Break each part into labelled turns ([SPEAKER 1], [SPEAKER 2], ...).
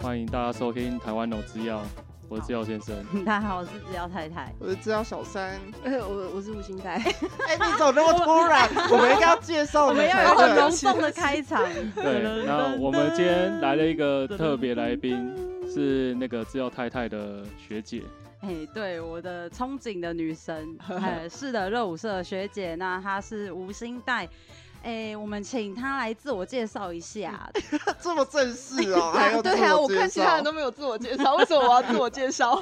[SPEAKER 1] 欢迎大家收听台湾农制药，我是制药先生。
[SPEAKER 2] 大家好，我是只要太 太。
[SPEAKER 3] 我是知道小三。
[SPEAKER 4] 呃我我是吴昕仔，
[SPEAKER 3] 哎、你走那么突然，我们应该要介绍
[SPEAKER 2] 我
[SPEAKER 3] 你
[SPEAKER 2] 们
[SPEAKER 3] 才
[SPEAKER 2] 要有很
[SPEAKER 3] 对。
[SPEAKER 2] 隆重的开场，
[SPEAKER 1] 对，那我们今天来了一个特别来宾，是那个制药太太的学姐。
[SPEAKER 2] 哎，对，我的憧憬的女 神，哎，是的，热舞社的学姐，那她是吴昕带，哎，我们请她来自我介绍一 下，
[SPEAKER 3] 这么正 式哦、还要
[SPEAKER 4] 对
[SPEAKER 3] 自
[SPEAKER 4] 啊，
[SPEAKER 3] 我
[SPEAKER 4] 我
[SPEAKER 3] 介
[SPEAKER 4] 看其他
[SPEAKER 3] 绍
[SPEAKER 4] 人。都没有自我介绍，为 什么我要自我介 绍？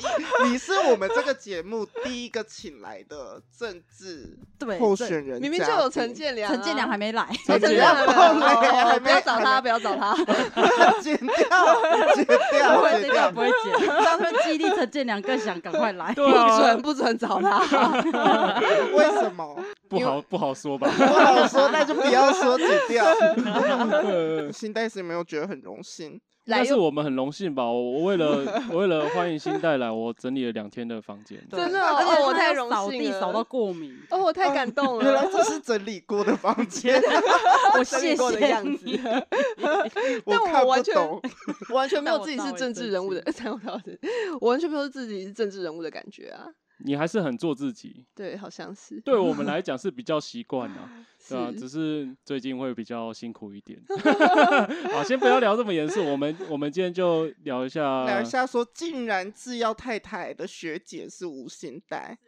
[SPEAKER 3] 你是我们这个节目第一个请来的政治
[SPEAKER 2] 对，
[SPEAKER 3] 候
[SPEAKER 2] 对
[SPEAKER 3] 选人，
[SPEAKER 4] 明明就有陈，建良啊，
[SPEAKER 2] 陈建良还没 来，
[SPEAKER 4] 哦，陈建良还没
[SPEAKER 3] 陈建良
[SPEAKER 4] 来
[SPEAKER 3] 还
[SPEAKER 4] 哦
[SPEAKER 3] 没
[SPEAKER 4] 不要找他，不要找 他，
[SPEAKER 3] 剪掉，剪
[SPEAKER 2] 不
[SPEAKER 3] 掉，
[SPEAKER 2] 会，
[SPEAKER 3] 剪
[SPEAKER 2] 这个
[SPEAKER 3] 掉
[SPEAKER 2] 不。会剪，这样会激励陈建良更想赶快 来。
[SPEAKER 1] 对
[SPEAKER 4] 不
[SPEAKER 1] 啊
[SPEAKER 4] 准，不准找他。
[SPEAKER 3] 为什么？
[SPEAKER 1] 不好不好说吧？
[SPEAKER 3] 不好说，那就不要说剪掉。
[SPEAKER 1] 呃
[SPEAKER 3] 新代是有没有觉得很荣幸？
[SPEAKER 1] 但
[SPEAKER 4] 来
[SPEAKER 1] 是
[SPEAKER 4] 又
[SPEAKER 1] 我们很荣幸吧？我我为了 我为了欢迎新带来，我整理了两天的房间。
[SPEAKER 4] 真的
[SPEAKER 2] 而且
[SPEAKER 4] 哦，我
[SPEAKER 2] 她
[SPEAKER 4] 太
[SPEAKER 2] 要
[SPEAKER 4] 荣
[SPEAKER 2] 扫
[SPEAKER 4] 幸
[SPEAKER 2] 地扫到
[SPEAKER 4] 了，
[SPEAKER 2] 过 敏，
[SPEAKER 4] 哦，我太感动
[SPEAKER 3] 原来
[SPEAKER 4] 了。
[SPEAKER 3] 这是整理过的房间，
[SPEAKER 2] 我
[SPEAKER 4] 整
[SPEAKER 2] 谢
[SPEAKER 4] 理过的
[SPEAKER 2] 谢
[SPEAKER 4] 样 子
[SPEAKER 2] 你。
[SPEAKER 3] 我
[SPEAKER 4] 但我
[SPEAKER 3] 看不
[SPEAKER 4] 完全
[SPEAKER 3] 懂。
[SPEAKER 4] 我 完全没有
[SPEAKER 2] 但我
[SPEAKER 4] 自己
[SPEAKER 2] 稍
[SPEAKER 4] 是
[SPEAKER 2] 微
[SPEAKER 4] 政
[SPEAKER 2] 震
[SPEAKER 4] 治人物的， 但我倒是我完全没有自己是政治人物的感觉啊。
[SPEAKER 1] 你还是很做自己，
[SPEAKER 4] 对，好像是。
[SPEAKER 1] 对我们来讲是比较习惯啊。
[SPEAKER 4] 是
[SPEAKER 1] 对啊，只是最近会比较辛苦一点。 好，先不要聊这么严肃，我们我们今天就聊一下，
[SPEAKER 3] 聊一下说，竟然制药太太的学姐是无心带。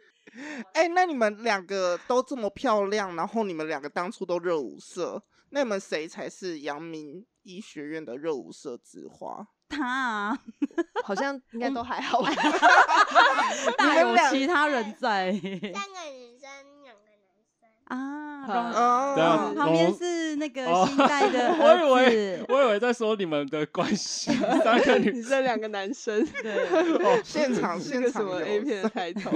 [SPEAKER 3] 哎、那你们两个都这么漂亮，然后你们两个当初都热舞社，那你们谁才是阳明医学院的热舞社之花？
[SPEAKER 2] 他 啊，
[SPEAKER 4] 好像应该都还好 吧。
[SPEAKER 2] 大有
[SPEAKER 3] 俩
[SPEAKER 2] 其他人在
[SPEAKER 5] 三个女生，两个男生。
[SPEAKER 2] 啊。
[SPEAKER 4] 好
[SPEAKER 2] 然后
[SPEAKER 3] 啊，
[SPEAKER 1] 对啊
[SPEAKER 2] 旁
[SPEAKER 1] 我
[SPEAKER 2] 边是那个
[SPEAKER 1] 哦
[SPEAKER 2] 新代的
[SPEAKER 1] 我以
[SPEAKER 2] 儿
[SPEAKER 1] 为
[SPEAKER 2] 子，
[SPEAKER 1] 我以为在说你们的关系， 三个女 哦
[SPEAKER 4] 你这两个男 生，
[SPEAKER 2] 对，
[SPEAKER 3] 现 场
[SPEAKER 4] 这
[SPEAKER 3] 现
[SPEAKER 4] 个什
[SPEAKER 3] 场
[SPEAKER 4] 么
[SPEAKER 3] 有
[SPEAKER 4] A 片的开 头？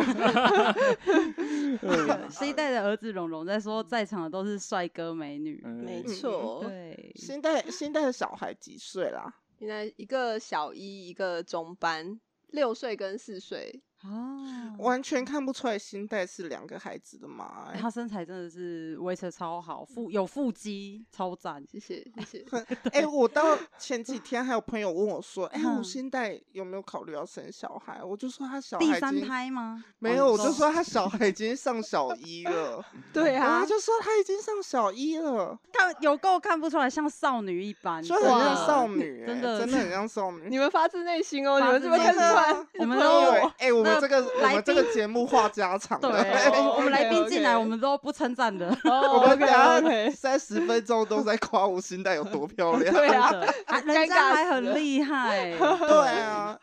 [SPEAKER 2] 新代的儿子蓉蓉在说，在场的都是帅哥美女，哦
[SPEAKER 1] 嗯，
[SPEAKER 3] 错
[SPEAKER 2] 对，
[SPEAKER 3] 现代现代的小孩几岁啦？
[SPEAKER 4] 现在一个小一，一个中班，六岁跟四岁，
[SPEAKER 2] 哦，
[SPEAKER 3] 完全看不出来新代是两个孩子的妈、欸
[SPEAKER 2] 他。哎身材真的是维持得超好，腹有腹肌，超赞。
[SPEAKER 4] 谢谢谢 谢。
[SPEAKER 3] 哎、我到前几天还有朋友问我说，哎、
[SPEAKER 2] 嗯
[SPEAKER 3] 吴新代有没有考虑要生小孩？我就说他小孩
[SPEAKER 2] 第
[SPEAKER 3] 已
[SPEAKER 2] 三
[SPEAKER 3] 经
[SPEAKER 2] 胎吗？
[SPEAKER 3] 没
[SPEAKER 2] 哦
[SPEAKER 3] 有，
[SPEAKER 2] 你
[SPEAKER 3] 我就说他小孩已经上小一 了，
[SPEAKER 4] 对
[SPEAKER 3] 然后
[SPEAKER 4] 啊
[SPEAKER 3] 他，就说他已经上小一了，
[SPEAKER 2] 看有够看不出来像少女一般，
[SPEAKER 3] 说很像
[SPEAKER 4] 哇
[SPEAKER 3] 少女、欸，
[SPEAKER 2] 真
[SPEAKER 3] 真
[SPEAKER 2] 的
[SPEAKER 3] 的很像少女。
[SPEAKER 4] 你们发自内心哦，
[SPEAKER 2] 发
[SPEAKER 4] 你们
[SPEAKER 2] 自
[SPEAKER 4] 这么
[SPEAKER 2] 内
[SPEAKER 4] 看得
[SPEAKER 3] 心
[SPEAKER 4] 出来
[SPEAKER 3] 啊，
[SPEAKER 2] 我们
[SPEAKER 4] 不
[SPEAKER 2] 都
[SPEAKER 3] 因
[SPEAKER 4] 能
[SPEAKER 3] 为
[SPEAKER 2] 哦
[SPEAKER 3] 哎，我
[SPEAKER 2] 那
[SPEAKER 3] 们这个我
[SPEAKER 2] 来
[SPEAKER 3] 们这
[SPEAKER 2] 宾
[SPEAKER 3] 个节目话家常
[SPEAKER 2] 对，哦
[SPEAKER 3] 的，
[SPEAKER 4] 哦
[SPEAKER 2] 我我们来宾
[SPEAKER 4] OK，OK
[SPEAKER 2] 进来，我们都不称赞的，
[SPEAKER 3] 我
[SPEAKER 4] 哦
[SPEAKER 3] 们
[SPEAKER 4] OK
[SPEAKER 3] 等下
[SPEAKER 4] OK，
[SPEAKER 3] 三十分钟都在夸吴昕代有 多漂亮。
[SPEAKER 4] 对啊
[SPEAKER 2] 真的，啊
[SPEAKER 4] 尴
[SPEAKER 2] 人
[SPEAKER 4] 尬
[SPEAKER 2] 家还
[SPEAKER 4] 死
[SPEAKER 2] 很
[SPEAKER 4] 了
[SPEAKER 2] 厉害，
[SPEAKER 3] 对啊，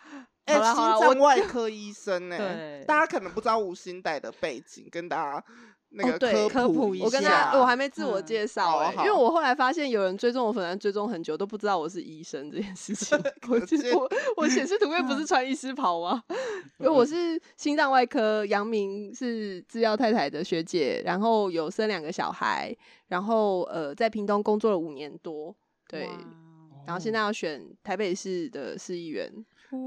[SPEAKER 3] 哎，
[SPEAKER 4] 好啦好啦
[SPEAKER 3] 心
[SPEAKER 4] 我
[SPEAKER 3] 脏外科医 生哎
[SPEAKER 2] 对，
[SPEAKER 3] 大家可能不知道吴昕代的背景，跟大家那
[SPEAKER 4] 哦
[SPEAKER 3] 个
[SPEAKER 4] 对
[SPEAKER 2] 科普一
[SPEAKER 3] 一
[SPEAKER 4] 我跟
[SPEAKER 2] 下
[SPEAKER 4] 他，我还没自我
[SPEAKER 2] 嗯
[SPEAKER 4] 介绍
[SPEAKER 3] 好
[SPEAKER 4] 欸、因为
[SPEAKER 3] 好
[SPEAKER 4] 我后来发现有人追踪我粉丝团追踪很久，都不知道我是医生这件 事情。我其实
[SPEAKER 3] 见嗯
[SPEAKER 4] 我我显示图片不是穿医师袍吗？ 因为我是心脏外科，杨明是制药太太的学姐，然后有生两个小孩，然后呃在屏东工作了五年多，对，
[SPEAKER 2] 哦
[SPEAKER 4] 然后现在要选台北市的市议员，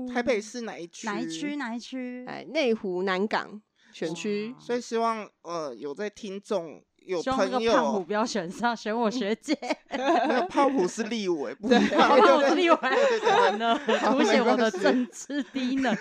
[SPEAKER 2] 哇
[SPEAKER 3] 台北市哪一区？
[SPEAKER 2] 哦哪一区？哪一区？
[SPEAKER 4] 哎，内湖南港选区
[SPEAKER 2] 哇，
[SPEAKER 3] 所以希望呃有在听众有
[SPEAKER 2] 啊希望那
[SPEAKER 3] 朋
[SPEAKER 2] 个胖虎
[SPEAKER 3] 友，
[SPEAKER 2] 不要选上，选我学姐，
[SPEAKER 3] 那个胖虎是立委，不一样，
[SPEAKER 2] 好
[SPEAKER 3] 对
[SPEAKER 2] 吧，我
[SPEAKER 3] 对
[SPEAKER 2] 是
[SPEAKER 3] 对
[SPEAKER 2] 例外，
[SPEAKER 3] 对对
[SPEAKER 2] 完了，凸显我的
[SPEAKER 3] 没关系
[SPEAKER 2] 政治低能。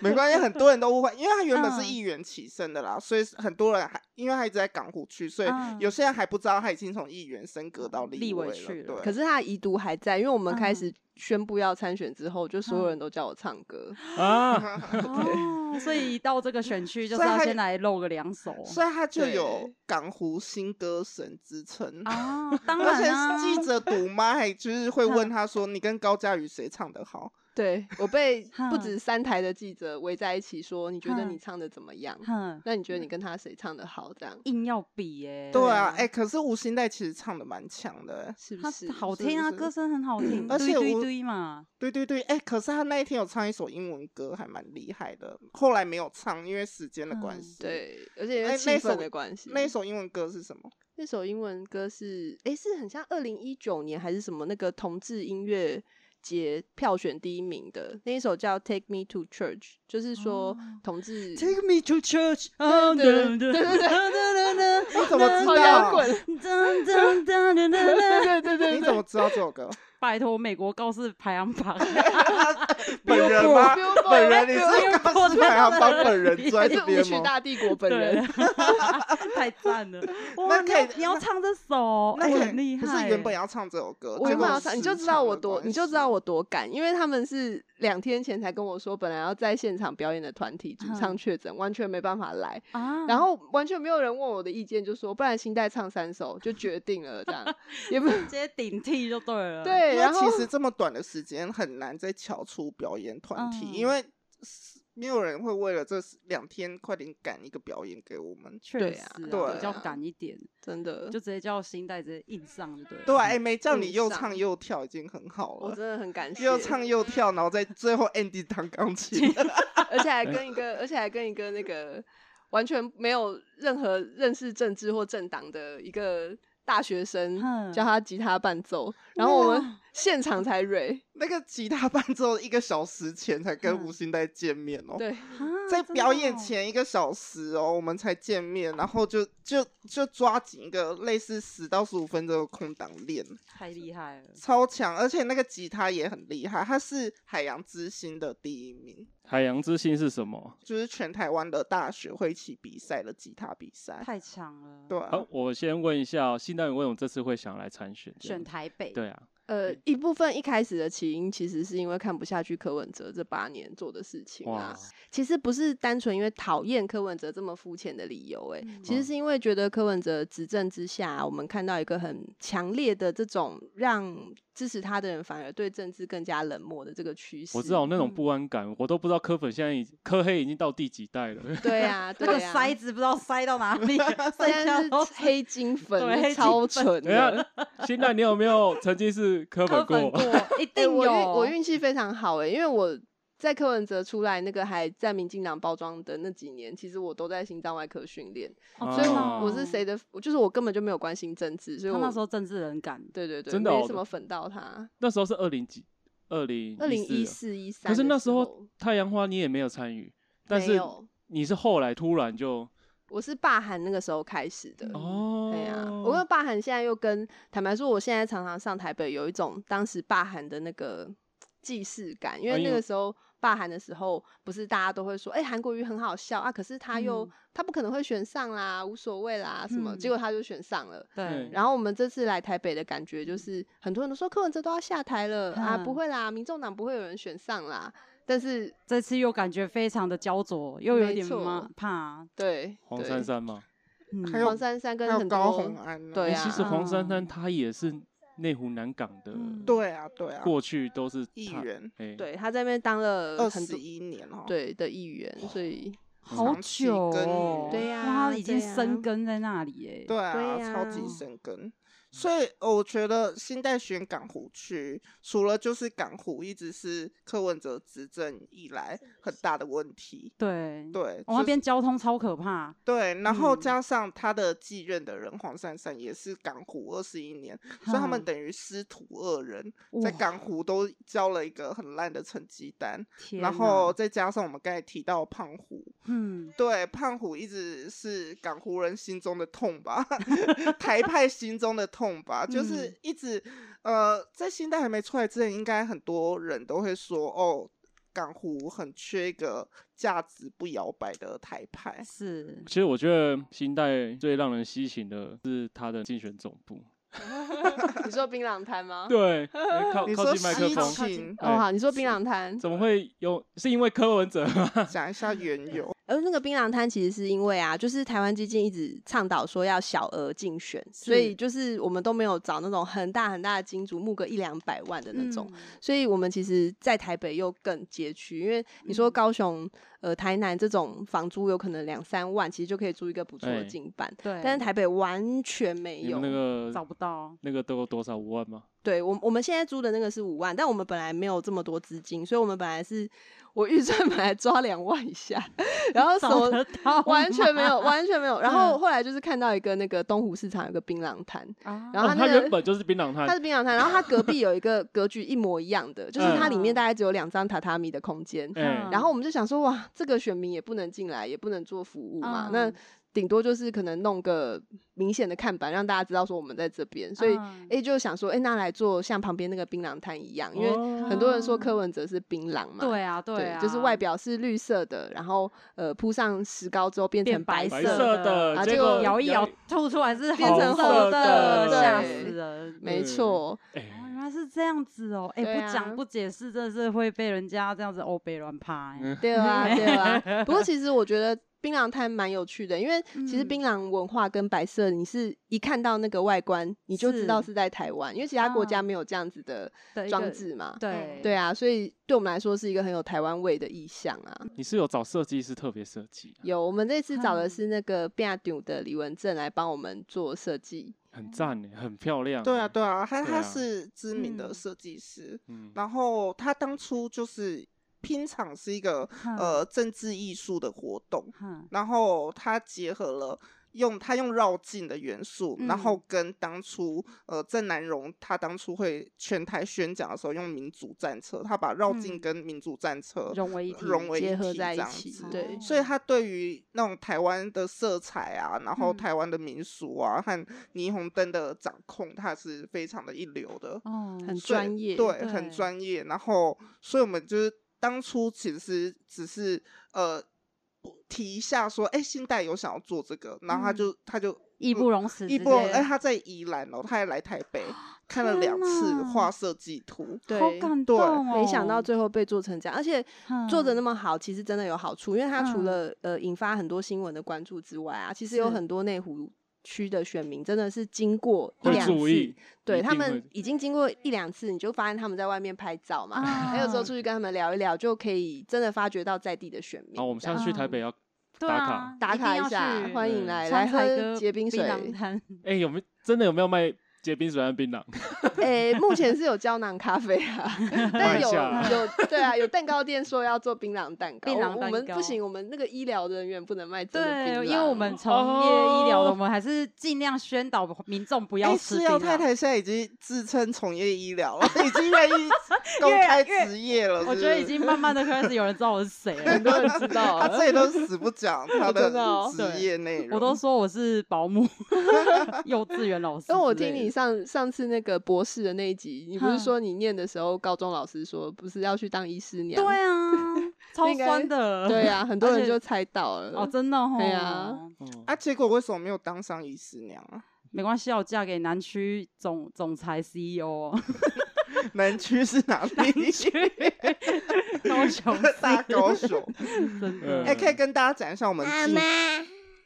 [SPEAKER 3] 没关系，很多人都误会，因为他原本是
[SPEAKER 2] 嗯
[SPEAKER 3] 议员起身的啦，所以很多人还因为他一直在港湖区，所以
[SPEAKER 2] 嗯
[SPEAKER 3] 有些人还不知道他已经从议员升格到
[SPEAKER 2] 立委
[SPEAKER 3] 委
[SPEAKER 2] 去了
[SPEAKER 3] 对，
[SPEAKER 4] 可是他的遗毒还在，因为我们开
[SPEAKER 2] 嗯
[SPEAKER 4] 始宣布要参选之后，就所有
[SPEAKER 2] 嗯
[SPEAKER 4] 人都叫我唱歌。
[SPEAKER 1] 啊，
[SPEAKER 2] 哦，所以一到这个选区，就是
[SPEAKER 3] 所以
[SPEAKER 2] 要
[SPEAKER 3] 他
[SPEAKER 2] 先来露个两手。
[SPEAKER 3] 所以他就有
[SPEAKER 4] 对
[SPEAKER 3] 港湖新歌神之称。
[SPEAKER 2] 啊，当
[SPEAKER 3] 而
[SPEAKER 2] 然
[SPEAKER 3] 且
[SPEAKER 2] 啊，
[SPEAKER 3] 是记者 赌妈还就是会问他说：“你跟高佳瑜谁唱的好
[SPEAKER 4] 对我 被不
[SPEAKER 2] 哼
[SPEAKER 4] 止三台的记者围在一起说，你觉得
[SPEAKER 2] 哼
[SPEAKER 4] 你唱的怎么样？
[SPEAKER 2] 哼，
[SPEAKER 4] 那你觉得你跟他谁唱的好？这样
[SPEAKER 2] 硬要比？”耶。
[SPEAKER 3] 对啊，哎，可是吴昕代其实唱的蛮强的，哎
[SPEAKER 4] 是不
[SPEAKER 2] 他
[SPEAKER 4] 是？
[SPEAKER 2] 好
[SPEAKER 3] 是不
[SPEAKER 2] 听啊，
[SPEAKER 3] 是
[SPEAKER 2] 歌声很好听，
[SPEAKER 3] 而且
[SPEAKER 2] 堆堆
[SPEAKER 3] 我
[SPEAKER 2] 堆嘛。
[SPEAKER 3] 对对对，哎、可是他那一天有唱一首英文歌，还蛮厉害的。后来没有唱，因为时间的关
[SPEAKER 2] 嗯
[SPEAKER 3] 系。，
[SPEAKER 4] 对，而且因
[SPEAKER 3] 哎
[SPEAKER 4] 为气
[SPEAKER 3] 那
[SPEAKER 4] 氛
[SPEAKER 3] 首
[SPEAKER 4] 的关系，
[SPEAKER 3] 那一首英文歌是什 么？
[SPEAKER 4] 那首英文歌是，诶，是很像二零一九年还是什么那个同志音乐节票选第一名的那一首叫《Take Me to Church》，就是说
[SPEAKER 2] 哦
[SPEAKER 4] 同志。
[SPEAKER 2] Take me to church，
[SPEAKER 4] 对对对对
[SPEAKER 3] 你怎么知
[SPEAKER 4] 好摇
[SPEAKER 3] 道？
[SPEAKER 4] 滚，
[SPEAKER 2] 噔噔噔噔噔噔
[SPEAKER 4] 对对对
[SPEAKER 3] 你怎么知道这首歌？
[SPEAKER 2] 拜托美国告示排行榜
[SPEAKER 3] 本人吗
[SPEAKER 4] Billboard？
[SPEAKER 3] 本人你是
[SPEAKER 2] Billboard
[SPEAKER 3] 告示排行榜本人坐在
[SPEAKER 4] 还
[SPEAKER 3] 这
[SPEAKER 4] 是舞
[SPEAKER 3] 边
[SPEAKER 4] 曲
[SPEAKER 3] 吗？
[SPEAKER 4] 大帝国本
[SPEAKER 2] 对
[SPEAKER 4] 人？，
[SPEAKER 2] 太赞 了！哇，
[SPEAKER 3] 那
[SPEAKER 2] 你
[SPEAKER 3] 可以
[SPEAKER 2] 要你要唱这首，
[SPEAKER 3] 那
[SPEAKER 2] 哎
[SPEAKER 3] 个
[SPEAKER 2] 很厉害
[SPEAKER 3] 不
[SPEAKER 2] 欸。
[SPEAKER 3] 是原本要唱这首歌，
[SPEAKER 4] 我
[SPEAKER 3] 结
[SPEAKER 4] 原
[SPEAKER 3] 果
[SPEAKER 4] 本要唱，你就
[SPEAKER 3] 时
[SPEAKER 4] 知道
[SPEAKER 3] 长
[SPEAKER 4] 我
[SPEAKER 3] 的
[SPEAKER 4] 多，
[SPEAKER 3] 关
[SPEAKER 4] 你就
[SPEAKER 3] 系
[SPEAKER 4] 知道我多赶，因为他们是两天前才跟我说，本来要在现场表演的团体主唱
[SPEAKER 2] 嗯
[SPEAKER 4] 确诊，完全没办法来，
[SPEAKER 2] 啊，
[SPEAKER 4] 然后完全没有人问我的意见，就说不然新代唱三首就决定了，这样 也不
[SPEAKER 2] 直接顶替就对了。
[SPEAKER 4] 对，
[SPEAKER 3] 因为
[SPEAKER 4] 然
[SPEAKER 3] 其
[SPEAKER 4] 后
[SPEAKER 3] 实这么短的时间很难再瞧出表演团体，因
[SPEAKER 2] 嗯
[SPEAKER 3] 为是没有人会为了这两天快点赶一个表演给我们。
[SPEAKER 2] 确
[SPEAKER 4] 对
[SPEAKER 2] 实
[SPEAKER 4] 啊
[SPEAKER 2] 啊
[SPEAKER 3] 对
[SPEAKER 2] 比较
[SPEAKER 4] 啊
[SPEAKER 2] 赶一点，
[SPEAKER 4] 真的
[SPEAKER 2] 就直接叫新代直接硬上就对了。
[SPEAKER 3] 对啊，哎、没叫
[SPEAKER 4] 硬
[SPEAKER 3] 你又
[SPEAKER 4] 上
[SPEAKER 3] 唱又跳已经很好
[SPEAKER 4] 我
[SPEAKER 3] 了，
[SPEAKER 4] 真的很感谢，
[SPEAKER 3] 又唱又跳，然后在最后 Andy 弹钢琴，
[SPEAKER 4] 而且还跟一个，而且还跟一个那个完全没有任何认识政治或政党的一个大学生
[SPEAKER 2] 哼
[SPEAKER 4] 教他吉他伴奏，然后我们现场才蕊，
[SPEAKER 3] 那个吉他伴奏一个小时前才跟
[SPEAKER 2] 嗯
[SPEAKER 3] 吴昕在见面哦。
[SPEAKER 4] 对，
[SPEAKER 2] 啊
[SPEAKER 3] 在
[SPEAKER 2] 真的
[SPEAKER 3] 表演
[SPEAKER 2] 哦
[SPEAKER 3] 前一个小时哦，我们才见面，然后就就就抓紧一个类似十到十五分钟的空档练。
[SPEAKER 2] 太厉害了，
[SPEAKER 3] 超强，而且那个吉他也很厉害，他是海洋之星的第一名，
[SPEAKER 1] 海洋之心是什么？
[SPEAKER 3] 就是全台湾的大学会一起比赛的吉他比赛。
[SPEAKER 2] 太强了。
[SPEAKER 3] 对、啊
[SPEAKER 1] 好，我先问一下哦，新代为什么这次会想来参选？这样
[SPEAKER 2] 选台北，
[SPEAKER 1] 对啊，
[SPEAKER 2] 嗯
[SPEAKER 4] 呃，一部分一开始的起因其实是因为看不下去柯文哲这八年做的事情啊
[SPEAKER 1] 哇，，
[SPEAKER 4] 其实不是单纯因为讨厌柯文哲这么肤浅的理由、欸，
[SPEAKER 2] 嗯
[SPEAKER 4] 其实是因为觉得柯文哲执政之下，我们看到一个很强烈的这种让支持他的人反而对政治更加冷漠的这个趋势。
[SPEAKER 1] 我知道那种
[SPEAKER 2] 嗯
[SPEAKER 1] 不安感，我都不知道柯粉现在已柯黑已经到第几 代了。
[SPEAKER 4] 对啊，
[SPEAKER 2] 那
[SPEAKER 4] 对
[SPEAKER 2] 个
[SPEAKER 4] 啊，
[SPEAKER 2] 塞子不知道塞到哪 里了，剩
[SPEAKER 4] 现
[SPEAKER 2] 下
[SPEAKER 4] 在
[SPEAKER 2] 都
[SPEAKER 4] 是黑 金
[SPEAKER 2] 对黑啊
[SPEAKER 4] 粉，
[SPEAKER 2] 金
[SPEAKER 4] 超纯
[SPEAKER 1] 等一
[SPEAKER 4] 的。
[SPEAKER 1] 下，哎新代你有没有曾经是柯
[SPEAKER 2] 柯
[SPEAKER 1] 粉过？
[SPEAKER 2] 粉过，一
[SPEAKER 4] 哎、
[SPEAKER 2] 定有。
[SPEAKER 4] 我运我运气非常好哎、因为我在柯文哲出来那个还在民进党包装的那几年，其实我都在心脏外科训练，
[SPEAKER 2] 哦，
[SPEAKER 4] 所以
[SPEAKER 2] 真的
[SPEAKER 1] 哦
[SPEAKER 4] 我是谁的，我就是我根本就没有关心政治，所以
[SPEAKER 2] 他
[SPEAKER 4] 我
[SPEAKER 2] 那时候政治人感，
[SPEAKER 4] 对对对，
[SPEAKER 1] 真的哦
[SPEAKER 4] 没什么粉到他。
[SPEAKER 1] 那时候是二零几，二零
[SPEAKER 4] 二零一
[SPEAKER 1] 一。啊
[SPEAKER 4] 四一三，
[SPEAKER 1] 可是那时
[SPEAKER 4] 时
[SPEAKER 1] 候太阳花你也没有参与，但
[SPEAKER 4] 没
[SPEAKER 1] 是
[SPEAKER 4] 有，
[SPEAKER 1] 你是后来突然就
[SPEAKER 4] 我是霸韩那个时候开始的。
[SPEAKER 1] 哦，
[SPEAKER 4] 嗯对呀、我跟霸韩现在又跟坦白说，我现在常常上台北，有一种当时霸韩的那个既视感，因
[SPEAKER 1] 哎
[SPEAKER 4] 为
[SPEAKER 1] 呦
[SPEAKER 4] 那个时候霸韩的时候，不是大家都会说，哎、韩国瑜很好笑啊，可是他又、
[SPEAKER 2] 嗯
[SPEAKER 4] 他不可能会选上啦，无所谓啦什么，
[SPEAKER 2] 嗯
[SPEAKER 4] 结果他就选上了。
[SPEAKER 2] 对，
[SPEAKER 4] 然后我们这次来台北的感觉就是，很多人都说柯文哲都要下台了、啊，
[SPEAKER 2] 嗯
[SPEAKER 4] 不会啦，民众党不会有人选上啦。但是
[SPEAKER 2] 这次又感觉非常的焦灼，又有
[SPEAKER 4] 没
[SPEAKER 2] 点
[SPEAKER 4] 错
[SPEAKER 2] 妈怕，
[SPEAKER 4] 对，
[SPEAKER 1] 黄
[SPEAKER 4] 对
[SPEAKER 1] 珊珊嘛，
[SPEAKER 2] 嗯
[SPEAKER 3] 还有
[SPEAKER 4] 黄珊珊跟
[SPEAKER 3] 还有
[SPEAKER 4] 很
[SPEAKER 3] 高
[SPEAKER 4] 多
[SPEAKER 3] 红安、啊，
[SPEAKER 4] 对
[SPEAKER 1] 诶
[SPEAKER 4] 啊
[SPEAKER 1] 其实黄珊珊
[SPEAKER 2] 嗯
[SPEAKER 1] 她也是内湖南港的，
[SPEAKER 2] 嗯
[SPEAKER 3] 对啊，对啊，
[SPEAKER 1] 过去都是
[SPEAKER 3] 议
[SPEAKER 1] 她，
[SPEAKER 3] 员
[SPEAKER 1] 哎，
[SPEAKER 4] 对他在那边当了
[SPEAKER 3] 二
[SPEAKER 4] 呃很
[SPEAKER 3] 十
[SPEAKER 4] 多
[SPEAKER 3] 一年哦，，
[SPEAKER 4] 对的议员，所以
[SPEAKER 2] 好
[SPEAKER 3] 长期
[SPEAKER 2] 久
[SPEAKER 3] 耕
[SPEAKER 2] 哦，
[SPEAKER 3] 耘
[SPEAKER 4] 对
[SPEAKER 2] 哇
[SPEAKER 4] 呀
[SPEAKER 2] 他已经
[SPEAKER 4] 对呀
[SPEAKER 2] 生根在那里耶，
[SPEAKER 3] 对啊，
[SPEAKER 4] 对
[SPEAKER 3] 超级
[SPEAKER 4] 啊
[SPEAKER 3] 生根。所以哦我觉得新代选港湖区，除了就是港湖一直是柯文哲执政以来很大的问题，
[SPEAKER 2] 对，
[SPEAKER 3] 对，
[SPEAKER 2] 我
[SPEAKER 3] 就
[SPEAKER 4] 哦
[SPEAKER 2] 那
[SPEAKER 3] 是
[SPEAKER 2] 边交通超可怕，
[SPEAKER 3] 对，然后
[SPEAKER 2] 嗯
[SPEAKER 3] 加上他的继任的人黄珊珊也是港湖二十一年，所以他
[SPEAKER 2] 哈
[SPEAKER 3] 们等于师徒二人
[SPEAKER 2] 哇
[SPEAKER 3] 在港湖都交了一个很烂的成绩单，
[SPEAKER 2] 天
[SPEAKER 3] 然
[SPEAKER 2] 哪
[SPEAKER 3] 后再加上我们刚才提到胖虎，
[SPEAKER 2] 嗯，
[SPEAKER 3] 对，胖虎一直是港湖人心中的痛吧， 台派心中的痛吧，就是
[SPEAKER 2] 嗯
[SPEAKER 3] 一直呃，在新代还没出来之前，应该很多人都会说哦。港湖很缺一个价值不摇摆的台派，
[SPEAKER 2] 是
[SPEAKER 1] 其实我觉得新代最让人吸引的是他的竞选总部，
[SPEAKER 4] 你说槟榔 摊吗？
[SPEAKER 1] 对，哎靠
[SPEAKER 3] 你
[SPEAKER 1] 靠
[SPEAKER 3] 说
[SPEAKER 1] 近麦克
[SPEAKER 3] 西
[SPEAKER 1] 风，
[SPEAKER 3] 芹，
[SPEAKER 4] 哦，好，你说槟榔摊，
[SPEAKER 1] 怎么会有？是因为柯文哲吗？
[SPEAKER 3] 讲一下缘 由。
[SPEAKER 4] 而那个槟榔摊其实是因为啊，就是台湾基金一直倡导说要小额竞选，所以就是我们都没有找那种很大很大的金主，募个一两百万的那种。
[SPEAKER 2] 嗯
[SPEAKER 4] 所以我们其实，在台北又更街区，因为你说
[SPEAKER 2] 嗯
[SPEAKER 4] 高雄、呃台南这种房租有可能两三万，其实就可以租一个不错的
[SPEAKER 1] 哎
[SPEAKER 4] 近办，
[SPEAKER 2] 对，
[SPEAKER 4] 但是台北完全没
[SPEAKER 1] 你
[SPEAKER 4] 有。
[SPEAKER 1] 们那
[SPEAKER 2] 找
[SPEAKER 1] 个
[SPEAKER 2] 不到，
[SPEAKER 1] 那个都有多少五万吗？
[SPEAKER 4] 对我我们现在租的那个是五万，但我们本来没有这么多资金，所以我们本来是我预算本来抓两万以下， 然后什
[SPEAKER 2] 找
[SPEAKER 4] 么
[SPEAKER 2] 得到吗，
[SPEAKER 4] 完全没有，完全 没有。然后
[SPEAKER 2] 嗯
[SPEAKER 4] 后来就是看到一个那个东湖市场有个槟榔摊，
[SPEAKER 2] 啊，
[SPEAKER 4] 然
[SPEAKER 1] 哦
[SPEAKER 4] 后他
[SPEAKER 1] 他
[SPEAKER 4] 那个
[SPEAKER 1] 原本就是槟榔
[SPEAKER 4] 它
[SPEAKER 1] 摊，
[SPEAKER 4] 是槟榔摊，然后它隔壁有一个格局一模一样的，就是它里面大概只有两张榻榻米的空间。
[SPEAKER 1] 哎
[SPEAKER 2] 嗯
[SPEAKER 4] 然后我们就想说，哇，这个选民也不能进来，也不能做服务嘛，
[SPEAKER 2] 嗯
[SPEAKER 4] 那顶多就是可能弄个明显的看板，让大家知道说我们在这边。所以，哎、
[SPEAKER 2] 嗯
[SPEAKER 4] 就想说，哎、那来做像旁边那个槟榔摊一样，因为
[SPEAKER 1] 哦
[SPEAKER 4] 很多人说柯文哲是槟榔嘛，
[SPEAKER 2] 对啊，
[SPEAKER 4] 对
[SPEAKER 2] 啊，
[SPEAKER 4] 就是外表是绿色的，然后呃铺上石膏之后变
[SPEAKER 2] 变
[SPEAKER 4] 成
[SPEAKER 2] 白
[SPEAKER 1] 白
[SPEAKER 2] 色
[SPEAKER 1] 色
[SPEAKER 2] 的
[SPEAKER 1] 的，
[SPEAKER 4] 啊
[SPEAKER 1] 结
[SPEAKER 4] 结
[SPEAKER 1] 果
[SPEAKER 4] 果
[SPEAKER 2] 摇一摇，吐出来是
[SPEAKER 4] 变
[SPEAKER 2] 红
[SPEAKER 4] 成
[SPEAKER 2] 色
[SPEAKER 4] 红
[SPEAKER 2] 的，
[SPEAKER 4] 色的
[SPEAKER 2] 吓
[SPEAKER 4] 对
[SPEAKER 2] 死人。
[SPEAKER 4] 没
[SPEAKER 1] 对
[SPEAKER 4] 错，
[SPEAKER 2] 哦，
[SPEAKER 1] 哎，
[SPEAKER 2] 原来是这样子哦！哎、
[SPEAKER 4] 对
[SPEAKER 2] 不讲
[SPEAKER 4] 啊
[SPEAKER 2] 不解释，真的是会被人家这样子欧北乱拍、欸
[SPEAKER 1] 嗯
[SPEAKER 4] 对啊，对啊。不过其实我觉得槟榔摊蛮有趣的，因为其实
[SPEAKER 2] 嗯
[SPEAKER 4] 槟榔文化跟白色，你是一看到那个外观，你就知道
[SPEAKER 2] 是
[SPEAKER 4] 是在台湾，因为其他国家
[SPEAKER 2] 啊
[SPEAKER 4] 没有这样子的
[SPEAKER 2] 的一个
[SPEAKER 4] 装置嘛。
[SPEAKER 2] 对
[SPEAKER 4] 对啊，所以对我们来说是一个很有台湾味的意象啊。
[SPEAKER 1] 你是有找设计师特别设计，
[SPEAKER 4] 有，我们这次找的
[SPEAKER 2] 嗯
[SPEAKER 4] 是那个 b i a 的李文正来帮我们做设计。
[SPEAKER 1] 很赞哎，很漂亮。
[SPEAKER 3] 对啊，，对啊，他
[SPEAKER 1] 对啊
[SPEAKER 3] 他是知名的
[SPEAKER 2] 嗯
[SPEAKER 3] 设计师，
[SPEAKER 1] 嗯，
[SPEAKER 3] 然后他当初就是拼场是一个
[SPEAKER 2] 哼
[SPEAKER 3] 呃政治艺术的活动，
[SPEAKER 2] 哼
[SPEAKER 3] 然后他结合了用他用绕境的元素，然后
[SPEAKER 2] 嗯
[SPEAKER 3] 跟当初呃郑南荣他当初会全台宣讲的时候用民主战车，他把绕境
[SPEAKER 2] 嗯
[SPEAKER 3] 跟民主战车
[SPEAKER 2] 融为一体，
[SPEAKER 3] 融为
[SPEAKER 4] 结
[SPEAKER 3] 一
[SPEAKER 4] 合
[SPEAKER 3] 体
[SPEAKER 4] 在
[SPEAKER 3] 这
[SPEAKER 4] 一
[SPEAKER 3] 样
[SPEAKER 4] 起
[SPEAKER 3] 子
[SPEAKER 4] 对
[SPEAKER 3] 所以他对于那种台湾的色彩啊，然后
[SPEAKER 2] 嗯
[SPEAKER 3] 台湾的民俗啊、和霓虹灯的掌控，他是非常的一流的，
[SPEAKER 2] 哦，
[SPEAKER 4] 很
[SPEAKER 3] 所以
[SPEAKER 4] 专业
[SPEAKER 3] 对，很
[SPEAKER 2] 对
[SPEAKER 3] 专业。然后，所以我们就是当初其实只是呃提一下说，哎、新代有想要做这个，然后他
[SPEAKER 2] 嗯
[SPEAKER 3] 就、他就
[SPEAKER 2] 义不容辞，
[SPEAKER 3] 义
[SPEAKER 2] 直
[SPEAKER 3] 不容
[SPEAKER 2] 接
[SPEAKER 3] 哎、他在宜兰哦，他还来台北看了两次
[SPEAKER 2] 啊哪
[SPEAKER 3] 画设计图，
[SPEAKER 4] 对
[SPEAKER 2] 好感
[SPEAKER 3] 对
[SPEAKER 2] 动哦！
[SPEAKER 4] 没想到最后被做成这样，而且做的那
[SPEAKER 2] 么
[SPEAKER 4] 么好，其实真的有好处，因为它除
[SPEAKER 2] 嗯
[SPEAKER 4] 了、呃引发很多新闻的关注之外啊，其实有
[SPEAKER 2] 是
[SPEAKER 4] 很多内湖区的选民真的是经过一
[SPEAKER 1] 会
[SPEAKER 4] 两
[SPEAKER 1] 注
[SPEAKER 4] 次
[SPEAKER 1] 意，，
[SPEAKER 4] 对
[SPEAKER 1] 一
[SPEAKER 4] 他
[SPEAKER 1] 定
[SPEAKER 4] 们
[SPEAKER 1] 会
[SPEAKER 4] 已经经过一两次，你就发现他们在外面拍照
[SPEAKER 2] 啊
[SPEAKER 4] 嘛，还有时候出去跟他们聊一聊，就可以真的发掘到在地的选民。
[SPEAKER 1] 好，我们下次去台北要
[SPEAKER 2] 对
[SPEAKER 1] 打
[SPEAKER 2] 啊
[SPEAKER 1] 卡
[SPEAKER 4] 打
[SPEAKER 2] 一定
[SPEAKER 4] 卡
[SPEAKER 2] 要
[SPEAKER 4] 一下，
[SPEAKER 2] 去
[SPEAKER 4] 欢迎
[SPEAKER 1] 嗯
[SPEAKER 4] 来
[SPEAKER 2] 川
[SPEAKER 4] 来
[SPEAKER 2] 菜哥
[SPEAKER 4] 喝结冰水。
[SPEAKER 2] 榔摊，
[SPEAKER 1] 哎，有没有真的有没有卖结冰水和槟榔？
[SPEAKER 4] 诶、目前是有胶囊咖啡啊，但
[SPEAKER 1] 买
[SPEAKER 4] 有
[SPEAKER 1] 下啊
[SPEAKER 4] 有对啊，有蛋糕店说要做槟榔蛋糕，
[SPEAKER 2] 槟榔
[SPEAKER 4] 我
[SPEAKER 2] 蛋
[SPEAKER 4] 我们
[SPEAKER 2] 糕
[SPEAKER 4] 不行，我们那个医疗人员不能卖真的槟榔，哦
[SPEAKER 2] 对，因为我们从业医疗的， 我们还是尽量宣导民众不要
[SPEAKER 3] 哎，
[SPEAKER 2] 吃
[SPEAKER 3] 四
[SPEAKER 2] 槟
[SPEAKER 4] 哦
[SPEAKER 3] 药太
[SPEAKER 2] 榔。
[SPEAKER 3] 太现在已经自称从业医疗了， 已经 愿意公
[SPEAKER 2] 越
[SPEAKER 3] 开
[SPEAKER 2] 越
[SPEAKER 3] 职业了，
[SPEAKER 2] 我
[SPEAKER 3] 是
[SPEAKER 2] 觉得
[SPEAKER 3] 不
[SPEAKER 2] 已
[SPEAKER 3] 是
[SPEAKER 2] 经慢慢的开始有人知道我是谁了，
[SPEAKER 4] 很多人知 道
[SPEAKER 3] 他
[SPEAKER 4] 啊，
[SPEAKER 3] 自己都死不讲他
[SPEAKER 4] 真的哦
[SPEAKER 3] 的
[SPEAKER 2] 对
[SPEAKER 3] 职业内容。
[SPEAKER 2] 我都说我是保姆、 幼稚园老师之类的。
[SPEAKER 4] 因为我听你上上次那个博士的那一集，你不
[SPEAKER 2] 哼
[SPEAKER 4] 是说你念的时候，高中老师说不是要去当医师娘？
[SPEAKER 2] 对啊， 超
[SPEAKER 4] 应该
[SPEAKER 2] 酸的。
[SPEAKER 4] 对啊，很多
[SPEAKER 2] 而
[SPEAKER 4] 人
[SPEAKER 2] 且
[SPEAKER 4] 就猜到了。
[SPEAKER 2] 哦，真的哦。
[SPEAKER 4] 对啊
[SPEAKER 1] 哦
[SPEAKER 3] 啊，结果为什么没有当上医师娘啊？
[SPEAKER 2] 没关系啊，我嫁给南区总总裁 CEO，哦
[SPEAKER 3] 南 区是哪
[SPEAKER 2] 南
[SPEAKER 3] 里？
[SPEAKER 2] 区高 雄
[SPEAKER 3] 大高雄。
[SPEAKER 2] 真的。
[SPEAKER 1] 嗯
[SPEAKER 3] 哎、可以跟大家讲一下我们
[SPEAKER 5] 妈
[SPEAKER 3] 进
[SPEAKER 5] 妈，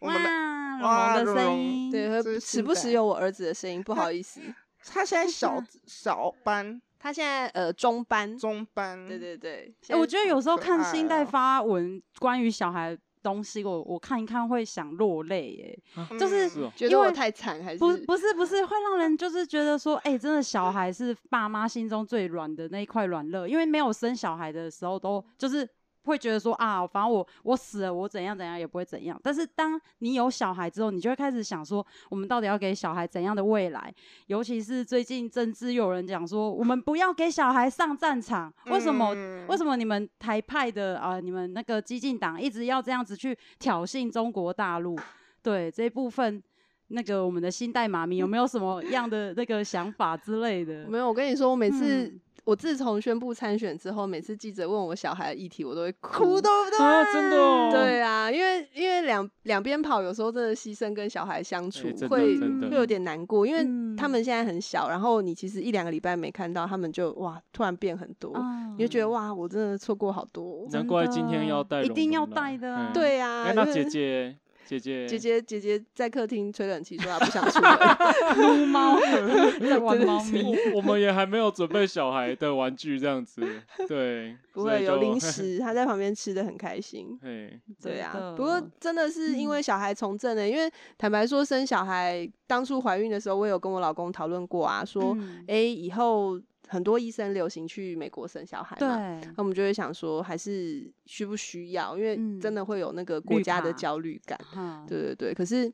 [SPEAKER 3] 我们的，
[SPEAKER 2] 哇，
[SPEAKER 3] 哇
[SPEAKER 2] 龙龙的
[SPEAKER 3] 蓉
[SPEAKER 2] 声
[SPEAKER 3] 蓉
[SPEAKER 2] 音，哎
[SPEAKER 4] 对，和
[SPEAKER 3] 这是
[SPEAKER 4] 时
[SPEAKER 3] 现
[SPEAKER 4] 不时
[SPEAKER 3] 代
[SPEAKER 4] 有我儿子的声音，不好意思，
[SPEAKER 3] 他现在小小班、
[SPEAKER 4] 他现在呃中班，
[SPEAKER 3] 中班，
[SPEAKER 4] 对对对，
[SPEAKER 2] 哎我觉得有时候
[SPEAKER 3] 可
[SPEAKER 2] 看
[SPEAKER 3] 爱
[SPEAKER 2] 新代
[SPEAKER 3] 哦
[SPEAKER 2] 发文关于小孩东西，我我看一看会想落泪耶。
[SPEAKER 3] 嗯，
[SPEAKER 2] 就是
[SPEAKER 1] 是哦，
[SPEAKER 4] 觉
[SPEAKER 2] 因
[SPEAKER 4] 得我
[SPEAKER 2] 为
[SPEAKER 4] 太惨还是
[SPEAKER 2] 不，不是，不是，会让人就是觉得说，哎、真的小孩是爸妈心中最软的那一块软肋，因为没有生小孩的时候都就是会觉得说啊，反正我我死了，我怎样怎样也不会怎样。但是当你有小孩之后，你就会开始想说，我们到底要给小孩怎样的未来？尤其是最近政治有人讲说，我们不要给小孩上战场，为什么？
[SPEAKER 3] 嗯
[SPEAKER 2] 为什么你们台派的啊、呃你们那个激进党一直要这样子去挑衅中国大 陆？对这一部分，那个我们的新代妈咪有没有什么样的那个想法之类的？
[SPEAKER 4] 没有，我跟你说，我每次、
[SPEAKER 2] 嗯
[SPEAKER 4] 我自从宣布参选之后，每次记者问我小孩的议题，我都会
[SPEAKER 3] 哭对不对？
[SPEAKER 1] 啊，真的哦，
[SPEAKER 4] 对啊，因为因为两两边跑，有时候真的牺牲跟小孩相处、
[SPEAKER 1] 哎真的
[SPEAKER 4] 会
[SPEAKER 1] 真的
[SPEAKER 4] 会有点难过，因为他
[SPEAKER 2] 嗯
[SPEAKER 4] 们现在很小，然后你其实一两个礼拜没看到，他们就哇突然变很多，
[SPEAKER 2] 啊
[SPEAKER 4] 你就觉得哇，我真的错过好多。
[SPEAKER 1] 难怪今天要带蓉蓉
[SPEAKER 2] 一
[SPEAKER 1] 来，
[SPEAKER 2] 定要带的啊
[SPEAKER 1] 嗯
[SPEAKER 4] 对啊，
[SPEAKER 1] 哎，那
[SPEAKER 4] 因为
[SPEAKER 1] 姐姐，姐姐，
[SPEAKER 4] 姐，姐姐姐在客厅吹冷气，说她不想出 门。
[SPEAKER 2] 撸 猫在玩猫咪，
[SPEAKER 1] 我我们也还没有准备小孩的玩具这样子， 对，
[SPEAKER 4] 不
[SPEAKER 1] 所
[SPEAKER 4] 会
[SPEAKER 1] 以
[SPEAKER 4] 有
[SPEAKER 1] 就
[SPEAKER 4] 零，食，她在旁边吃的很开心。
[SPEAKER 1] 嘿，
[SPEAKER 4] 对
[SPEAKER 2] 真
[SPEAKER 4] 啊
[SPEAKER 2] 的，嗯
[SPEAKER 4] 不过真的是因为小孩从政的、因为坦白说，生小孩当初怀孕的时候，我有跟我老公讨论过啊，说，
[SPEAKER 2] 嗯
[SPEAKER 4] 哎、以后很多医生流行去美国生小孩
[SPEAKER 2] 对
[SPEAKER 4] 嘛，那我们就会想说，还是需不需要？因为
[SPEAKER 2] 嗯
[SPEAKER 4] 真的会有那个国家的
[SPEAKER 2] 绿卡
[SPEAKER 4] 焦虑感。
[SPEAKER 2] 哈
[SPEAKER 4] 对对对，可是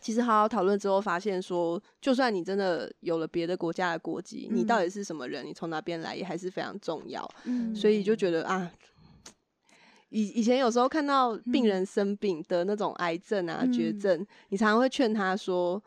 [SPEAKER 4] 其实好好讨论之后，发现说，就算你真的有了别的国家的国籍，你
[SPEAKER 2] 嗯
[SPEAKER 4] 到底是什么人，你从哪边来，也还是非常重要。
[SPEAKER 2] 嗯
[SPEAKER 4] 所以就觉得啊，以以前有时候看到病人生病得那种癌症啊、绝
[SPEAKER 2] 嗯
[SPEAKER 4] 症，你常常会劝他说，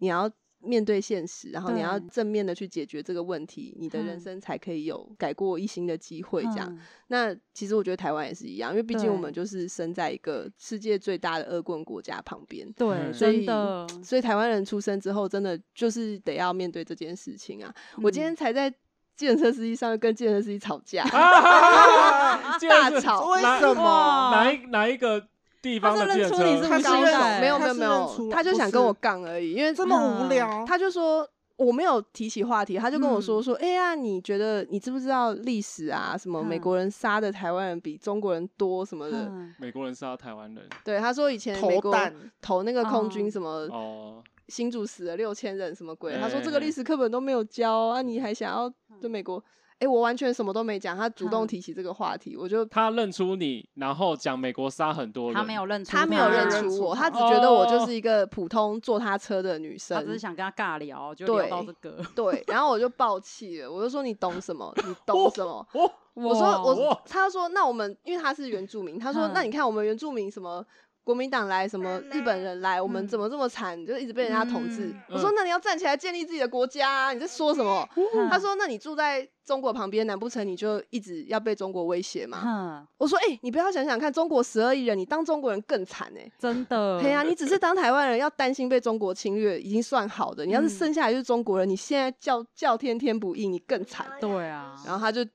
[SPEAKER 4] 你要面对现实，然后你要
[SPEAKER 2] 对
[SPEAKER 4] 正面的去解决这个问题，你的人
[SPEAKER 2] 嗯
[SPEAKER 4] 生才可以有改过一新的机会。这样，
[SPEAKER 2] 嗯
[SPEAKER 4] 那其实我觉得台湾也是一样，因为毕竟我
[SPEAKER 2] 对
[SPEAKER 4] 们就是生在一个世界最大的恶棍国家旁边。
[SPEAKER 2] 对，
[SPEAKER 4] 所
[SPEAKER 2] 真
[SPEAKER 4] 以
[SPEAKER 2] 的，
[SPEAKER 4] 所以台湾人出生之后，真的就是得要面对这件事情啊！我
[SPEAKER 2] 嗯
[SPEAKER 4] 今天才在计程车司机上面跟计程车司机吵架，
[SPEAKER 1] 啊，竟然
[SPEAKER 4] 大
[SPEAKER 1] 是
[SPEAKER 4] 吵。
[SPEAKER 3] 为
[SPEAKER 1] 哪
[SPEAKER 3] 什么？
[SPEAKER 1] 哪一哪一个地方的
[SPEAKER 2] 他是
[SPEAKER 1] 建
[SPEAKER 2] 认出
[SPEAKER 1] 车？
[SPEAKER 2] 你是
[SPEAKER 3] 他
[SPEAKER 2] 无
[SPEAKER 3] 是
[SPEAKER 2] 心
[SPEAKER 3] 认
[SPEAKER 2] 的，
[SPEAKER 4] 没有没
[SPEAKER 3] 他
[SPEAKER 4] 有
[SPEAKER 3] 是
[SPEAKER 4] 没
[SPEAKER 3] 认出
[SPEAKER 4] 有，
[SPEAKER 3] 来
[SPEAKER 4] 他就
[SPEAKER 3] 不
[SPEAKER 4] 想跟我
[SPEAKER 3] 是
[SPEAKER 4] 杠而已，因为
[SPEAKER 3] 这么无
[SPEAKER 2] 嗯
[SPEAKER 3] 聊？
[SPEAKER 4] 他就说我没有提起话题，他就跟我说
[SPEAKER 2] 嗯
[SPEAKER 4] 说，哎、呀、你觉得你知不知道历史啊？什么美
[SPEAKER 2] 嗯
[SPEAKER 4] 国人杀的台湾人比中国人多什么的？
[SPEAKER 2] 嗯
[SPEAKER 1] 美国人杀台湾人
[SPEAKER 4] 对，他说以前美
[SPEAKER 3] 投
[SPEAKER 4] 国
[SPEAKER 3] 弹
[SPEAKER 4] 投那个空军
[SPEAKER 2] 哦
[SPEAKER 4] 什么
[SPEAKER 1] 哦，
[SPEAKER 4] 新竹死了六千人什么鬼？
[SPEAKER 1] 哎
[SPEAKER 4] 他说
[SPEAKER 3] 嗯
[SPEAKER 4] 这个
[SPEAKER 1] 哎
[SPEAKER 4] 历史课本都没有教啊，你还想要对美国？哎、我完全什么都没讲，他主
[SPEAKER 2] 嗯
[SPEAKER 4] 动提起这个话题，我就
[SPEAKER 1] 他认出你，然后讲美国杀很多人，
[SPEAKER 2] 嗯他没有 认出，
[SPEAKER 4] 他没有认
[SPEAKER 3] 认
[SPEAKER 4] 出
[SPEAKER 3] 出
[SPEAKER 4] 我，
[SPEAKER 3] 他
[SPEAKER 4] 他只觉得我
[SPEAKER 1] 哦
[SPEAKER 4] 就是一个普通坐他车的女生，
[SPEAKER 2] 他只是想跟他尬聊，就聊到这
[SPEAKER 4] 对
[SPEAKER 2] 个。
[SPEAKER 4] 对，然后我就爆气了，我就说你懂什么？ 你懂什么？
[SPEAKER 1] 哦，
[SPEAKER 4] 我说
[SPEAKER 1] 哇
[SPEAKER 4] 我，他说那我们因为他是原住民，他说
[SPEAKER 2] 嗯
[SPEAKER 4] 那你看我们原住民什么。国民党来，什么日本人来，我们怎么这么惨？就一直被人家统治。
[SPEAKER 2] 嗯嗯
[SPEAKER 4] 我说，那你要站起来建立自己的国家、啊，你在说什么？他说，那你住在中国旁边，难不成你就一直要被中国威胁 吗？
[SPEAKER 2] 哼，
[SPEAKER 4] 我说，哎、你不要想想看，中国十二亿人，你当中国人更惨哎、
[SPEAKER 2] 真 的，
[SPEAKER 4] 对呀、你只是当台湾人要担心被中国侵略，已经算好的。你要是
[SPEAKER 2] 嗯
[SPEAKER 4] 剩下来就是中国人，你现在叫叫天天不应，你更惨。
[SPEAKER 2] 对啊
[SPEAKER 4] 然后他就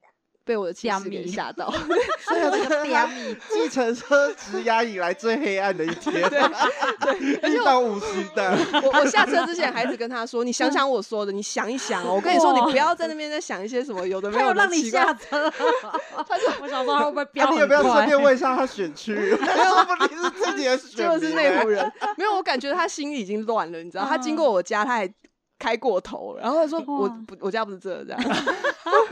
[SPEAKER 4] 被我的气
[SPEAKER 2] 刁
[SPEAKER 4] 势给
[SPEAKER 2] 民
[SPEAKER 4] 吓 到，
[SPEAKER 3] 所以他是他计程车直压以来最黑暗的一天， 遇到五星的，
[SPEAKER 4] 我我下车之前还一直跟他说：“你想想我说的，你想一想哦。”我跟你说，你不要在那边再想一些什么有的没
[SPEAKER 2] 他有
[SPEAKER 4] 的
[SPEAKER 2] 让你
[SPEAKER 4] 奇怪
[SPEAKER 2] 下。 车，他就我想说他会不会飙
[SPEAKER 3] 那你有
[SPEAKER 2] 很
[SPEAKER 3] 没有顺
[SPEAKER 2] 快？
[SPEAKER 3] 便问一下他选区？ 说不定是自己的
[SPEAKER 4] 结
[SPEAKER 3] 选
[SPEAKER 4] 果
[SPEAKER 3] 民
[SPEAKER 4] 是内 湖人，没有，我感觉他心里已经乱了，你知道，他经过我家，他还开过头了，然后他说：“我
[SPEAKER 2] 嗯哇
[SPEAKER 4] 不，我家不是这这样。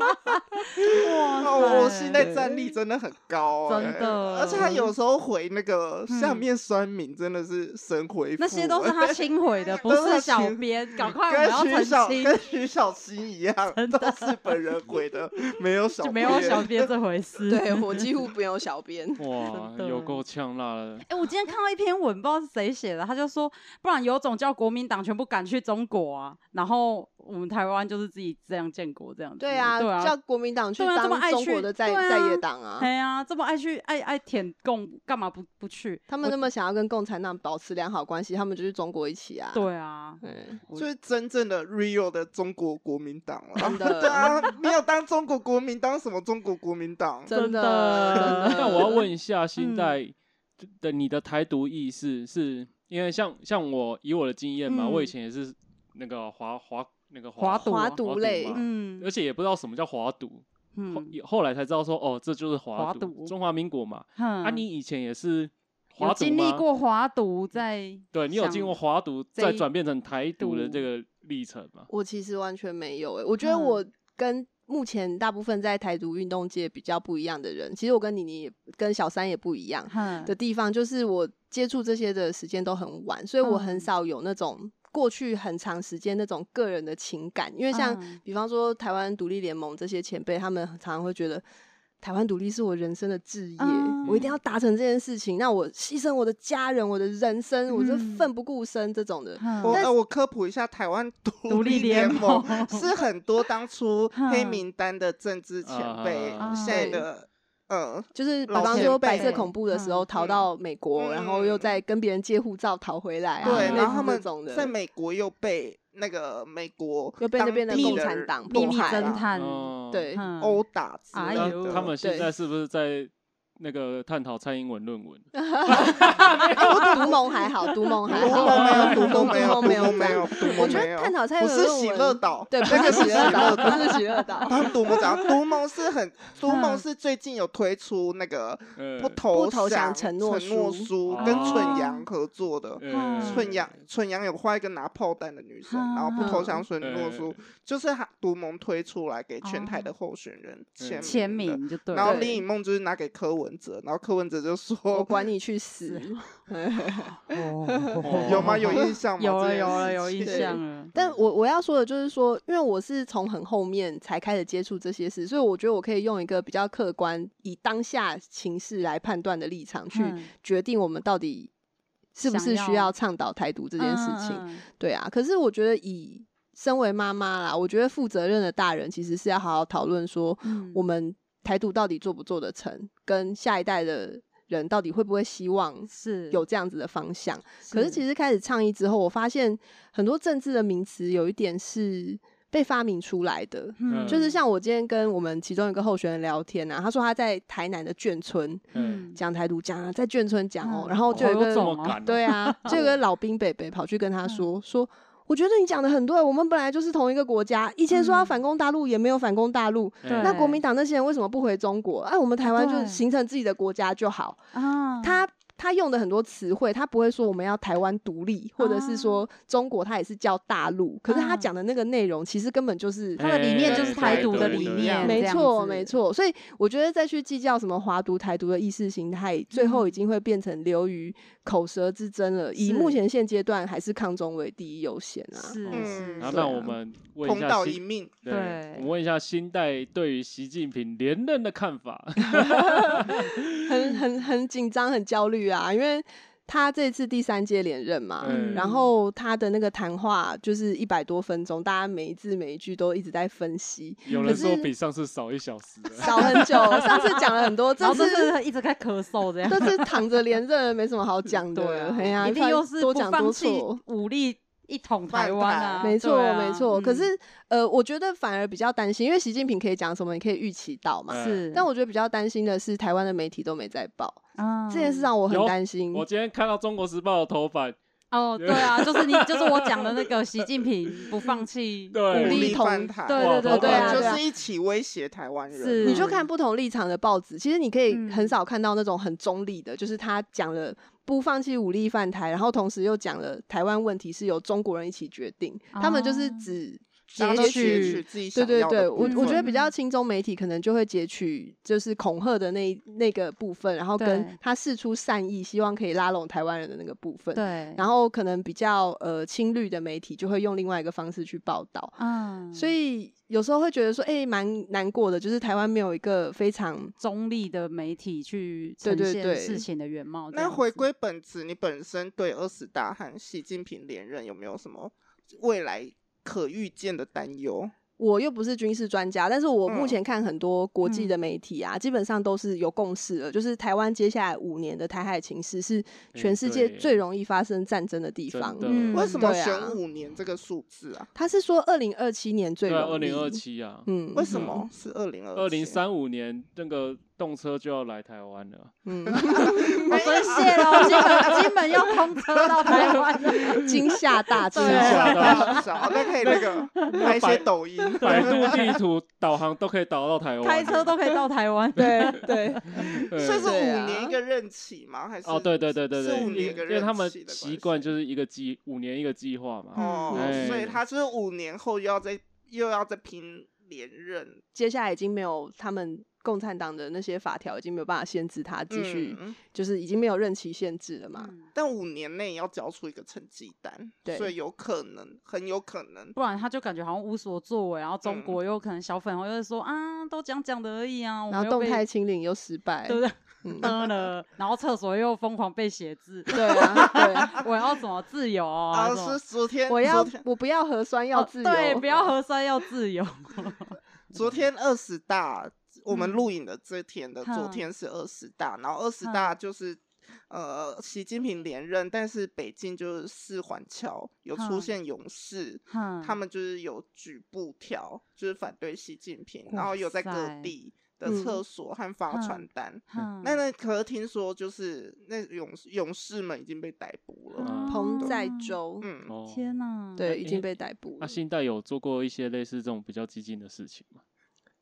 [SPEAKER 2] 哇
[SPEAKER 3] 哦，我现在战力真的很高、欸，
[SPEAKER 2] 真的
[SPEAKER 3] 而且他有时候回那个
[SPEAKER 2] 嗯
[SPEAKER 3] 下面酸民真的是神回复、
[SPEAKER 2] 那些都是他亲毁的，不
[SPEAKER 3] 都是他
[SPEAKER 2] 是小
[SPEAKER 3] 亲
[SPEAKER 2] 编，赶快我们
[SPEAKER 3] 跟徐
[SPEAKER 2] 要
[SPEAKER 3] 小
[SPEAKER 2] 澄清，
[SPEAKER 3] 跟徐小新一 样，都是本人回的，没有小
[SPEAKER 2] 就没有
[SPEAKER 3] 编
[SPEAKER 2] 小编这回” 事。
[SPEAKER 4] 对我几乎没有小编，
[SPEAKER 1] 哇
[SPEAKER 2] 真，的
[SPEAKER 1] 有够呛辣的，
[SPEAKER 2] 哎、我今天看到一篇文，不知道是谁写的，他就说，不然有种叫国民党全部赶去中国啊，然后我们台湾就是自己这样建国这样子。
[SPEAKER 4] 对
[SPEAKER 2] 啊，对
[SPEAKER 4] 啊，叫国民党去
[SPEAKER 2] 对啊这么
[SPEAKER 4] 当
[SPEAKER 2] 爱
[SPEAKER 4] 中
[SPEAKER 2] 去
[SPEAKER 4] 国的在
[SPEAKER 2] 对啊
[SPEAKER 4] 在野党啊，
[SPEAKER 2] 哎呀、这么爱去爱爱舔共，干嘛不不去？
[SPEAKER 4] 他们那么想要跟共产党保持良好关系，他们就去中国一起啊。
[SPEAKER 2] 对啊，
[SPEAKER 4] 嗯，
[SPEAKER 3] 就是真正的 real 的中国国民党了。
[SPEAKER 4] 真 的
[SPEAKER 3] 对啊，没有当中国国民当什么中国国民党，
[SPEAKER 4] 真的
[SPEAKER 2] 的
[SPEAKER 1] 但我要问一下，新
[SPEAKER 2] 嗯
[SPEAKER 1] 代的你的台独意识是因为像像我以我的经验嘛，我以
[SPEAKER 2] 嗯
[SPEAKER 1] 前也是那个华华那个
[SPEAKER 2] 华独
[SPEAKER 4] 华
[SPEAKER 2] 啊
[SPEAKER 4] 独类
[SPEAKER 1] 嘛
[SPEAKER 2] 嗯
[SPEAKER 3] 呃
[SPEAKER 1] 而且也不知道什么叫华独，后
[SPEAKER 2] 嗯，
[SPEAKER 1] 后来才知道说哦，这就是华
[SPEAKER 2] 华
[SPEAKER 1] 独，
[SPEAKER 2] 独
[SPEAKER 1] 中华民国嘛。
[SPEAKER 2] 哼
[SPEAKER 1] 啊，你以前也是华
[SPEAKER 2] 有
[SPEAKER 1] 独
[SPEAKER 2] 经历
[SPEAKER 1] 吗？
[SPEAKER 2] 过华独在
[SPEAKER 1] 对你有经
[SPEAKER 2] 像
[SPEAKER 1] 过华独
[SPEAKER 2] 这
[SPEAKER 1] 再
[SPEAKER 2] 一嗯
[SPEAKER 1] 转变成台独的
[SPEAKER 2] 独
[SPEAKER 1] 这个历程吗？
[SPEAKER 4] 我其实完全没有诶、欸我觉得
[SPEAKER 2] 嗯
[SPEAKER 4] 我跟目前大部分在台独运动界比较不一样的人，其实我跟妮妮也跟小三也不一样
[SPEAKER 2] 哼
[SPEAKER 4] 的地方，就是我接触这些的时间都很晚，所以我很
[SPEAKER 2] 嗯
[SPEAKER 4] 少有那种。过去很长时间那种个人的情感，因为像
[SPEAKER 2] 嗯
[SPEAKER 4] 比方说台湾独立联盟这些前辈，他们常常会觉得台湾独立是我人生的志业，
[SPEAKER 2] 嗯
[SPEAKER 4] 我一定要达成这件事情，那我牺牲我的家人、我的人生，我就
[SPEAKER 2] 嗯
[SPEAKER 4] 奋不顾身这种的。
[SPEAKER 2] 哼
[SPEAKER 3] 我
[SPEAKER 4] 但
[SPEAKER 3] 呃，我科普一下，台湾独
[SPEAKER 2] 独立
[SPEAKER 3] 联
[SPEAKER 2] 联
[SPEAKER 3] 盟
[SPEAKER 2] 盟
[SPEAKER 3] 是很多当 初黑
[SPEAKER 2] 嗯
[SPEAKER 3] 名单的政治前辈
[SPEAKER 1] 啊
[SPEAKER 3] 现在
[SPEAKER 4] 对啊
[SPEAKER 3] 的呃，
[SPEAKER 4] 就是比
[SPEAKER 3] 老
[SPEAKER 4] 方
[SPEAKER 3] 前
[SPEAKER 4] 说
[SPEAKER 3] 辈嗯
[SPEAKER 4] 白色恐怖的时候
[SPEAKER 2] 嗯
[SPEAKER 4] 逃到美国，然后又再跟别人借护照逃回来啊，
[SPEAKER 3] 对，
[SPEAKER 4] 类
[SPEAKER 3] 然
[SPEAKER 4] 似
[SPEAKER 3] 后他们
[SPEAKER 4] 这种的
[SPEAKER 3] 在美国又被那个美国
[SPEAKER 4] 又被那边的
[SPEAKER 3] 当地
[SPEAKER 4] 共产党
[SPEAKER 3] 迫
[SPEAKER 2] 秘密
[SPEAKER 4] 迫害啊嗯
[SPEAKER 2] 侦探，
[SPEAKER 1] 哦，
[SPEAKER 4] 对
[SPEAKER 2] 哼
[SPEAKER 3] 殴打之
[SPEAKER 2] 哎
[SPEAKER 3] 类
[SPEAKER 1] 那
[SPEAKER 3] 的。
[SPEAKER 1] 他们现
[SPEAKER 4] 对
[SPEAKER 1] 在是不是在那个探讨蔡英文论文？
[SPEAKER 4] 毒盟还好，毒盟还
[SPEAKER 3] 独盟没有，
[SPEAKER 4] 好，
[SPEAKER 3] 独盟没有，
[SPEAKER 4] 毒
[SPEAKER 3] 独
[SPEAKER 4] 没有
[SPEAKER 3] 盟没有，独
[SPEAKER 4] 我
[SPEAKER 3] 盟
[SPEAKER 4] 觉
[SPEAKER 3] 没
[SPEAKER 4] 得
[SPEAKER 3] 有。
[SPEAKER 4] 探讨蔡
[SPEAKER 3] 不
[SPEAKER 4] 英文
[SPEAKER 3] 是
[SPEAKER 4] 论
[SPEAKER 3] 喜
[SPEAKER 4] 文
[SPEAKER 3] 乐岛，
[SPEAKER 4] 对，不
[SPEAKER 3] 那个
[SPEAKER 4] 是喜乐
[SPEAKER 3] 岛
[SPEAKER 4] 岛，不是喜 乐岛，
[SPEAKER 3] 他们独盟讲，独盟是很，独
[SPEAKER 2] 嗯
[SPEAKER 3] 盟是最近有推出那个
[SPEAKER 1] 呃
[SPEAKER 3] 不投
[SPEAKER 4] 不投降承
[SPEAKER 3] 承
[SPEAKER 4] 诺
[SPEAKER 3] 诺
[SPEAKER 4] 书
[SPEAKER 3] 书
[SPEAKER 1] 哦，
[SPEAKER 3] 跟蠢羊合作的。
[SPEAKER 1] 呃
[SPEAKER 3] 蠢羊，
[SPEAKER 2] 嗯
[SPEAKER 3] 蠢羊有画一个拿炮弹的女生，然后不投降承诺书，
[SPEAKER 1] 嗯
[SPEAKER 3] 就是他独盟推出来给全台的候选人签
[SPEAKER 2] 哦
[SPEAKER 1] 嗯
[SPEAKER 2] 签
[SPEAKER 3] 名的。
[SPEAKER 2] 名就对
[SPEAKER 3] 然后
[SPEAKER 2] 了。
[SPEAKER 3] 李颖梦就是拿给柯文文哲，然后柯文哲就
[SPEAKER 4] 我
[SPEAKER 3] 说
[SPEAKER 4] 管你去死！
[SPEAKER 1] 哦
[SPEAKER 3] 有吗？有印象吗？
[SPEAKER 2] 有
[SPEAKER 3] 这
[SPEAKER 2] 了
[SPEAKER 3] 件
[SPEAKER 2] 有了
[SPEAKER 3] 事
[SPEAKER 2] 有印
[SPEAKER 3] 情
[SPEAKER 2] 象了，
[SPEAKER 4] 但我我要说的就是说，因为我是从很后面才开始接触这些事，所以我觉得我可以用一个比较客观、以当下情势来判断的立场去
[SPEAKER 2] 嗯
[SPEAKER 4] 决定我们到底是不是
[SPEAKER 2] 想
[SPEAKER 4] 需
[SPEAKER 2] 要
[SPEAKER 4] 要倡导台独这件事情。
[SPEAKER 2] 嗯嗯嗯
[SPEAKER 4] 对啊，可是我觉得以身为妈妈啦，我觉得负责任的大人其实是要好好讨论说，
[SPEAKER 2] 嗯
[SPEAKER 4] 我们台独到底做不做得成，跟下一代的人到底会不会希望
[SPEAKER 2] 是
[SPEAKER 4] 有这样子的方向。可是其
[SPEAKER 2] 实
[SPEAKER 4] 实开始倡议之后，我发现很多政治的名词有一点是被发明出来的。
[SPEAKER 1] 嗯
[SPEAKER 4] 就是像我今天跟我们其中一个候选人聊天啊，他说他在台南的眷村
[SPEAKER 2] 哦
[SPEAKER 1] 嗯，
[SPEAKER 4] 讲台独，讲啊在眷村讲哦、
[SPEAKER 2] 嗯
[SPEAKER 4] 然后就有一
[SPEAKER 2] 好
[SPEAKER 4] 个
[SPEAKER 2] 有
[SPEAKER 1] 这
[SPEAKER 2] 种嗯
[SPEAKER 1] 么
[SPEAKER 2] 吗
[SPEAKER 1] 敢哦，
[SPEAKER 4] 对啊，就有个老兵北北跑去跟他说、说。我觉得你讲的很对，我们本来就是同一个国家。以前说要
[SPEAKER 2] 嗯
[SPEAKER 4] 反攻大陆，也没有反攻大陆。
[SPEAKER 1] 哎，
[SPEAKER 4] 那国民党那些人为什么不回中国？哎、我们台湾就
[SPEAKER 2] 对
[SPEAKER 4] 形成自己的国家就好。
[SPEAKER 2] 啊，
[SPEAKER 4] 他他用的很多词汇，他不会说我们要台湾独立，或者是说中国，他也是叫大陆。可是他
[SPEAKER 2] 啊
[SPEAKER 4] 讲的那个内容，其实根本就是
[SPEAKER 1] 哎
[SPEAKER 2] 他的理念就是
[SPEAKER 1] 对
[SPEAKER 2] 台独的
[SPEAKER 1] 对
[SPEAKER 2] 理
[SPEAKER 1] 对
[SPEAKER 2] 念
[SPEAKER 4] 没
[SPEAKER 2] 这样
[SPEAKER 4] 错，
[SPEAKER 2] 子
[SPEAKER 4] 没错。所以我觉得再去计较什么华独、台独的意识形态，最后已经会变成流于口舌之争了。以
[SPEAKER 2] 是
[SPEAKER 4] 目前现阶段，还是抗中为第一优先啊。
[SPEAKER 2] 是
[SPEAKER 1] 嗯
[SPEAKER 2] 是
[SPEAKER 1] 然后
[SPEAKER 4] 对
[SPEAKER 1] 那
[SPEAKER 4] 啊
[SPEAKER 1] 我们问一
[SPEAKER 3] 同
[SPEAKER 1] 下
[SPEAKER 3] 道一
[SPEAKER 1] 新，
[SPEAKER 3] 命，
[SPEAKER 1] 对，
[SPEAKER 2] 对
[SPEAKER 1] 我们问一下新代对于习近平连任的看法。
[SPEAKER 4] 很很很紧张、很焦虑啊，因为他这次第三届连任嘛，
[SPEAKER 1] 嗯
[SPEAKER 4] 然后他的那个谈话就是一百多分钟，大家每一字每一句都一直在 分析，
[SPEAKER 1] 有
[SPEAKER 4] 可
[SPEAKER 1] 人说
[SPEAKER 4] 是
[SPEAKER 1] 比上次少一小时了，
[SPEAKER 4] 少很久。上次讲了很多，
[SPEAKER 2] 然
[SPEAKER 4] 这
[SPEAKER 2] 后这
[SPEAKER 4] 次
[SPEAKER 2] 是一直在咳嗽这样，
[SPEAKER 4] 这次躺着连任没什么好讲的，
[SPEAKER 2] 对啊，
[SPEAKER 4] 哎呀，
[SPEAKER 2] 一定又是
[SPEAKER 4] 多
[SPEAKER 2] 不
[SPEAKER 4] 讲
[SPEAKER 2] 放
[SPEAKER 4] 多
[SPEAKER 2] 弃
[SPEAKER 4] 错。
[SPEAKER 2] 武力一统台湾啊，
[SPEAKER 4] 没错，
[SPEAKER 2] 对啊
[SPEAKER 4] 没错。可
[SPEAKER 2] 嗯
[SPEAKER 4] 是，呃，我觉得反而比较担心，因为习近平可以讲什么，你可以预期到嘛。
[SPEAKER 1] 哎
[SPEAKER 2] 是，
[SPEAKER 4] 但我觉得比较担心的是，台湾的媒体都没在报
[SPEAKER 3] 嗯
[SPEAKER 2] 啊
[SPEAKER 4] 这件事，让我很
[SPEAKER 1] 有
[SPEAKER 4] 担心。
[SPEAKER 1] 我今天看到《中国时报》的头版，
[SPEAKER 2] 哦，对啊，就是你，就是我讲的那个习近平不放弃
[SPEAKER 1] 对
[SPEAKER 4] 武
[SPEAKER 3] 武
[SPEAKER 4] 力
[SPEAKER 3] 力
[SPEAKER 4] 同
[SPEAKER 3] 犯台，
[SPEAKER 2] 对
[SPEAKER 1] 哇
[SPEAKER 2] 对对
[SPEAKER 1] 头
[SPEAKER 2] 对
[SPEAKER 1] 发
[SPEAKER 2] 啊，
[SPEAKER 3] 就
[SPEAKER 2] 对啊
[SPEAKER 3] 是一起威胁台湾人。
[SPEAKER 2] 是
[SPEAKER 4] 你就看不同立场的报纸，其实你可以很
[SPEAKER 2] 嗯
[SPEAKER 4] 少看到那种很中立的，就是他讲了不放弃武力犯台，然后同时又讲了台湾问题是由中国人一起决定，他们就是
[SPEAKER 2] 哦
[SPEAKER 4] 只
[SPEAKER 3] 让
[SPEAKER 4] 截
[SPEAKER 3] 他
[SPEAKER 2] 截
[SPEAKER 3] 取
[SPEAKER 2] 取
[SPEAKER 4] 取。
[SPEAKER 3] 自己
[SPEAKER 4] 对
[SPEAKER 3] 想
[SPEAKER 4] 对
[SPEAKER 3] 要的
[SPEAKER 4] 对，
[SPEAKER 3] 部
[SPEAKER 4] 我我觉得
[SPEAKER 3] 分
[SPEAKER 4] 比
[SPEAKER 2] 嗯
[SPEAKER 4] 较轻中媒体可能就会截取就是恐吓的那一那个部分，然后
[SPEAKER 2] 对
[SPEAKER 4] 跟他释出善意，希望可以拉拢台湾人的那个部分。
[SPEAKER 2] 对，
[SPEAKER 4] 然后可能比较呃青绿的媒体就会用另外一个方式去报道。
[SPEAKER 2] 嗯，
[SPEAKER 4] 所以有时候会觉得说，哎、蛮难过的，就是台湾没有一个非常
[SPEAKER 2] 中立的媒体去
[SPEAKER 4] 对
[SPEAKER 2] 呈
[SPEAKER 4] 对
[SPEAKER 2] 现
[SPEAKER 4] 对
[SPEAKER 2] 事情的原貌这
[SPEAKER 3] 那
[SPEAKER 2] 样子。哦
[SPEAKER 3] 回归本质，你本身对二十大和习近平连任有没有什么未来可预见的担忧？
[SPEAKER 4] 我又不是军事专家，但是我目
[SPEAKER 3] 嗯
[SPEAKER 4] 前看很多国际
[SPEAKER 1] 嗯
[SPEAKER 4] 的媒体啊，基本上都是有共识了，就是台湾接下来五年的台海情势是全世界
[SPEAKER 1] 对
[SPEAKER 4] 最容易发生战争的地
[SPEAKER 1] 真
[SPEAKER 4] 方。
[SPEAKER 1] 的，
[SPEAKER 2] 嗯
[SPEAKER 3] 为什么
[SPEAKER 4] 对啊
[SPEAKER 3] 选五年这个数字啊？
[SPEAKER 4] 他是说二零二七年最
[SPEAKER 1] 对
[SPEAKER 4] 容易，
[SPEAKER 1] 啊，二零二，七啊，
[SPEAKER 4] 嗯，
[SPEAKER 3] 为什么是二零二
[SPEAKER 1] 二零？三五年那个动车就要来台湾了。
[SPEAKER 4] 嗯，
[SPEAKER 2] 我真谢了，金门金门要通车 到台湾了，
[SPEAKER 4] 惊吓 大致
[SPEAKER 2] 对
[SPEAKER 3] 吓
[SPEAKER 4] 啊
[SPEAKER 1] 吓
[SPEAKER 3] 到少，那可以 那个拍一些抖音，
[SPEAKER 1] 百度地图导航都可以导到台湾，
[SPEAKER 2] 开车都可以到台湾。
[SPEAKER 3] 啊
[SPEAKER 4] 对对，
[SPEAKER 1] 对
[SPEAKER 3] 所以是
[SPEAKER 4] 对
[SPEAKER 3] 五
[SPEAKER 4] 啊
[SPEAKER 3] 年一个任期吗？还是
[SPEAKER 1] 哦，对对对对
[SPEAKER 3] 是
[SPEAKER 1] 对，因
[SPEAKER 3] 五
[SPEAKER 1] 为
[SPEAKER 3] 年一个
[SPEAKER 1] 因
[SPEAKER 3] 任
[SPEAKER 1] 为他们
[SPEAKER 3] 期的关
[SPEAKER 1] 习惯
[SPEAKER 3] 系
[SPEAKER 1] 就是一个计五年一个计划嘛，
[SPEAKER 3] 哦，
[SPEAKER 1] 嗯
[SPEAKER 3] 所
[SPEAKER 1] 哎
[SPEAKER 3] 以他就是五年后又要再又要再拼连任，
[SPEAKER 4] 接下来已经没有他们共产党的那些法条，已经没有办法限制他继续，
[SPEAKER 3] 嗯
[SPEAKER 4] 就是已经没有任期限制了嘛。
[SPEAKER 2] 嗯
[SPEAKER 3] 但五年内要交出一个成绩单，
[SPEAKER 4] 对
[SPEAKER 3] 所以有可能，很有可能，
[SPEAKER 2] 不然他就感觉好像无所作为，然后中
[SPEAKER 3] 嗯
[SPEAKER 2] 国又可能小粉红又是说啊，都讲讲的而已啊，我
[SPEAKER 4] 然
[SPEAKER 2] 们
[SPEAKER 4] 后
[SPEAKER 2] 又
[SPEAKER 4] 动
[SPEAKER 2] 被
[SPEAKER 4] 态清零又失败，
[SPEAKER 2] 对不对？
[SPEAKER 4] 嗯
[SPEAKER 2] 嗯了，然后厕所又疯狂被写字，
[SPEAKER 4] 对啊， 对啊，
[SPEAKER 2] 我要怎么自由啊？
[SPEAKER 3] 啊，
[SPEAKER 2] 什么
[SPEAKER 3] 是昨天，
[SPEAKER 4] 我要
[SPEAKER 3] 昨天
[SPEAKER 4] 我不要核酸，要
[SPEAKER 2] 哦
[SPEAKER 4] 自由，
[SPEAKER 2] 对，不要核酸，要自 由。
[SPEAKER 3] 昨天二十大，我们
[SPEAKER 2] 嗯
[SPEAKER 3] 录影的这天的昨
[SPEAKER 2] 哼
[SPEAKER 3] 天是二十大，然后二十大就是。呃，习近平连任，但是北京就是四环桥有出
[SPEAKER 2] 哼嗯
[SPEAKER 3] 现勇士，他
[SPEAKER 2] 他
[SPEAKER 3] 们就是有举布条，就是反对习近平，
[SPEAKER 2] 哇
[SPEAKER 3] 然后有在各
[SPEAKER 2] 塞
[SPEAKER 3] 地的
[SPEAKER 4] 嗯
[SPEAKER 3] 厕所和发
[SPEAKER 2] 哼嗯
[SPEAKER 3] 传单。那
[SPEAKER 2] 那
[SPEAKER 3] 那可是听说就是那勇士勇士们已经被逮捕了，
[SPEAKER 1] 嗯
[SPEAKER 2] 哦
[SPEAKER 4] 彭在州，
[SPEAKER 3] 嗯，
[SPEAKER 1] 哦，
[SPEAKER 2] 天哪，
[SPEAKER 4] 对，
[SPEAKER 1] 那
[SPEAKER 4] 已
[SPEAKER 1] 你
[SPEAKER 2] 啊
[SPEAKER 4] 经被逮捕
[SPEAKER 1] 那
[SPEAKER 4] 了。
[SPEAKER 1] 新代有做过一些类似这种比较激进的事情吗？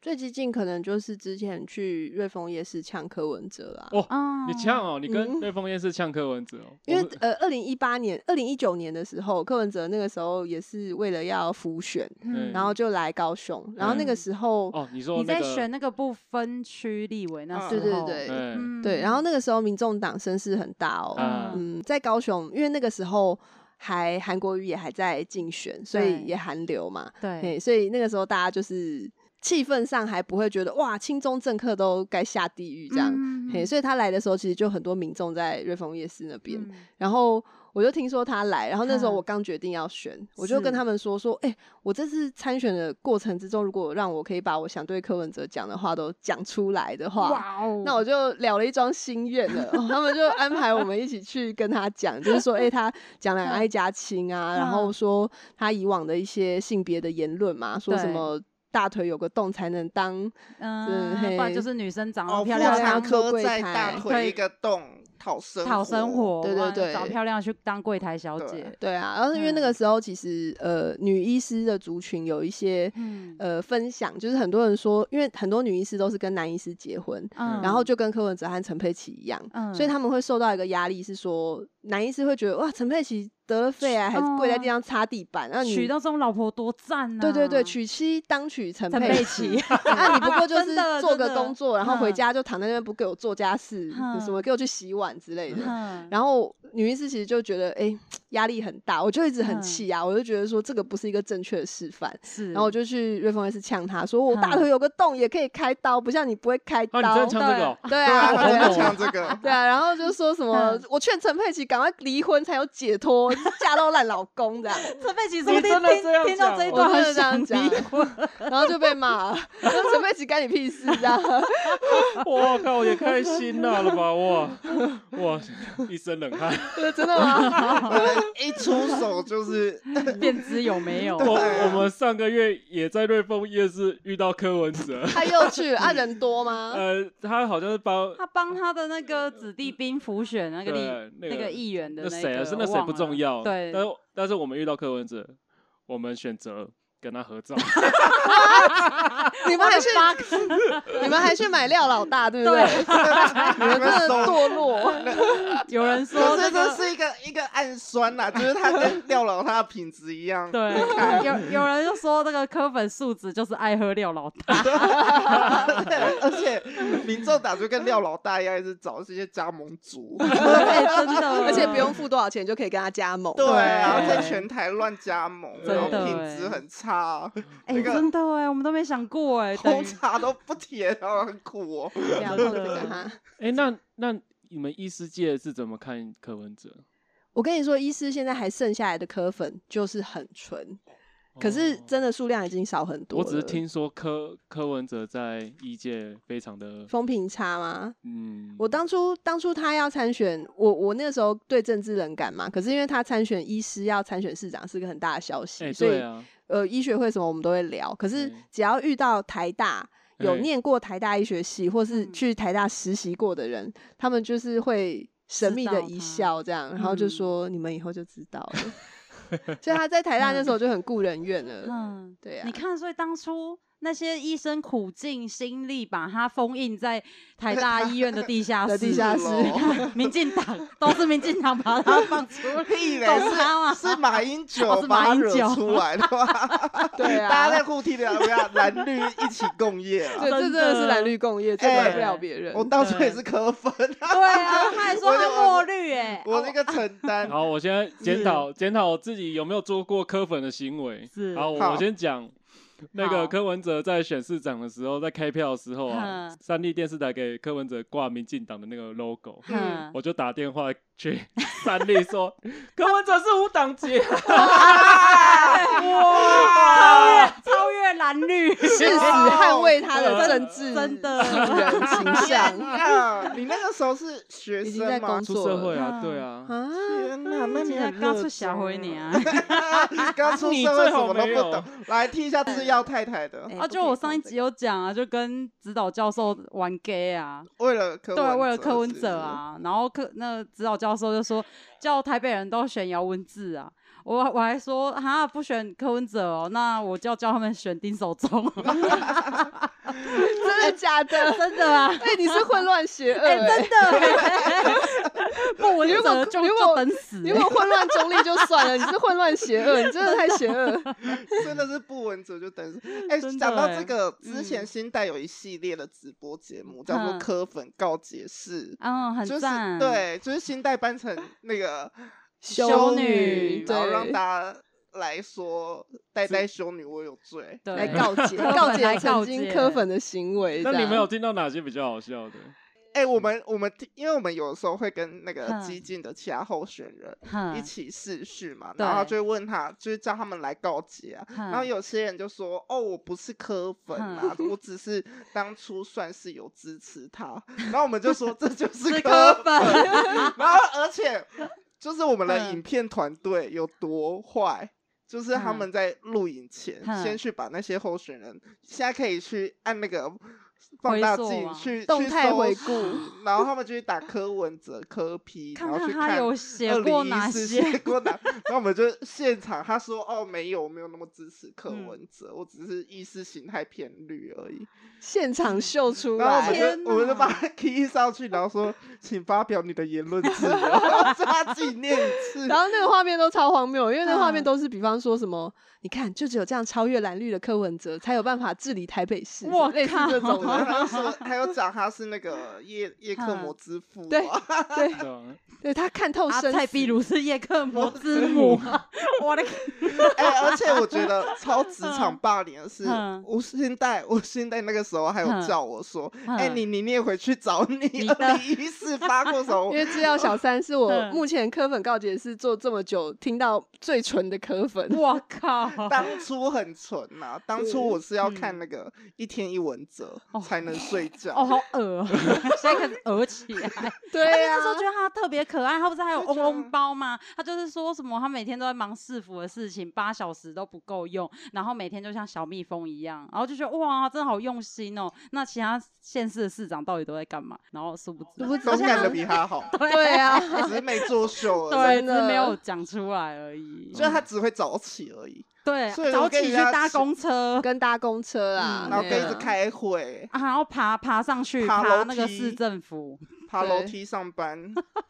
[SPEAKER 4] 最激进可能就是之前去瑞丰夜市呛柯文哲啦，
[SPEAKER 1] 哦，
[SPEAKER 2] 啊，
[SPEAKER 1] 你呛哦，你跟
[SPEAKER 4] 嗯
[SPEAKER 1] 瑞丰夜市呛柯文哲哦，
[SPEAKER 4] 因
[SPEAKER 1] 我
[SPEAKER 4] 为
[SPEAKER 1] 们
[SPEAKER 4] 呃，二零一八年、二零一九年的时候，柯文哲那个时候也是为了要浮选，
[SPEAKER 1] 嗯
[SPEAKER 4] 然后就来高雄，然后那个
[SPEAKER 2] 嗯
[SPEAKER 4] 时候，
[SPEAKER 1] 哦，你说
[SPEAKER 2] 你
[SPEAKER 1] 那
[SPEAKER 2] 在
[SPEAKER 1] 个
[SPEAKER 2] 选那个不分区立委那
[SPEAKER 3] 嗯
[SPEAKER 2] 时
[SPEAKER 4] 对对
[SPEAKER 2] 候，
[SPEAKER 4] 对
[SPEAKER 1] 对
[SPEAKER 2] 嗯
[SPEAKER 4] 对，然后那个时候民众党声势很大哦，
[SPEAKER 1] 啊
[SPEAKER 2] 嗯
[SPEAKER 4] 嗯，在高雄，因为那个时候还韩国瑜也还在竞选，所以
[SPEAKER 2] 对
[SPEAKER 4] 也韩流嘛，
[SPEAKER 2] 对
[SPEAKER 4] 嘿，所以那个时候大家就是气氛上还不会觉得哇，亲中政客都该下地狱这样，
[SPEAKER 2] 嗯
[SPEAKER 4] 嘿，所以他来的时候其实就很多民众在瑞丰夜市那边，
[SPEAKER 2] 嗯
[SPEAKER 4] 然后我就听说他来，然后那时候
[SPEAKER 2] 哈
[SPEAKER 4] 我刚决定要选，我就是跟他们说说，哎、我这次参选的过程之中，如果让我可以把我想对柯文哲讲的话都讲出来的话。
[SPEAKER 2] 哇哦，
[SPEAKER 4] 那我就了了一桩心愿了，哦他们就安排我们一起去跟他讲，就是说，哎、他讲了很爱家亲啊，然后
[SPEAKER 2] 嗯
[SPEAKER 4] 说他以往的一些性别的言论嘛，说什
[SPEAKER 2] 对
[SPEAKER 4] 么大腿有个洞才能当
[SPEAKER 2] 嗯，
[SPEAKER 4] 嘿
[SPEAKER 2] 不然就是女生长得
[SPEAKER 3] 哦，妇
[SPEAKER 2] 漂亮
[SPEAKER 4] 妇
[SPEAKER 3] 产
[SPEAKER 4] 产
[SPEAKER 2] 当
[SPEAKER 4] 科
[SPEAKER 3] 科
[SPEAKER 4] 柜
[SPEAKER 3] 在
[SPEAKER 4] 台
[SPEAKER 3] 大腿一个洞讨生
[SPEAKER 2] 讨生活，
[SPEAKER 4] 对对
[SPEAKER 2] 哇
[SPEAKER 4] 对
[SPEAKER 2] 找漂亮去当柜台小
[SPEAKER 3] 对
[SPEAKER 2] 姐，
[SPEAKER 4] 对啊，然后因为那
[SPEAKER 2] 嗯
[SPEAKER 4] 个时候其实呃，女医师的族群有一些
[SPEAKER 2] 嗯
[SPEAKER 4] 呃分享，就是很多人说，因为很多女医师都是跟男医师结婚，
[SPEAKER 2] 嗯
[SPEAKER 4] 然后就跟柯文哲和陈佩琪一样，
[SPEAKER 2] 嗯
[SPEAKER 4] 所以他们会受到一个压力，是说男医师会觉得哇，陈佩琪得了肺癌啊还
[SPEAKER 2] 哦
[SPEAKER 4] 跪在地上擦地板，那
[SPEAKER 2] 娶
[SPEAKER 4] 你
[SPEAKER 2] 到这种老婆多赞啊！
[SPEAKER 4] 对对对，娶妻当娶陈
[SPEAKER 2] 陈
[SPEAKER 4] 佩
[SPEAKER 2] 佩
[SPEAKER 4] 琪
[SPEAKER 2] 琪，
[SPEAKER 4] 啊，你不过就是
[SPEAKER 2] 真的
[SPEAKER 4] 做
[SPEAKER 2] 真
[SPEAKER 4] 个
[SPEAKER 2] 的
[SPEAKER 4] 工作，然后回
[SPEAKER 2] 嗯
[SPEAKER 4] 家就躺在那边不给我做家事，什么
[SPEAKER 2] 嗯
[SPEAKER 4] 给我去洗碗之类的，
[SPEAKER 2] 嗯，
[SPEAKER 4] 然后女医师其实就觉得，哎、压力很大，我就一直很
[SPEAKER 2] 嗯
[SPEAKER 4] 气啊，我就觉得说这个不是一个正确的示范。
[SPEAKER 2] 是，
[SPEAKER 4] 然后我就去瑞丰医师呛他说，我大
[SPEAKER 2] 嗯
[SPEAKER 4] 腿有个洞也可以开刀，不像你不会开
[SPEAKER 1] 啊，
[SPEAKER 4] 刀。
[SPEAKER 1] 你真的呛这个哦，
[SPEAKER 4] 对
[SPEAKER 3] 对啊，
[SPEAKER 4] 啊，，
[SPEAKER 3] 他真
[SPEAKER 1] 好
[SPEAKER 3] 的
[SPEAKER 1] 猛哦
[SPEAKER 3] 抢这个
[SPEAKER 4] 对啊，然后就说什么
[SPEAKER 2] 嗯，
[SPEAKER 4] 我劝陈佩琪赶快离婚才有解脱， 嫁到烂老公这样，
[SPEAKER 2] 陈佩琪
[SPEAKER 1] 你
[SPEAKER 2] 说不定
[SPEAKER 1] 真的这样
[SPEAKER 2] 听听到
[SPEAKER 1] 讲
[SPEAKER 2] 这一
[SPEAKER 1] 我
[SPEAKER 2] 段，很
[SPEAKER 4] 真的这样
[SPEAKER 2] 想离
[SPEAKER 4] 讲
[SPEAKER 2] 婚
[SPEAKER 4] 然后就被骂了。然后陈佩琪干你屁事这样，
[SPEAKER 1] 我靠，也太辛辣了吧，哇哇，一身冷 汗。
[SPEAKER 4] 真的吗？
[SPEAKER 3] 一出手 就是
[SPEAKER 2] 变质有没有？
[SPEAKER 1] 我
[SPEAKER 3] 对啊
[SPEAKER 1] 我们上个月也在瑞丰夜市遇到柯文 哲，
[SPEAKER 4] 他又去，啊人多吗？
[SPEAKER 1] 呃，他好像是帮
[SPEAKER 2] 他帮他的那个子弟兵辅选那个立
[SPEAKER 1] 对
[SPEAKER 2] 那个议员的
[SPEAKER 1] 那谁啊？
[SPEAKER 2] 个，
[SPEAKER 1] 是那
[SPEAKER 2] 我
[SPEAKER 1] 谁
[SPEAKER 2] 忘
[SPEAKER 1] 不
[SPEAKER 2] 了
[SPEAKER 1] 重要，
[SPEAKER 2] 对
[SPEAKER 1] 但，是但是我们遇到柯文哲，我们选择跟他合 照，
[SPEAKER 4] 你们还去，你们还去买廖老大，对不对？
[SPEAKER 2] 对，
[SPEAKER 4] 你们真的
[SPEAKER 3] 手
[SPEAKER 4] 堕落。
[SPEAKER 2] 有人说
[SPEAKER 3] 可
[SPEAKER 2] 那
[SPEAKER 3] 是这
[SPEAKER 2] 个
[SPEAKER 3] 是一个一个暗酸呐、就是他跟廖老他的品质一样。
[SPEAKER 2] 对，有有人就说那个柯粉素质就是爱喝料老大，
[SPEAKER 3] 而且民众党就跟廖老大一样，是找这些加盟族。
[SPEAKER 2] 对，哎真的，
[SPEAKER 4] 而且不用付多少钱就可以跟他加盟。
[SPEAKER 3] 对啊，
[SPEAKER 2] 对
[SPEAKER 3] 在全台乱加盟，
[SPEAKER 1] 真
[SPEAKER 3] 然后
[SPEAKER 1] 的
[SPEAKER 3] 品质
[SPEAKER 2] 欸
[SPEAKER 3] 很差，
[SPEAKER 2] 哎、
[SPEAKER 3] 那个
[SPEAKER 2] 真的哎，我们都没想过哎，等
[SPEAKER 3] 红
[SPEAKER 2] 于
[SPEAKER 3] 茶都不甜，然后很 苦哦。
[SPEAKER 4] 聊到这个哈，
[SPEAKER 1] 哎、那那你们医师界是怎么看柯文哲？
[SPEAKER 4] 我跟你说，医师现在还剩下来的科粉就是很纯，可是
[SPEAKER 1] 哦
[SPEAKER 4] 真的数量已经少很多
[SPEAKER 1] 我
[SPEAKER 4] 了。
[SPEAKER 1] 只是听说柯柯文哲在医界非常的，
[SPEAKER 4] 风评差吗？
[SPEAKER 1] 嗯，
[SPEAKER 4] 我当初当初他要参选，我我那个时候对政治冷感嘛，可是因为他参选医师要参选市长是个很大的消息，
[SPEAKER 1] 哎、
[SPEAKER 4] 所以
[SPEAKER 1] 对啊，
[SPEAKER 4] 呃医学会什么我们都会聊，可是
[SPEAKER 1] 嗯
[SPEAKER 4] 只要遇到台大。有
[SPEAKER 1] 嗯
[SPEAKER 4] 念过台大医学系，或是
[SPEAKER 2] 嗯
[SPEAKER 4] 去台大实习过的人，他们就是会神
[SPEAKER 2] 知
[SPEAKER 4] 秘的
[SPEAKER 2] 道
[SPEAKER 4] 一
[SPEAKER 2] 他
[SPEAKER 4] 笑，这样，然后就
[SPEAKER 2] 嗯
[SPEAKER 4] 说、你们以后就知道了。 所以他在台大那时
[SPEAKER 1] 嗯
[SPEAKER 4] 候就很顾人怨了。
[SPEAKER 2] 嗯，
[SPEAKER 4] 对啊
[SPEAKER 2] 你，看，所以当初那些医生苦尽心力把他封印在台大医院的地 下
[SPEAKER 4] 的
[SPEAKER 2] 室，
[SPEAKER 4] 地下室
[SPEAKER 2] 你
[SPEAKER 3] 哦
[SPEAKER 2] 看民进党都是民进党把 他放出来，
[SPEAKER 3] 屁嘞，
[SPEAKER 2] 懂他吗
[SPEAKER 3] 是是马英
[SPEAKER 2] 哦
[SPEAKER 3] 九
[SPEAKER 2] 是
[SPEAKER 3] 把
[SPEAKER 2] 马
[SPEAKER 3] 他
[SPEAKER 2] 英
[SPEAKER 3] 惹
[SPEAKER 2] 九
[SPEAKER 3] 出来的吧？
[SPEAKER 4] 对啊，
[SPEAKER 3] 大家在互踢的，不要蓝绿一起共业啊
[SPEAKER 4] 对，！这真的是蓝绿共业，这怪不
[SPEAKER 2] 哎
[SPEAKER 4] 了别 人。
[SPEAKER 3] 我当初也是科粉啊，
[SPEAKER 2] 对啊，他还说
[SPEAKER 3] 我
[SPEAKER 2] 他
[SPEAKER 3] 就
[SPEAKER 2] 墨绿哎，
[SPEAKER 3] 我
[SPEAKER 2] 哦
[SPEAKER 3] 那个承担。
[SPEAKER 1] 好，我现在检讨检讨我自己有没有做过柯粉的行为。
[SPEAKER 2] 是
[SPEAKER 1] 好，我
[SPEAKER 3] 好
[SPEAKER 1] 我先讲。那个
[SPEAKER 2] 好
[SPEAKER 1] 柯文哲在选市长的时候，在开票的时候啊
[SPEAKER 2] 嗯，
[SPEAKER 1] 三立电视台给柯文哲挂民进党的那个 logo，
[SPEAKER 2] 嗯，
[SPEAKER 1] 我就打电话去 三立说，柯文哲是无党 籍，啊
[SPEAKER 3] 嗯
[SPEAKER 2] 哇，超越超越蓝绿，
[SPEAKER 4] 誓死捍卫他
[SPEAKER 3] 哦
[SPEAKER 4] 的政治
[SPEAKER 2] 真的
[SPEAKER 4] 人形象
[SPEAKER 3] 啊，你那个时候是学
[SPEAKER 4] 已经在
[SPEAKER 3] 生吗
[SPEAKER 4] 工？
[SPEAKER 1] 出
[SPEAKER 4] 作
[SPEAKER 1] 社会啊，
[SPEAKER 2] 嗯
[SPEAKER 1] 对啊，
[SPEAKER 4] 啊！
[SPEAKER 3] 天哪，那你很
[SPEAKER 2] 刚
[SPEAKER 3] 热
[SPEAKER 2] 出小
[SPEAKER 3] 衷
[SPEAKER 2] 回
[SPEAKER 3] 啊
[SPEAKER 2] 你啊！
[SPEAKER 3] 刚出
[SPEAKER 1] 你
[SPEAKER 3] 社会
[SPEAKER 1] 最
[SPEAKER 3] 什
[SPEAKER 1] 好
[SPEAKER 3] 么都
[SPEAKER 1] 没
[SPEAKER 3] 不
[SPEAKER 1] 有
[SPEAKER 3] 懂，来听一下制药太太的，
[SPEAKER 4] 哎
[SPEAKER 2] 啊，就我上一集，有讲啊，就跟指导教授玩 gay 啊，
[SPEAKER 3] 为了柯
[SPEAKER 2] 对啊，为了
[SPEAKER 3] 哲
[SPEAKER 2] 柯文
[SPEAKER 3] 是不
[SPEAKER 2] 哲啊，然后柯那指导教授就说叫台北人都选姚文智啊，我我还说哈不选柯文哲哦，那我就要叫他们选丁守中，
[SPEAKER 4] 真的假的？
[SPEAKER 2] 真的 啊，
[SPEAKER 4] 哎，你是混乱邪恶
[SPEAKER 2] 哎、
[SPEAKER 4] 欸，
[SPEAKER 2] 真的、欸， 不文
[SPEAKER 4] 如果
[SPEAKER 2] 哲就
[SPEAKER 4] 如
[SPEAKER 2] 就
[SPEAKER 4] 果
[SPEAKER 2] 等死、
[SPEAKER 4] 如
[SPEAKER 2] 欸
[SPEAKER 4] 果混乱中立就算了，你是混乱邪恶，你真的太邪恶。
[SPEAKER 3] 真的是不文者就等于 哎，
[SPEAKER 2] 真的
[SPEAKER 3] 讲到这
[SPEAKER 2] 欸
[SPEAKER 3] 个，之前
[SPEAKER 2] 嗯
[SPEAKER 3] 新代有一系列的直播节目，叫做
[SPEAKER 2] 嗯
[SPEAKER 3] 《科粉告解室》，
[SPEAKER 2] 嗯，很
[SPEAKER 3] 就是
[SPEAKER 2] 赞、，
[SPEAKER 3] 对，就是新代搬成那个
[SPEAKER 2] 修女
[SPEAKER 3] 然后让
[SPEAKER 4] 对，
[SPEAKER 3] 大家来说，代代修女我有罪。
[SPEAKER 2] 对
[SPEAKER 4] 来告 解，
[SPEAKER 2] 对
[SPEAKER 4] 告
[SPEAKER 2] 来
[SPEAKER 4] 解
[SPEAKER 2] 告
[SPEAKER 4] 曾
[SPEAKER 2] 解
[SPEAKER 4] 经磕粉的行为。
[SPEAKER 1] 那
[SPEAKER 4] 这
[SPEAKER 1] 你
[SPEAKER 4] 样
[SPEAKER 1] 们有听到哪些比较好笑的？
[SPEAKER 3] 哎、我们我们因为我们有时候会跟那个
[SPEAKER 2] 哼
[SPEAKER 3] 激进的其他候选人
[SPEAKER 2] 哼
[SPEAKER 3] 一起试训嘛，然后
[SPEAKER 2] 对
[SPEAKER 3] 就会问他，就是叫他们来告解啊。然后
[SPEAKER 2] 哼
[SPEAKER 3] 有些人就说：“哦，我不是科粉啊，我只是当初算是有支持他。”然后我们就说：“这就是
[SPEAKER 2] 是
[SPEAKER 3] 科
[SPEAKER 2] 科
[SPEAKER 3] 粉。
[SPEAKER 2] 粉
[SPEAKER 3] 然后而且就是我们的
[SPEAKER 2] 嗯
[SPEAKER 3] 影片团队有多坏，就是他
[SPEAKER 2] 嗯
[SPEAKER 3] 们在录影前
[SPEAKER 2] 嗯
[SPEAKER 3] 先去把那些候选人，现在可以去按那个放
[SPEAKER 2] 回
[SPEAKER 3] 大
[SPEAKER 2] 溯啊
[SPEAKER 3] 镜
[SPEAKER 2] 吗
[SPEAKER 3] 去
[SPEAKER 4] 动
[SPEAKER 3] 去
[SPEAKER 4] 态
[SPEAKER 3] 搜
[SPEAKER 4] 回
[SPEAKER 3] 寻
[SPEAKER 4] 顾
[SPEAKER 3] 然后他们就去打柯文哲、柯批，然
[SPEAKER 2] 看
[SPEAKER 3] 后
[SPEAKER 2] 看
[SPEAKER 3] 去
[SPEAKER 2] 他
[SPEAKER 3] 看
[SPEAKER 2] 有写过哪
[SPEAKER 3] 2014
[SPEAKER 2] 些
[SPEAKER 3] 写过 哪，然后我们就现场他说哦没有，我没有那么支持柯
[SPEAKER 2] 嗯
[SPEAKER 3] 文哲，我只是意识形态偏绿而已。
[SPEAKER 4] 现场秀出
[SPEAKER 3] 然后我
[SPEAKER 4] 来
[SPEAKER 3] 们，
[SPEAKER 2] 天
[SPEAKER 3] 就我们就把
[SPEAKER 2] 哪
[SPEAKER 3] 他 key 上去，然 后说请发表你的言论自由，然后他自己念一次
[SPEAKER 4] 然。后那个画面都超荒谬，因为那个画面
[SPEAKER 2] 嗯
[SPEAKER 4] 都是比方说什么，你看，就只有这样超越蓝绿的柯文哲，才有办法治理台北市，
[SPEAKER 2] 我
[SPEAKER 4] 类似这
[SPEAKER 2] 靠
[SPEAKER 4] 种
[SPEAKER 3] 然
[SPEAKER 4] 的。
[SPEAKER 3] 后说，还有讲他是那个叶叶克膜之父、啊，
[SPEAKER 4] 对对
[SPEAKER 1] 对啊
[SPEAKER 4] 对，他看透
[SPEAKER 2] 阿
[SPEAKER 4] 生
[SPEAKER 2] 啊蔡
[SPEAKER 4] 死，
[SPEAKER 2] 壁如是叶克膜之母，啊 我的
[SPEAKER 3] 哎、而且我觉 得超职场霸凌的是
[SPEAKER 2] 嗯，
[SPEAKER 3] 吴现代，吴现代那个时候还有
[SPEAKER 2] 嗯
[SPEAKER 3] 叫我说，哎、
[SPEAKER 2] 嗯
[SPEAKER 3] 你你你也回去找你
[SPEAKER 2] 你
[SPEAKER 3] 二
[SPEAKER 2] 的
[SPEAKER 3] 零一四发过什
[SPEAKER 4] 因
[SPEAKER 3] 么？
[SPEAKER 4] 为制药小三是我
[SPEAKER 2] 嗯
[SPEAKER 4] 目前柯粉告解是做这么久听到最纯的柯粉。
[SPEAKER 2] 我 靠，
[SPEAKER 3] 当初很纯呐、当初我是要看那个一天一文哲
[SPEAKER 2] 哦
[SPEAKER 3] 才能睡觉。
[SPEAKER 2] 哦，好恶、 哦，现在开始恶起来。
[SPEAKER 4] 对啊
[SPEAKER 2] 而且
[SPEAKER 4] 呀、
[SPEAKER 2] 那时候 觉得他特别可爱，他不是还有
[SPEAKER 3] 就觉
[SPEAKER 2] 嗡
[SPEAKER 3] 得
[SPEAKER 2] 嗡包吗？他就是说什么他每天都在忙市府的事情，八小时都不够用，然后每天就像小蜜蜂一样，然后就觉得哇，真的好用心哦。那其他县市的市长到底都在干嘛？然后殊不知，
[SPEAKER 4] 不知
[SPEAKER 3] 都
[SPEAKER 4] 道
[SPEAKER 3] 干的比他好，
[SPEAKER 4] 对啊呀、
[SPEAKER 3] 只是没作秀而已。
[SPEAKER 2] 对，
[SPEAKER 4] 真
[SPEAKER 2] 只
[SPEAKER 4] 的
[SPEAKER 2] 是没有讲出来而已。
[SPEAKER 3] 就是他只会早起而已，
[SPEAKER 2] 对
[SPEAKER 3] 所以，我
[SPEAKER 2] 早
[SPEAKER 3] 跟
[SPEAKER 2] 起
[SPEAKER 3] 人
[SPEAKER 2] 去
[SPEAKER 3] 家
[SPEAKER 2] 搭
[SPEAKER 3] 是
[SPEAKER 2] 公车。
[SPEAKER 4] 跟搭公车啊，
[SPEAKER 2] 嗯
[SPEAKER 3] 然后跟
[SPEAKER 4] 对
[SPEAKER 3] 一
[SPEAKER 4] 啊
[SPEAKER 3] 直开会，
[SPEAKER 2] 啊，然后爬爬上去，
[SPEAKER 3] 爬
[SPEAKER 2] 爬
[SPEAKER 3] 楼
[SPEAKER 2] 那个
[SPEAKER 3] 梯
[SPEAKER 2] 市政府，
[SPEAKER 3] 爬楼
[SPEAKER 4] 对
[SPEAKER 3] 梯上班，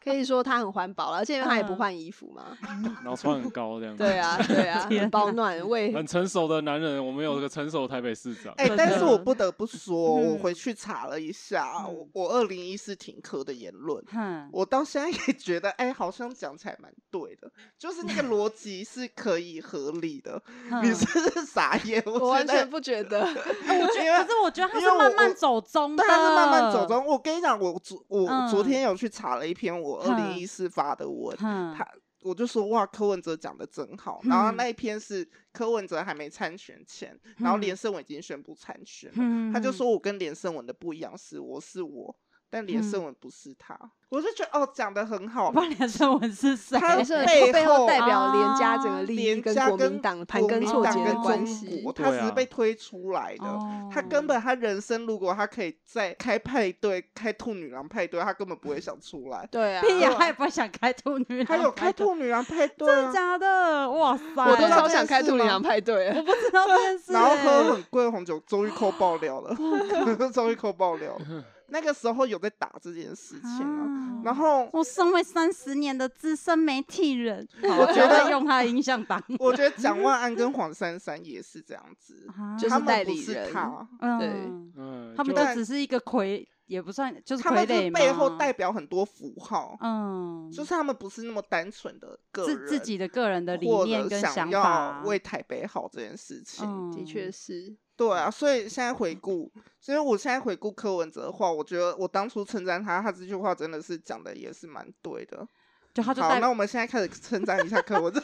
[SPEAKER 4] 可以说他很环保了，而且因为他也不
[SPEAKER 2] 嗯
[SPEAKER 4] 换衣服嘛。
[SPEAKER 1] 然后穿很高这样。
[SPEAKER 4] 对啊，对 啊，
[SPEAKER 2] 天
[SPEAKER 4] 很保暖为
[SPEAKER 1] 很成熟的男人，我们有个成熟台北市长。
[SPEAKER 3] 哎、
[SPEAKER 2] 真
[SPEAKER 3] 但是我
[SPEAKER 2] 的
[SPEAKER 3] 不得不说，我
[SPEAKER 2] 嗯
[SPEAKER 3] 回去查了一下，我
[SPEAKER 2] 嗯
[SPEAKER 3] 我二零一四停课的言论，
[SPEAKER 2] 哼，
[SPEAKER 3] 我到现在也觉得，哎、好像讲起来蛮对的，就是那个逻辑是可以合理的。你
[SPEAKER 2] 哼
[SPEAKER 3] 是不是傻眼？
[SPEAKER 4] 我
[SPEAKER 3] 我
[SPEAKER 4] 完
[SPEAKER 3] 觉得
[SPEAKER 4] 全不 觉得，
[SPEAKER 3] 我觉
[SPEAKER 2] 可是我觉得他
[SPEAKER 3] 因
[SPEAKER 2] 是
[SPEAKER 3] 为
[SPEAKER 2] 慢
[SPEAKER 3] 我我
[SPEAKER 2] 慢走中的，
[SPEAKER 3] 对，他是慢慢走中。我跟你讲，我昨我昨
[SPEAKER 2] 嗯
[SPEAKER 3] 天有去查了一篇我二零一
[SPEAKER 2] 哼
[SPEAKER 3] 四发的文，
[SPEAKER 2] 哼，
[SPEAKER 3] 他我就说哇，柯文哲讲的真好。然后
[SPEAKER 2] 嗯
[SPEAKER 3] 那一篇是柯文哲还没参选前，然后
[SPEAKER 2] 嗯
[SPEAKER 3] 连胜文已经宣布参选了，
[SPEAKER 2] 嗯
[SPEAKER 3] 他就说我跟连胜文的不一样是我是我，但连
[SPEAKER 4] 嗯
[SPEAKER 3] 胜文不是他。我就觉得哦，讲的很好
[SPEAKER 2] 我不。知道连胜文是谁，啊
[SPEAKER 3] 他
[SPEAKER 4] 连胜
[SPEAKER 3] 背
[SPEAKER 4] 背后代
[SPEAKER 2] 后
[SPEAKER 4] 表连家整个利益
[SPEAKER 3] 连
[SPEAKER 4] 跟
[SPEAKER 3] 家
[SPEAKER 4] 国
[SPEAKER 3] 跟
[SPEAKER 4] 民党盘
[SPEAKER 3] 国
[SPEAKER 4] 根
[SPEAKER 3] 民
[SPEAKER 4] 错
[SPEAKER 3] 党
[SPEAKER 4] 节的
[SPEAKER 3] 跟
[SPEAKER 4] 关
[SPEAKER 3] 中
[SPEAKER 4] 系哦
[SPEAKER 3] 国，
[SPEAKER 1] 对
[SPEAKER 3] 他只是
[SPEAKER 1] 啊
[SPEAKER 3] 被推出来的。他
[SPEAKER 2] 哦
[SPEAKER 3] 根本他人生如果他可以再开派对、开兔女郎派对，他根本不会想出来。
[SPEAKER 4] 对啊，
[SPEAKER 2] 屁呀、
[SPEAKER 3] 对
[SPEAKER 2] 他也不会想开兔女，
[SPEAKER 3] 他有开，兔女郎派
[SPEAKER 2] 真
[SPEAKER 3] 对、
[SPEAKER 2] 的
[SPEAKER 3] 啊，
[SPEAKER 2] 假的？哇塞，
[SPEAKER 4] 我都
[SPEAKER 3] 知道
[SPEAKER 4] 超想开兔女郎派对了，
[SPEAKER 2] 我不知道这件事、欸，
[SPEAKER 3] 然后喝很贵的红酒，终于扣爆料了， 终于扣爆 料了。那个时候有在打这件事情啊，
[SPEAKER 2] 啊
[SPEAKER 3] 然后
[SPEAKER 2] 我身为三十年的资深媒体人，
[SPEAKER 3] 我
[SPEAKER 2] 就
[SPEAKER 3] 觉
[SPEAKER 2] 在
[SPEAKER 3] 得，
[SPEAKER 2] 用他的影响党，
[SPEAKER 3] 我觉得蒋万安 跟黄珊珊也是这样子，
[SPEAKER 2] 啊
[SPEAKER 4] 就是
[SPEAKER 3] 他们
[SPEAKER 4] 代
[SPEAKER 3] 不
[SPEAKER 4] 理
[SPEAKER 3] 是
[SPEAKER 4] 人
[SPEAKER 3] 他，
[SPEAKER 2] 嗯，
[SPEAKER 1] 嗯，
[SPEAKER 2] 他们
[SPEAKER 1] 就
[SPEAKER 2] 都只是一个傀，也不算，就是
[SPEAKER 3] 他
[SPEAKER 2] 傀
[SPEAKER 3] 们就是
[SPEAKER 2] 儡嘛
[SPEAKER 3] 背后代，表很多符号，
[SPEAKER 2] 嗯，
[SPEAKER 3] 就是他们不是那么单纯的个人
[SPEAKER 2] 自自己的个人的理
[SPEAKER 3] 或
[SPEAKER 2] 念
[SPEAKER 3] 者
[SPEAKER 2] 跟
[SPEAKER 3] 想
[SPEAKER 2] 想
[SPEAKER 3] 要
[SPEAKER 2] 法，
[SPEAKER 3] 为台北好这件事情。
[SPEAKER 2] 嗯，
[SPEAKER 4] 的确是，
[SPEAKER 3] 对啊，所以现在回顾，所以我现在回顾柯文哲的话，我觉得我当初称赞他，他这句话真的是讲的也是蛮对的。
[SPEAKER 2] 就他就
[SPEAKER 3] 好，
[SPEAKER 2] 代
[SPEAKER 3] 那我们现在开始称赞一下柯文哲，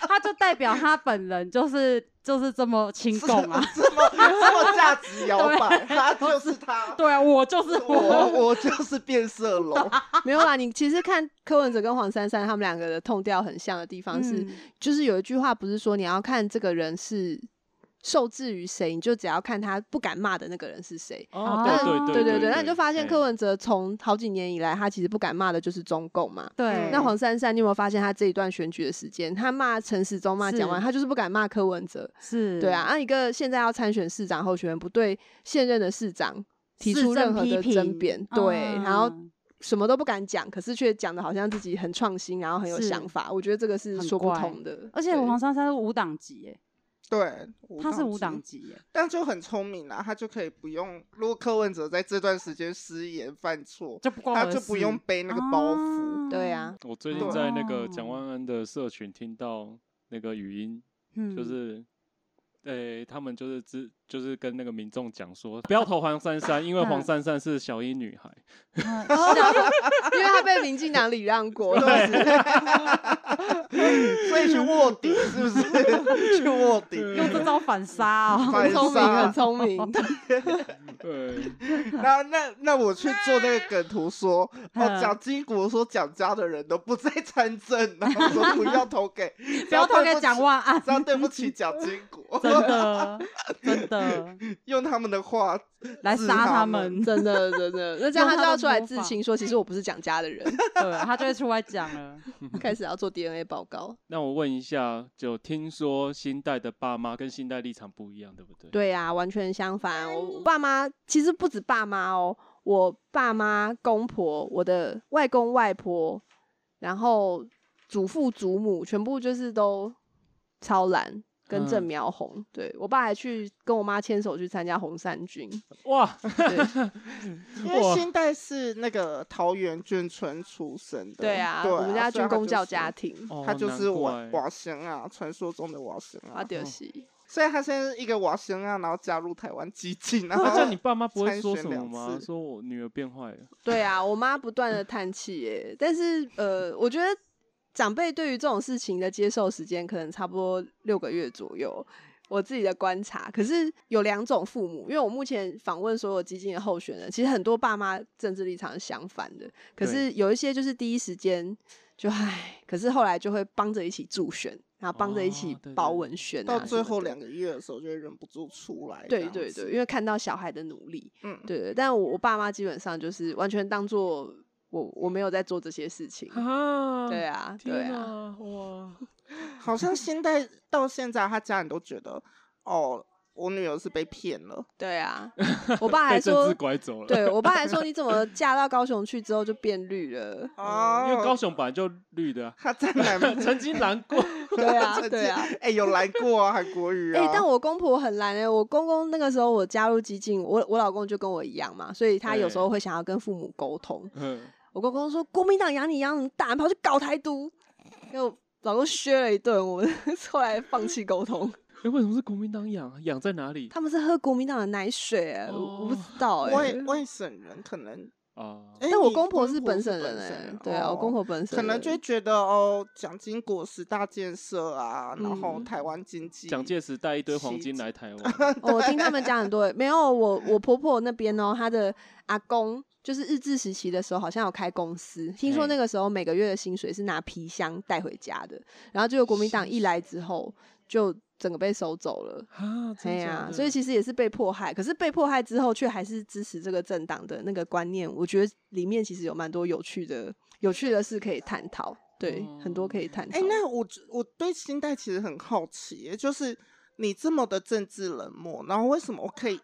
[SPEAKER 2] 他就代表他本人就是就是这么亲
[SPEAKER 3] 这
[SPEAKER 2] 共
[SPEAKER 3] 么
[SPEAKER 2] 啊，
[SPEAKER 3] 这么这么价值摇摆，他就是他，
[SPEAKER 2] 对啊，我就是
[SPEAKER 3] 我
[SPEAKER 2] 我，啊
[SPEAKER 3] 我就是变色龙，
[SPEAKER 4] 没有啦。你其实看柯文哲跟黄珊珊他们两个的痛调很像的地方是，
[SPEAKER 2] 嗯
[SPEAKER 4] 就是有一句话不是说你要看这个人是受制于谁，你就只要看他不敢骂的那个人是谁。
[SPEAKER 1] 哦，
[SPEAKER 2] 啊
[SPEAKER 1] 对对
[SPEAKER 4] 对
[SPEAKER 1] 对
[SPEAKER 4] 对，那你就发现
[SPEAKER 1] 哎
[SPEAKER 4] 柯文哲从好几年以来，他其实不敢骂的就是中共嘛。
[SPEAKER 2] 对，
[SPEAKER 4] 那黄珊珊，你有没有发现他这一段选举的时间，他骂陈时中骂
[SPEAKER 2] 是
[SPEAKER 4] 蒋万安，他就是不敢骂柯文哲。
[SPEAKER 2] 是
[SPEAKER 4] 对啊，，啊一个现在要参选市长候选人，不对现任的市长提
[SPEAKER 2] 市
[SPEAKER 4] 出任
[SPEAKER 2] 政
[SPEAKER 4] 何
[SPEAKER 2] 批
[SPEAKER 4] 的
[SPEAKER 2] 评
[SPEAKER 4] 争辩，对，然后
[SPEAKER 2] 嗯
[SPEAKER 4] 什么都不敢讲，可是却讲的好像自己很创新，然后很有
[SPEAKER 2] 是
[SPEAKER 4] 想法。我觉得这个是
[SPEAKER 2] 很
[SPEAKER 4] 说不
[SPEAKER 2] 怪
[SPEAKER 4] 通的。
[SPEAKER 2] 而且
[SPEAKER 4] 对
[SPEAKER 2] 黄珊珊是无党籍耶，
[SPEAKER 3] 对，
[SPEAKER 2] 她是无
[SPEAKER 3] 无
[SPEAKER 2] 党
[SPEAKER 3] 党籍，
[SPEAKER 2] 籍耶，
[SPEAKER 3] 但就很聪明啦，他就可以不用。如果柯文哲在这段时间失言犯错，
[SPEAKER 2] 就不关
[SPEAKER 3] 他
[SPEAKER 2] 我的
[SPEAKER 3] 就不
[SPEAKER 2] 事
[SPEAKER 3] 用背那个包袱。
[SPEAKER 4] 对啊，，
[SPEAKER 1] 我最近在那个蒋
[SPEAKER 2] 哦
[SPEAKER 1] 万安的社群听到那个语音，
[SPEAKER 2] 嗯
[SPEAKER 1] 就是，诶、他们就是之就是跟那个民众讲说，不要投黄珊珊，因为黄
[SPEAKER 2] 嗯
[SPEAKER 1] 珊珊是小英女孩。
[SPEAKER 2] 嗯
[SPEAKER 4] 因为他被民进党礼让过，
[SPEAKER 3] 对，
[SPEAKER 2] 啊
[SPEAKER 3] 所以去卧底是不是？ 去卧底，
[SPEAKER 2] 用这招反杀哦，
[SPEAKER 3] 反
[SPEAKER 4] 很聪明，
[SPEAKER 3] 杀
[SPEAKER 4] 很聪明。
[SPEAKER 1] 对，
[SPEAKER 3] 然后 那那我去做那个梗图说，
[SPEAKER 2] 嗯
[SPEAKER 3] 哦，蒋经国说蒋家的人都不再参政，然后说不要投给，
[SPEAKER 2] 不要投给蒋
[SPEAKER 3] 万，
[SPEAKER 2] 万安，
[SPEAKER 3] 这样对不起蒋经国，
[SPEAKER 2] 真的真的
[SPEAKER 3] 用他们的话
[SPEAKER 2] 来
[SPEAKER 3] 治
[SPEAKER 2] 杀
[SPEAKER 3] 他
[SPEAKER 2] 们，
[SPEAKER 4] 真的真的，那这样
[SPEAKER 2] 用他
[SPEAKER 4] 他就
[SPEAKER 2] 的
[SPEAKER 4] 要出来
[SPEAKER 2] 魔
[SPEAKER 4] 自
[SPEAKER 2] 法
[SPEAKER 4] 清，说其实我不是蒋家的人，
[SPEAKER 2] 对，他就会出来讲了。
[SPEAKER 4] 开始要做 DNA 报告。
[SPEAKER 1] 那我问一下，就听说新代的爸妈跟新代立场不一样，对不对？，
[SPEAKER 4] 对啊，完全相反。我爸妈其实不止爸妈哦，我爸妈、公婆、我的外公外婆，然后祖父祖母，全部就是都超蓝。跟郑
[SPEAKER 1] 嗯
[SPEAKER 4] 苗红，对我爸还去跟我妈牵手去参加红三军，
[SPEAKER 1] 哇，
[SPEAKER 4] 对
[SPEAKER 3] 因为
[SPEAKER 1] 哇
[SPEAKER 3] 新代是那个桃园眷村出身的，
[SPEAKER 4] 对啊，我们家
[SPEAKER 3] 所以
[SPEAKER 4] 军
[SPEAKER 3] 他就
[SPEAKER 4] 工教
[SPEAKER 3] 是
[SPEAKER 4] 家庭，
[SPEAKER 1] 哦
[SPEAKER 3] 他就
[SPEAKER 1] 难
[SPEAKER 3] 是瓦
[SPEAKER 1] 怪
[SPEAKER 3] 瓦生啊，传说中的瓦生
[SPEAKER 4] 啊
[SPEAKER 3] 啊，
[SPEAKER 4] 就是
[SPEAKER 1] 哦
[SPEAKER 3] 所以他现在是一个瓦生啊，然后加入台湾激进，然后
[SPEAKER 1] 那这样你爸妈不会
[SPEAKER 3] 参
[SPEAKER 1] 说
[SPEAKER 3] 选
[SPEAKER 1] 什么
[SPEAKER 3] 两
[SPEAKER 1] 吗？
[SPEAKER 3] 次
[SPEAKER 1] 说我女儿变坏了，
[SPEAKER 4] 对啊，我妈不断的叹气耶，但是呃，我觉得长辈对于这种事情的接受时间可能差不多六个月左右。我自己的观察，可是有两种父母，因为我目前访问所有激进的候选人，其实很多爸妈政治立场是相反的，可是有一些就是第一时间就唉，可是后来就会帮着一起助选，然后帮着一起
[SPEAKER 1] 哦对对
[SPEAKER 4] 包
[SPEAKER 1] 对
[SPEAKER 4] 文宣、啊
[SPEAKER 3] 到最后两
[SPEAKER 4] 两。
[SPEAKER 3] 个月的时候就会忍不住出来，
[SPEAKER 4] 对对对，因
[SPEAKER 3] 为
[SPEAKER 4] 为看到小孩的努力，
[SPEAKER 3] 嗯
[SPEAKER 4] 对对。但我我爸妈基本上就是完全当做我我没有在做这些事情，
[SPEAKER 1] 啊
[SPEAKER 4] 对，啊，对
[SPEAKER 1] 天
[SPEAKER 4] 啊，
[SPEAKER 1] 啊，哇，
[SPEAKER 3] 好像 现在到现在他家人都觉得，哦，我女儿是被骗了，
[SPEAKER 4] 对 啊。我爸还
[SPEAKER 1] 被政
[SPEAKER 4] 说
[SPEAKER 1] 治，拐走了。
[SPEAKER 4] 对我爸还说，你怎么嫁到高雄去之后就变绿 了？
[SPEAKER 1] 哦，因为高
[SPEAKER 3] 哦，
[SPEAKER 1] 雄本来就绿的啊、
[SPEAKER 3] 他在南
[SPEAKER 1] 曾经难过。
[SPEAKER 4] 对啊
[SPEAKER 3] 曾经
[SPEAKER 4] 对啊，
[SPEAKER 3] 哎，有来过啊，韩 国语
[SPEAKER 4] 哎、
[SPEAKER 3] 啊，
[SPEAKER 1] 哦
[SPEAKER 4] 但我公婆很懒哎、我公公那个时候我加入激进，我我老公就跟我一样嘛，所以他有时候会想要跟父母沟通。
[SPEAKER 1] 嗯，
[SPEAKER 4] 我公公说国民党养你养那么大，你跑去搞台独，给我老公削了一顿，我 后来放弃沟通。
[SPEAKER 1] 哎，为什么是国民党养？啊养在哪里
[SPEAKER 4] 他们是喝国民党的奶水、欸，我我不
[SPEAKER 1] 哦
[SPEAKER 4] 知道哎、
[SPEAKER 3] 外外省人可能，
[SPEAKER 1] 啊？
[SPEAKER 3] 哎
[SPEAKER 4] 哦但我
[SPEAKER 3] 你
[SPEAKER 4] 公婆是
[SPEAKER 3] 本
[SPEAKER 4] 本省人哎、对啊，我
[SPEAKER 3] 哦
[SPEAKER 4] 公婆本省
[SPEAKER 3] 可能
[SPEAKER 4] 人欸
[SPEAKER 3] 就会觉得哦，蒋经国十大建设啊，然后
[SPEAKER 4] 嗯
[SPEAKER 3] 台湾经济，
[SPEAKER 1] 蒋介石带一堆黄
[SPEAKER 3] 奇
[SPEAKER 1] 金
[SPEAKER 3] 迹
[SPEAKER 1] 来台 湾，
[SPEAKER 4] 哦我听他们讲很多，没有我我婆婆那边哦，她的阿公就是日治时期的时候，好像有开公司，听说
[SPEAKER 1] 嘿
[SPEAKER 4] 那个时候每个月的薪水是拿皮箱带回家的，然后结果国民党一来之后，就整个被收走了。
[SPEAKER 1] 啊，真假
[SPEAKER 4] 对哎呀、
[SPEAKER 1] 的
[SPEAKER 4] 所以其实也是被迫害，可是被迫害之后却还是支持这个政党的那个观念，我觉得里面其实有蛮多有趣的、有趣的事可以探讨，对，很多可以探讨。
[SPEAKER 3] 哎、那我只我对新代其实很好奇耶，就是你这么的政治冷漠，然后为什么我可以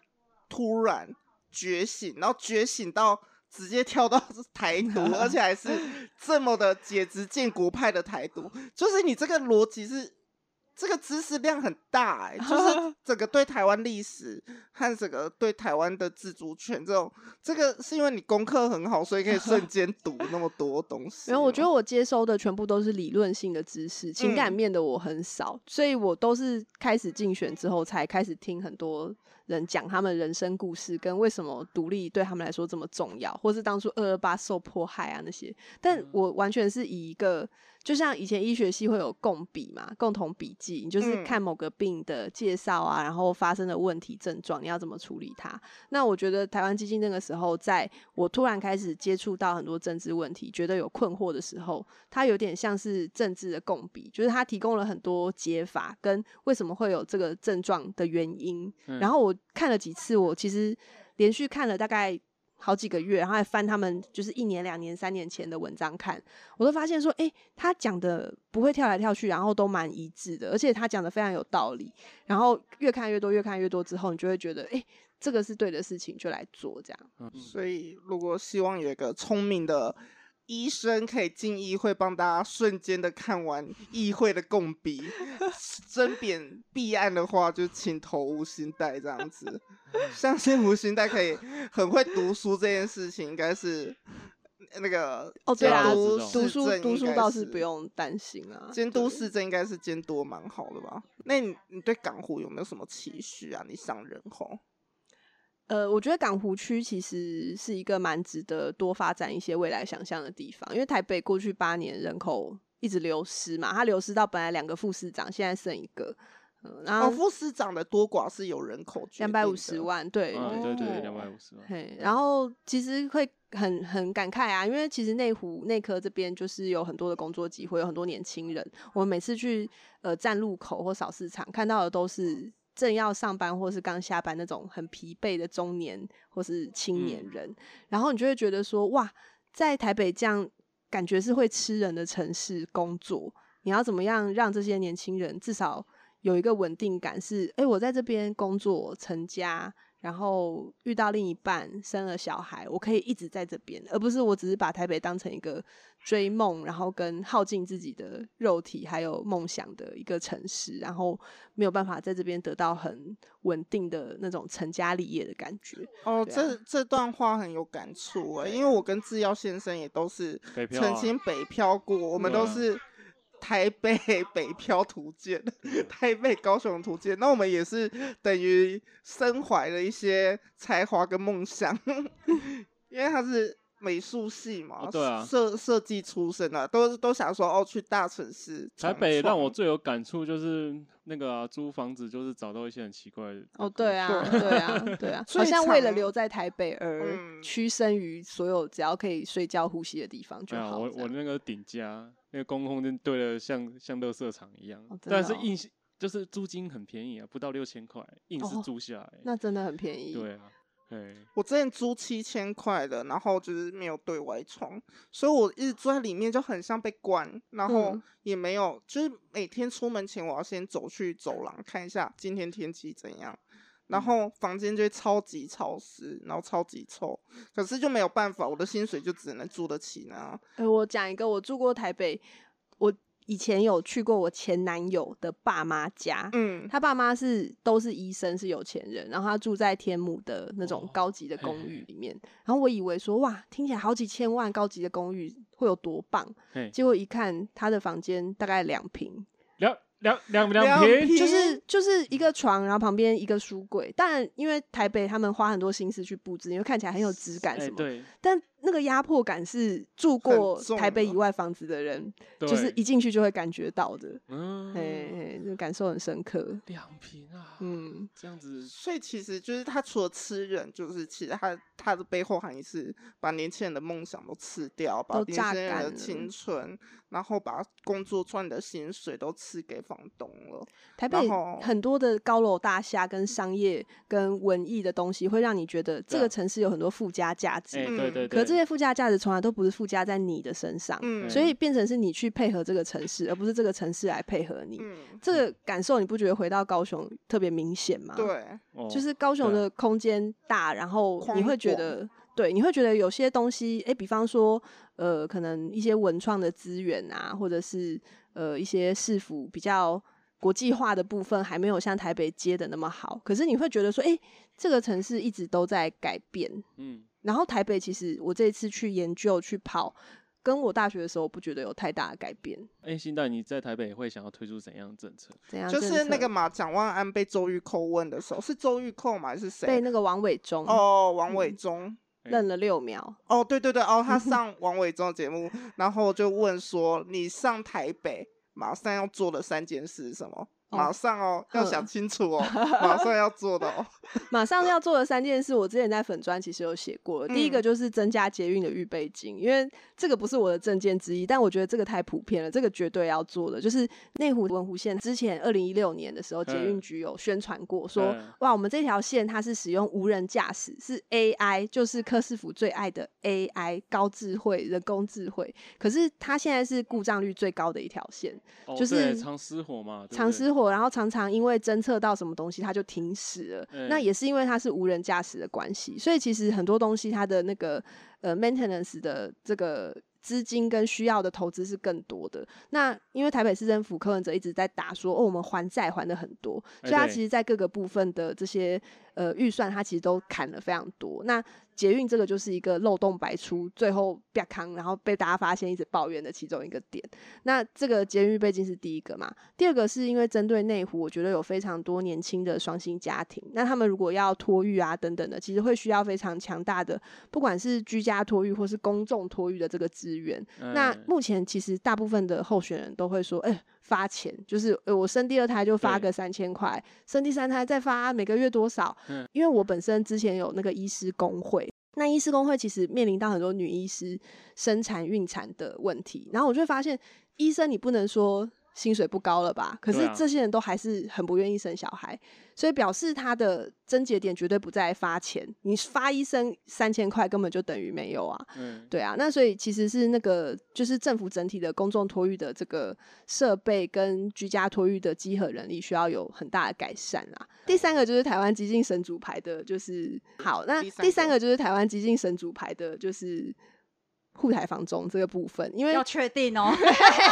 [SPEAKER 3] 突然觉醒，然后觉醒到直接跳到 台独，而且 还是这么的解职建国派的台独，就是你这个逻辑是。这个知识量很大、哎， 就是整个对台湾历史和整个对台湾的自主权这种，这个是因为你功课很好，所以可以瞬间读那么多东西吗。
[SPEAKER 4] 没有，我觉得我接收的全部都是理论性的知识，情感
[SPEAKER 3] 嗯
[SPEAKER 4] 面的我很少，所以我都是开始竞选之后才开始听很多人讲他们人生故事，跟为什么独立对他们来说这么重要，或是当初二二八受迫害啊那些。但我完全是以一个，就像以前医学系会有共笔嘛，共同笔记，你就是
[SPEAKER 3] 嗯
[SPEAKER 4] 看某个病的介绍啊，然后发生的问题症状，你要怎么处理它。那我觉得台湾基金那个时候，在我突然开始接触到很多政治问题，觉得有困惑的时候，它有点像是政治的共笔，就是它提供了很多解法跟为什么会有这个症状的原因。
[SPEAKER 3] 嗯
[SPEAKER 4] 然后我看了几次，我其实连续看了大概。好几个月，然后还翻他们就是一年、两年、三年前的文章看，我都发现说，诶，他讲的不会跳来跳去，然后都蛮一致的，而且他讲的非常有道理。然后越看越多，越看越多之后，你就会觉得，诶，这个是对的事情，就来做这样。
[SPEAKER 1] 嗯
[SPEAKER 3] 所以，如果希望有一个聪明的医生可以进议会，帮大家瞬间的看完议会的共笔，争辩弊案的话，就请投吴兴代这样子。相信吴兴代可以很会读书这件事情，应该是那个
[SPEAKER 4] 哦，对
[SPEAKER 3] 监
[SPEAKER 4] 啊，
[SPEAKER 1] 这
[SPEAKER 3] 督
[SPEAKER 1] 种
[SPEAKER 4] 读
[SPEAKER 3] 市
[SPEAKER 4] 书
[SPEAKER 3] 政
[SPEAKER 4] 读
[SPEAKER 3] 应
[SPEAKER 4] 书
[SPEAKER 3] 该
[SPEAKER 4] 倒
[SPEAKER 3] 是
[SPEAKER 4] 是不。用担心啊。
[SPEAKER 3] 监督
[SPEAKER 4] 对
[SPEAKER 3] 市政应该是监督蛮好的吧？那你你对港湖有没有什么期许啊？你上任后，
[SPEAKER 4] 呃，我觉得港湖区其实是一个蛮值得多发展一些未来想象的地方，因为台北过去八年人口一直流失嘛，它流失到本来两个副市长，现在剩一个，嗯、然
[SPEAKER 3] 哦，
[SPEAKER 4] 后
[SPEAKER 3] 副市长的多寡是由人口决
[SPEAKER 4] 两百五
[SPEAKER 3] 定
[SPEAKER 4] 十
[SPEAKER 3] 的
[SPEAKER 4] 万，对，
[SPEAKER 1] 嗯，对对，两
[SPEAKER 3] 哦
[SPEAKER 1] 百五十万，
[SPEAKER 4] 嘿，然后其实会很很感慨啊，因为其实内湖内科这边就是有很多的工作机会，有很多年轻人。我们每次去呃站路口或扫市场，看到的都是正要上班或是刚下班那种很疲惫的中年或是青年人，然后你就会觉得说，哇，在台北这样感觉是会吃人的城市工作，你要怎么样让这些年轻人至少有一个稳定感是？诶，我在这边工作成家，然后遇到另一半，生了小孩，我可以一直在这边，而不是我只是把台北当成一个追梦，然后跟耗尽自己的肉体还有梦想的一个城市，然后没有办法在这边得到很稳定的那种成家立业的感觉。
[SPEAKER 3] 哦，
[SPEAKER 4] 对啊
[SPEAKER 3] 这这段话很有感触哎、因为我跟制药先生也都是
[SPEAKER 1] 啊北漂
[SPEAKER 3] 曾
[SPEAKER 1] 啊
[SPEAKER 3] 经北漂过，我们
[SPEAKER 1] 对
[SPEAKER 3] 都
[SPEAKER 1] 啊
[SPEAKER 3] 是台北北漂途径，
[SPEAKER 1] 啊
[SPEAKER 3] 台北高雄途径。那我们也是等于身怀了一些才华跟梦想， 因为他是美术系嘛，
[SPEAKER 1] 哦对啊
[SPEAKER 3] 设设计出身的，都都想说哦，去大城市
[SPEAKER 1] 台
[SPEAKER 3] 闯
[SPEAKER 1] 北让
[SPEAKER 3] 闯
[SPEAKER 1] 我最有感触就是那个啊、租房子，就是找到一些很奇怪的。
[SPEAKER 4] 哦，对啊，对啊，对啊，
[SPEAKER 3] 所
[SPEAKER 4] 好
[SPEAKER 3] 以
[SPEAKER 4] 像为了
[SPEAKER 3] 常
[SPEAKER 4] 留在台北而
[SPEAKER 3] 嗯
[SPEAKER 4] 屈身于所有只要可以睡觉、呼吸的地方就
[SPEAKER 1] 对啊，
[SPEAKER 4] 好。
[SPEAKER 1] 我
[SPEAKER 4] 这
[SPEAKER 1] 我
[SPEAKER 4] 样
[SPEAKER 1] 那个顶家那个公空间堆的像像垃圾场一样，
[SPEAKER 4] 哦真
[SPEAKER 1] 但
[SPEAKER 4] 的
[SPEAKER 1] 是
[SPEAKER 4] 哦
[SPEAKER 1] 硬是就是租金很便宜啊，不到六千块，硬是
[SPEAKER 4] 哦
[SPEAKER 1] 租下来。
[SPEAKER 4] 那真的很便宜。
[SPEAKER 1] 对啊，哎，
[SPEAKER 3] 我之前租七千块的，然后就是没有对外窗，所以我一直住在里面就很像被关，然后
[SPEAKER 4] 嗯
[SPEAKER 3] 也没有，就是每天出门前我要先走去走廊看一下今天天气怎样，然后房间就会超级潮湿，然后超级臭，可是就没有办法，我的薪水就只能住得起呢。
[SPEAKER 4] 哎，我讲一个，我住过台北，我以前有去过我前男友的爸妈家，
[SPEAKER 3] 嗯，
[SPEAKER 4] 他爸妈是都是医生，是有钱人，然后他住在天母的那种
[SPEAKER 1] 哦
[SPEAKER 4] 高级的
[SPEAKER 1] 嘿
[SPEAKER 4] 公
[SPEAKER 1] 嘿
[SPEAKER 4] 寓
[SPEAKER 1] 嘿
[SPEAKER 4] 里面，然后我以为说哇，听起来好几千万高级的公寓会有多棒，
[SPEAKER 1] 嘿，
[SPEAKER 4] 结果一看他的房间大概两平，
[SPEAKER 1] 两两两
[SPEAKER 3] 两
[SPEAKER 1] 两平，
[SPEAKER 4] 就是就是
[SPEAKER 1] 嗯
[SPEAKER 4] 一个床，然后旁边一个书柜。但因为台北他们花很多心思去布置，因为看起来很有质感
[SPEAKER 1] 哎
[SPEAKER 4] 什么。
[SPEAKER 1] 对，
[SPEAKER 4] 但那个压迫感是住过
[SPEAKER 3] 很重
[SPEAKER 4] 台北
[SPEAKER 1] 啊
[SPEAKER 3] 的
[SPEAKER 4] 以外房子的人，
[SPEAKER 1] 对
[SPEAKER 4] 就是一进去就会感觉到的，哎、
[SPEAKER 1] 嗯
[SPEAKER 4] 哎那感受很深刻。
[SPEAKER 1] 两平啊，
[SPEAKER 4] 嗯，
[SPEAKER 1] 这样子
[SPEAKER 3] 所以其实就是他除了吃人，就是其实他他的背后含义是把年轻人的梦想都吃掉，把
[SPEAKER 4] 都
[SPEAKER 3] 年
[SPEAKER 4] 榨
[SPEAKER 3] 轻人
[SPEAKER 4] 干
[SPEAKER 3] 的
[SPEAKER 4] 了
[SPEAKER 3] 青春，然后把工作赚的薪水都吃给房东了。
[SPEAKER 4] 台
[SPEAKER 3] 然
[SPEAKER 4] 北
[SPEAKER 3] 后
[SPEAKER 4] 很多的高楼大厦跟商业跟文艺的东西，会让你觉得这
[SPEAKER 1] 对啊
[SPEAKER 4] 个城市有很多附加价值。
[SPEAKER 1] 哎对
[SPEAKER 3] 嗯
[SPEAKER 1] 对对，
[SPEAKER 4] 可是这些附加价值从来都不是附加在你的身上，
[SPEAKER 3] 嗯，
[SPEAKER 4] 所以变成是你去配合这个城市，而不是这个城市来配合你。
[SPEAKER 3] 嗯，
[SPEAKER 4] 这个感受你不觉得回到高雄特别明显吗？，
[SPEAKER 3] 对，
[SPEAKER 1] 哦
[SPEAKER 4] 就是高雄
[SPEAKER 1] 对啊
[SPEAKER 4] 的空间大，然后
[SPEAKER 3] 宽
[SPEAKER 4] 你会觉得，对，你会觉得有些东西，诶，比方说，呃，可能一些文创的资源啊，或者是呃一些市府比较国际化的部分，还没有像台北接的那么好。可是你会觉得说，诶，这个城市一直都在改变，
[SPEAKER 1] 嗯
[SPEAKER 4] 然后台北其实我这一次去研究去跑，跟我大学的时候不觉得有太大的改变。
[SPEAKER 1] 哎，新代你在台北会想要推出怎样的政策？
[SPEAKER 4] 怎样？
[SPEAKER 3] 就是那个嘛，蒋万安被周玉蔻问的时候，是周玉蔻吗？还是
[SPEAKER 4] 被
[SPEAKER 3] 谁？
[SPEAKER 4] 那个王伟忠
[SPEAKER 3] 哦，王伟
[SPEAKER 4] 嗯
[SPEAKER 3] 忠。
[SPEAKER 1] 哎
[SPEAKER 4] 愣了六秒，
[SPEAKER 3] 哦，对对对，哦， 他上王伟忠的节目，然后就问说，你上台北马上要做的三件事是什么？马
[SPEAKER 4] 哦
[SPEAKER 3] 上哦，要想
[SPEAKER 4] 嗯
[SPEAKER 3] 清楚 哦，马上要做的哦。
[SPEAKER 4] 马上要做的三件事，我之前在粉专其实有写过。第一个就是增加捷运的预备金，因为这个不是我的证件之一，但我觉得这个太普遍了，这个绝对要做的。就是内湖文湖线之前二零一六年的时候，捷运局有宣传过说
[SPEAKER 1] 嗯，
[SPEAKER 4] 哇，我们这条线它是使用无人驾驶，是 AI，就是柯师傅最爱的 AI 高智慧人工智慧。可是它现在是故障率最高的一条线，
[SPEAKER 1] 哦
[SPEAKER 4] 就
[SPEAKER 1] 对
[SPEAKER 4] 是
[SPEAKER 1] 常失火嘛，对不
[SPEAKER 4] 常
[SPEAKER 1] 对
[SPEAKER 4] 失火，然后常常因为侦测到什么东西，它就停驶了。
[SPEAKER 1] 嗯
[SPEAKER 4] 那也是因为它是无人驾驶的关系，所以其实很多东西它的那个呃 maintenance 的这个资金跟需要的投资是更多的。那因为台北市政府柯文哲一直在打说，哦，我们还债还的很多，
[SPEAKER 1] 哎
[SPEAKER 4] 所以它
[SPEAKER 1] 对
[SPEAKER 4] 其实在各个部分的这些呃预算，它其实都砍了非常多。那捷运这个就是一个漏洞百出，最后啪康，然后被大家发现，一直抱怨的其中一个点。那这个监狱背景是第一个嘛，第二个是因为针对内湖，我觉得有非常多年轻的双薪家庭，那他们如果要托育啊等等的，其实会需要非常强大的，不管是居家托育或是公众托育的这个资源。那
[SPEAKER 1] 嗯
[SPEAKER 4] 目前其实大部分的候选人都会说，哎、发钱，就是、呃我生第二胎就发
[SPEAKER 1] 对
[SPEAKER 4] 个三千块，生第三胎再发每个月多少？
[SPEAKER 1] 嗯
[SPEAKER 4] 因为我本身之前有那个医师工会。那医师工会其实面临到很多女医师生产、孕产的问题，然后我就会发现，医生你不能说薪水不高了吧？可
[SPEAKER 1] 对
[SPEAKER 4] 是
[SPEAKER 1] 啊
[SPEAKER 4] 这些人都还是很不愿意生小孩，所以表示他的症结点绝对不在发钱，你发医生三千块根本就等于没有啊。
[SPEAKER 1] 嗯
[SPEAKER 4] 对啊，那所以其实是那个就是政府整体的公众托育的这个设备跟居家托育的集合人力需要有很大的改善啦。第三个就是台湾激进神主牌的，就是好，那
[SPEAKER 3] 第三个
[SPEAKER 4] 第三个就是台湾激进神主牌的，就是护台房中这个部分，因为
[SPEAKER 2] 要确定哦。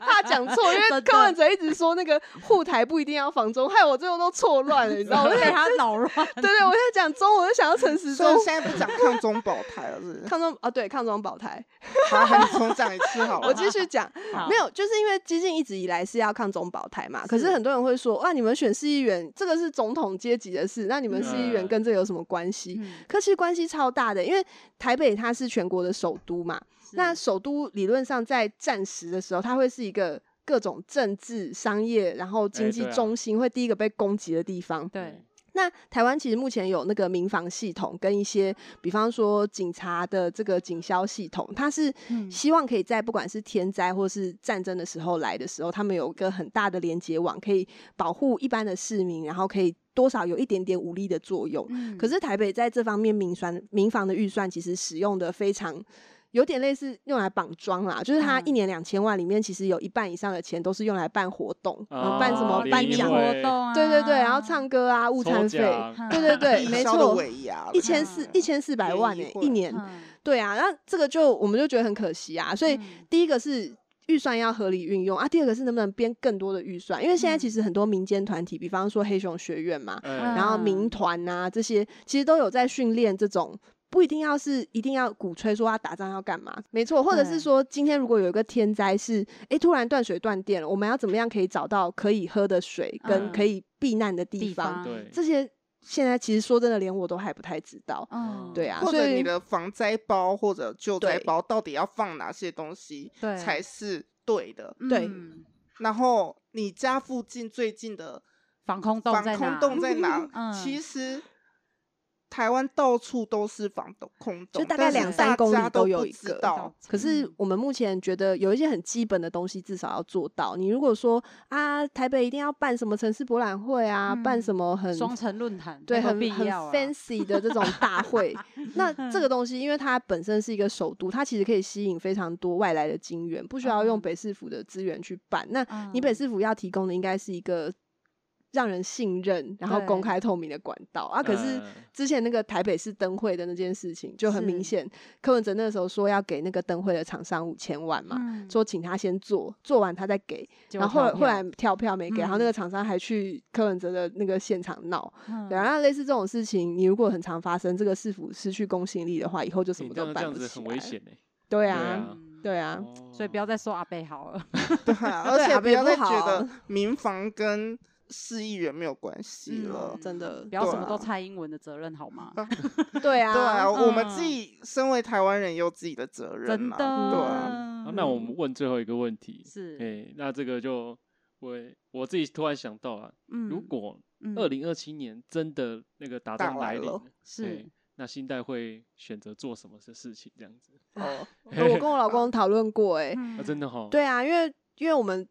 [SPEAKER 4] 怕讲错，因
[SPEAKER 2] 真
[SPEAKER 4] 为
[SPEAKER 2] 的
[SPEAKER 4] 柯文哲一直说那个护台不一定要房中，害我最后都错乱了，你 知道？我就
[SPEAKER 2] 被
[SPEAKER 4] 想，
[SPEAKER 2] 他扰乱。
[SPEAKER 4] 对对，我在讲中，我就想要陈时
[SPEAKER 3] 所以
[SPEAKER 4] 中
[SPEAKER 3] 我。现在不讲抗中保台了，是不是？
[SPEAKER 4] 抗中哦，对，抗中保台，
[SPEAKER 3] 好，还是重讲一次好
[SPEAKER 4] 我
[SPEAKER 3] 了。
[SPEAKER 4] 继续讲。
[SPEAKER 2] 好
[SPEAKER 4] 没有，就是因为激进一直以来是要抗中保台嘛。可是
[SPEAKER 2] 是
[SPEAKER 4] 很多人会说，哇，你们选市议员，这个是总统阶级的事，那你们市议员
[SPEAKER 1] 嗯
[SPEAKER 4] 跟这有什么关系？
[SPEAKER 2] 嗯
[SPEAKER 4] 可其实关系超大的，因为台北它是全国的首都嘛，那首都理论上在战时的时候，它会是一个各种政治、商业，然后
[SPEAKER 1] 哎
[SPEAKER 4] 经济
[SPEAKER 1] 对啊
[SPEAKER 4] 中心、会第一个被攻击的地方。
[SPEAKER 2] 对，
[SPEAKER 4] 那台湾其实目前有那个民防系统跟一些，比方说警察的这个警消系统，它是
[SPEAKER 2] 嗯
[SPEAKER 4] 希望可以在不管是天灾或是战争的时候来的时候，他们有一个很大的连接网，可以保护一般的市民，然后可以多少有一点点武力的作用。
[SPEAKER 2] 嗯
[SPEAKER 4] 可是台北在这方面民算民房的预算其实使用的非常。有点类似用来绑桩啦，就是它
[SPEAKER 2] 嗯
[SPEAKER 4] 一年两千万里面，其实有一半以上的钱都是用来办活动，呃，办什么
[SPEAKER 1] 哦
[SPEAKER 4] 颁
[SPEAKER 1] 联谊
[SPEAKER 4] 奖，
[SPEAKER 1] 会
[SPEAKER 2] 活动啊？
[SPEAKER 4] 对对对，然后 唱歌啊，误
[SPEAKER 1] 抽
[SPEAKER 4] 餐费，
[SPEAKER 1] 奖
[SPEAKER 4] 对对对，
[SPEAKER 3] 抵
[SPEAKER 4] 没
[SPEAKER 3] 消的
[SPEAKER 4] 错，
[SPEAKER 3] 尾牙了嗯
[SPEAKER 4] 一千四一千四百万
[SPEAKER 3] 联谊
[SPEAKER 4] 诶、
[SPEAKER 3] 会
[SPEAKER 4] 一年，
[SPEAKER 2] 嗯，
[SPEAKER 4] 对啊，那这个就我们就觉得很可惜啊，所以
[SPEAKER 2] 嗯
[SPEAKER 4] 第一个是。预算要合理运用啊，第二个是能不能编更多的预算，因为现在
[SPEAKER 2] 嗯
[SPEAKER 4] 其实很多民间团体，比方说黑熊学院嘛，
[SPEAKER 1] 哎
[SPEAKER 4] 然后民
[SPEAKER 2] 嗯
[SPEAKER 4] 团啊这些，其实都有在训练这种。不一定要是一定要鼓吹说他打仗要干嘛，没错，或者是
[SPEAKER 2] 对
[SPEAKER 4] 说今天如果有一个天灾是诶突然断水断电了，我们要怎么样可以找到可以喝的水跟
[SPEAKER 1] 嗯
[SPEAKER 4] 可以避难的地
[SPEAKER 2] 地
[SPEAKER 4] 方？
[SPEAKER 2] 方
[SPEAKER 1] 对，
[SPEAKER 4] 这些现在其实说真的，连我都还不太知道。
[SPEAKER 2] 嗯，
[SPEAKER 4] 对啊，
[SPEAKER 3] 或
[SPEAKER 4] 所
[SPEAKER 3] 者你
[SPEAKER 4] 以
[SPEAKER 3] 的防灾包或者救灾
[SPEAKER 4] 对
[SPEAKER 3] 包到底要放哪些东西
[SPEAKER 2] 对
[SPEAKER 3] 才是对的？
[SPEAKER 4] 对
[SPEAKER 2] 嗯
[SPEAKER 3] 然后你家附近最近的
[SPEAKER 2] 防空洞
[SPEAKER 3] 防
[SPEAKER 2] 在
[SPEAKER 3] 空
[SPEAKER 2] 哪
[SPEAKER 3] 洞在哪？
[SPEAKER 2] 嗯
[SPEAKER 3] 其实台湾到处都是防洞空洞，
[SPEAKER 4] 就
[SPEAKER 3] 但
[SPEAKER 4] 大概
[SPEAKER 3] 是
[SPEAKER 4] 两三
[SPEAKER 3] 大
[SPEAKER 4] 公里
[SPEAKER 3] 家
[SPEAKER 4] 都
[SPEAKER 3] 都
[SPEAKER 4] 有
[SPEAKER 3] 不
[SPEAKER 4] 一
[SPEAKER 3] 知
[SPEAKER 4] 个
[SPEAKER 3] 道
[SPEAKER 4] 可是
[SPEAKER 2] 嗯
[SPEAKER 4] 我们目前觉得有一些很基本的东西，至少要做到。你如果说啊，台北一定要办什么城市博览会啊，办
[SPEAKER 2] 嗯
[SPEAKER 4] 什么很
[SPEAKER 2] 双城论坛
[SPEAKER 4] 对，
[SPEAKER 2] 没有
[SPEAKER 4] 很
[SPEAKER 2] 必
[SPEAKER 4] 很
[SPEAKER 2] 要啊
[SPEAKER 4] fancy 的这种大 会。那这个
[SPEAKER 2] 嗯
[SPEAKER 4] 东西，因为它本身是一个首都，它其实可以吸引非常多外来的金源，不需要用
[SPEAKER 2] 嗯
[SPEAKER 4] 北市府的资源去办。那你
[SPEAKER 2] 嗯
[SPEAKER 4] 北市府要提供的应该是一个让人信任，然后公
[SPEAKER 2] 对
[SPEAKER 4] 开透明的管道啊。可是
[SPEAKER 1] 嗯
[SPEAKER 4] 之前那个台北市灯会的那件事情就很明
[SPEAKER 2] 是
[SPEAKER 4] 显，柯文哲那时候说要给那个灯会的厂商五千万嘛，
[SPEAKER 2] 嗯
[SPEAKER 4] 说请他先做，做完他再给。
[SPEAKER 2] 结
[SPEAKER 4] 然
[SPEAKER 2] 果
[SPEAKER 4] 后后
[SPEAKER 2] 跳
[SPEAKER 4] 来后来
[SPEAKER 2] 票
[SPEAKER 4] 跳票没给，然后那
[SPEAKER 2] 嗯
[SPEAKER 4] 个厂商还去柯文哲的那个现场闹。
[SPEAKER 2] 嗯
[SPEAKER 4] 对啊，那类似这种事情，你如果很常发生，这个市府失去公信力的话，以后就什
[SPEAKER 1] 你
[SPEAKER 4] 么
[SPEAKER 1] 这
[SPEAKER 4] 都
[SPEAKER 1] 样这
[SPEAKER 4] 办
[SPEAKER 1] 样
[SPEAKER 4] 不
[SPEAKER 1] 子
[SPEAKER 4] 起
[SPEAKER 1] 很
[SPEAKER 4] 来
[SPEAKER 1] 危
[SPEAKER 4] 了。
[SPEAKER 1] 险哎，哦
[SPEAKER 4] 对
[SPEAKER 1] 对啊
[SPEAKER 4] 啊，
[SPEAKER 2] 嗯
[SPEAKER 4] 对啊，
[SPEAKER 2] 所以不要再说阿贝好了。
[SPEAKER 3] 对 啊，而
[SPEAKER 4] 对
[SPEAKER 3] 且
[SPEAKER 4] 阿
[SPEAKER 3] 不
[SPEAKER 4] 贝
[SPEAKER 3] 要
[SPEAKER 4] 不
[SPEAKER 3] 再觉得
[SPEAKER 4] 好
[SPEAKER 3] 民房跟市议员没有关系
[SPEAKER 4] 嗯
[SPEAKER 2] 哦
[SPEAKER 3] 了。
[SPEAKER 4] 真的
[SPEAKER 2] 不要
[SPEAKER 3] 对
[SPEAKER 2] 什么都
[SPEAKER 3] 啊
[SPEAKER 2] 蔡英文的责任好吗？
[SPEAKER 1] 哦
[SPEAKER 4] 对
[SPEAKER 3] 对啊，
[SPEAKER 4] 啊，
[SPEAKER 3] 我们
[SPEAKER 2] 嗯
[SPEAKER 3] 自己身为台湾人也有自己的责
[SPEAKER 2] 真
[SPEAKER 3] 任
[SPEAKER 2] 的，
[SPEAKER 3] 啊。对啊，
[SPEAKER 1] 啊那
[SPEAKER 4] 嗯
[SPEAKER 1] 我们问最后一个问题，哎、
[SPEAKER 2] 是
[SPEAKER 1] 那这个就我我自己突然想到啊，
[SPEAKER 2] 嗯，
[SPEAKER 1] 如果
[SPEAKER 2] 嗯
[SPEAKER 1] 二零二七年真的那个打
[SPEAKER 3] 打
[SPEAKER 1] 仗来
[SPEAKER 3] 来
[SPEAKER 1] 临
[SPEAKER 3] 了
[SPEAKER 1] 了，
[SPEAKER 2] 是
[SPEAKER 1] 哎那新代会选择做什么的事情？这样子，
[SPEAKER 3] 哦，
[SPEAKER 4] 我跟我老公讨论过，哎，
[SPEAKER 1] 啊，
[SPEAKER 2] 嗯
[SPEAKER 1] 真的哈，
[SPEAKER 4] 对啊，因为因为我们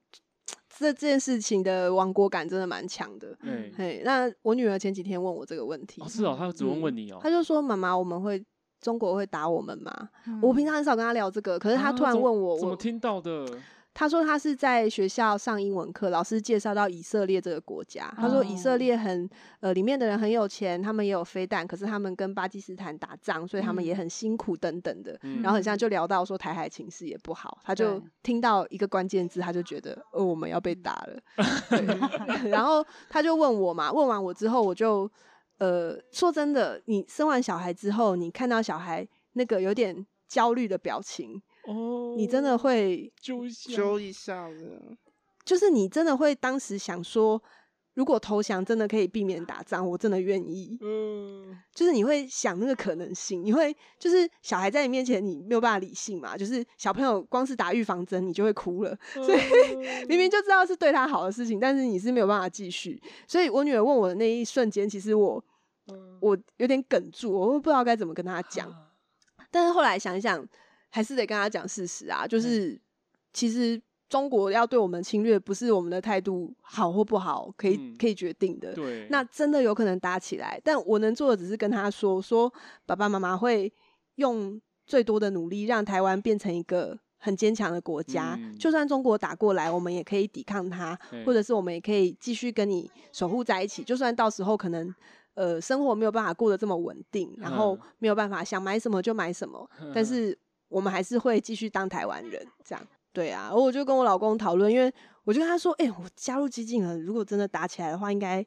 [SPEAKER 4] 这件事情的亡国感真的蛮强的。
[SPEAKER 1] 哎，
[SPEAKER 4] 嘿，那我女儿前几天问我这个问题
[SPEAKER 1] 哦，是哦，他只问
[SPEAKER 4] 嗯
[SPEAKER 1] 问你哦，
[SPEAKER 4] 她就说：“妈妈，我们会中国会打我们吗？”
[SPEAKER 2] 嗯
[SPEAKER 4] 我平常很少跟她聊这个，可是她
[SPEAKER 1] 啊
[SPEAKER 4] 突然
[SPEAKER 1] 怎么
[SPEAKER 4] 问我，
[SPEAKER 1] 怎么
[SPEAKER 4] 我
[SPEAKER 1] 听到的？
[SPEAKER 4] 她说她是在学校上英文课，老师介绍到以色列这个国家，她说以
[SPEAKER 2] 哦
[SPEAKER 4] 色列很呃里面的人很有钱，他们也有飞弹，可是他们跟巴基斯坦打仗，所以他们
[SPEAKER 2] 嗯
[SPEAKER 4] 也很辛苦等等的。
[SPEAKER 1] 嗯
[SPEAKER 4] 然后很像就聊到说台海情势也不好，他就
[SPEAKER 2] 对嗯
[SPEAKER 4] 听到一个关键字，他就觉得呃我们要被打 了，对 然后他就问我嘛，问完我之后我就呃说真的，你生完小孩之后，你看到小孩那个有点焦虑的表情，
[SPEAKER 1] 哦，
[SPEAKER 4] 你真的会
[SPEAKER 1] 揪一下，
[SPEAKER 3] 揪一下子，
[SPEAKER 4] 就是你真的会当时想说，如果投降真的可以避免打仗，我真的愿意，
[SPEAKER 1] 嗯，
[SPEAKER 4] 就是你会想那个可能性，你会就是小孩在你面前你没有办法理性嘛，就是小朋友光是打预防针你就会哭了，所以明明就知道是对他好的事情，但是你是没有办法继续。所以我女儿问我的那一瞬间，其实我我有点哽住，我不知道该怎么跟她讲。但是后来想一想，还是得跟她讲事实啊，就是其实中国要对我们侵略，不是我们的态度好或不好可以、
[SPEAKER 1] 嗯
[SPEAKER 4] 可以决定的。
[SPEAKER 1] 对，
[SPEAKER 4] 那真的有可能打起来。但我能做的只是跟他说，说爸爸妈妈会用最多的努力让台湾变成一个很坚强的国家。
[SPEAKER 1] 嗯
[SPEAKER 4] 就算中国打过来，我们也可以抵抗他，
[SPEAKER 1] 哎
[SPEAKER 4] 或者是我们也可以继续跟你守护在一起。就算到时候可能。呃，生活没有办法过得这么稳定，然后
[SPEAKER 1] 嗯
[SPEAKER 4] 没有办法想买什么就买什么，但是我们还是会继续当台湾人，这样对啊。我就跟我老公讨论，因为我就跟他说，哎、我加入激进了，如果真的打起来的话，应该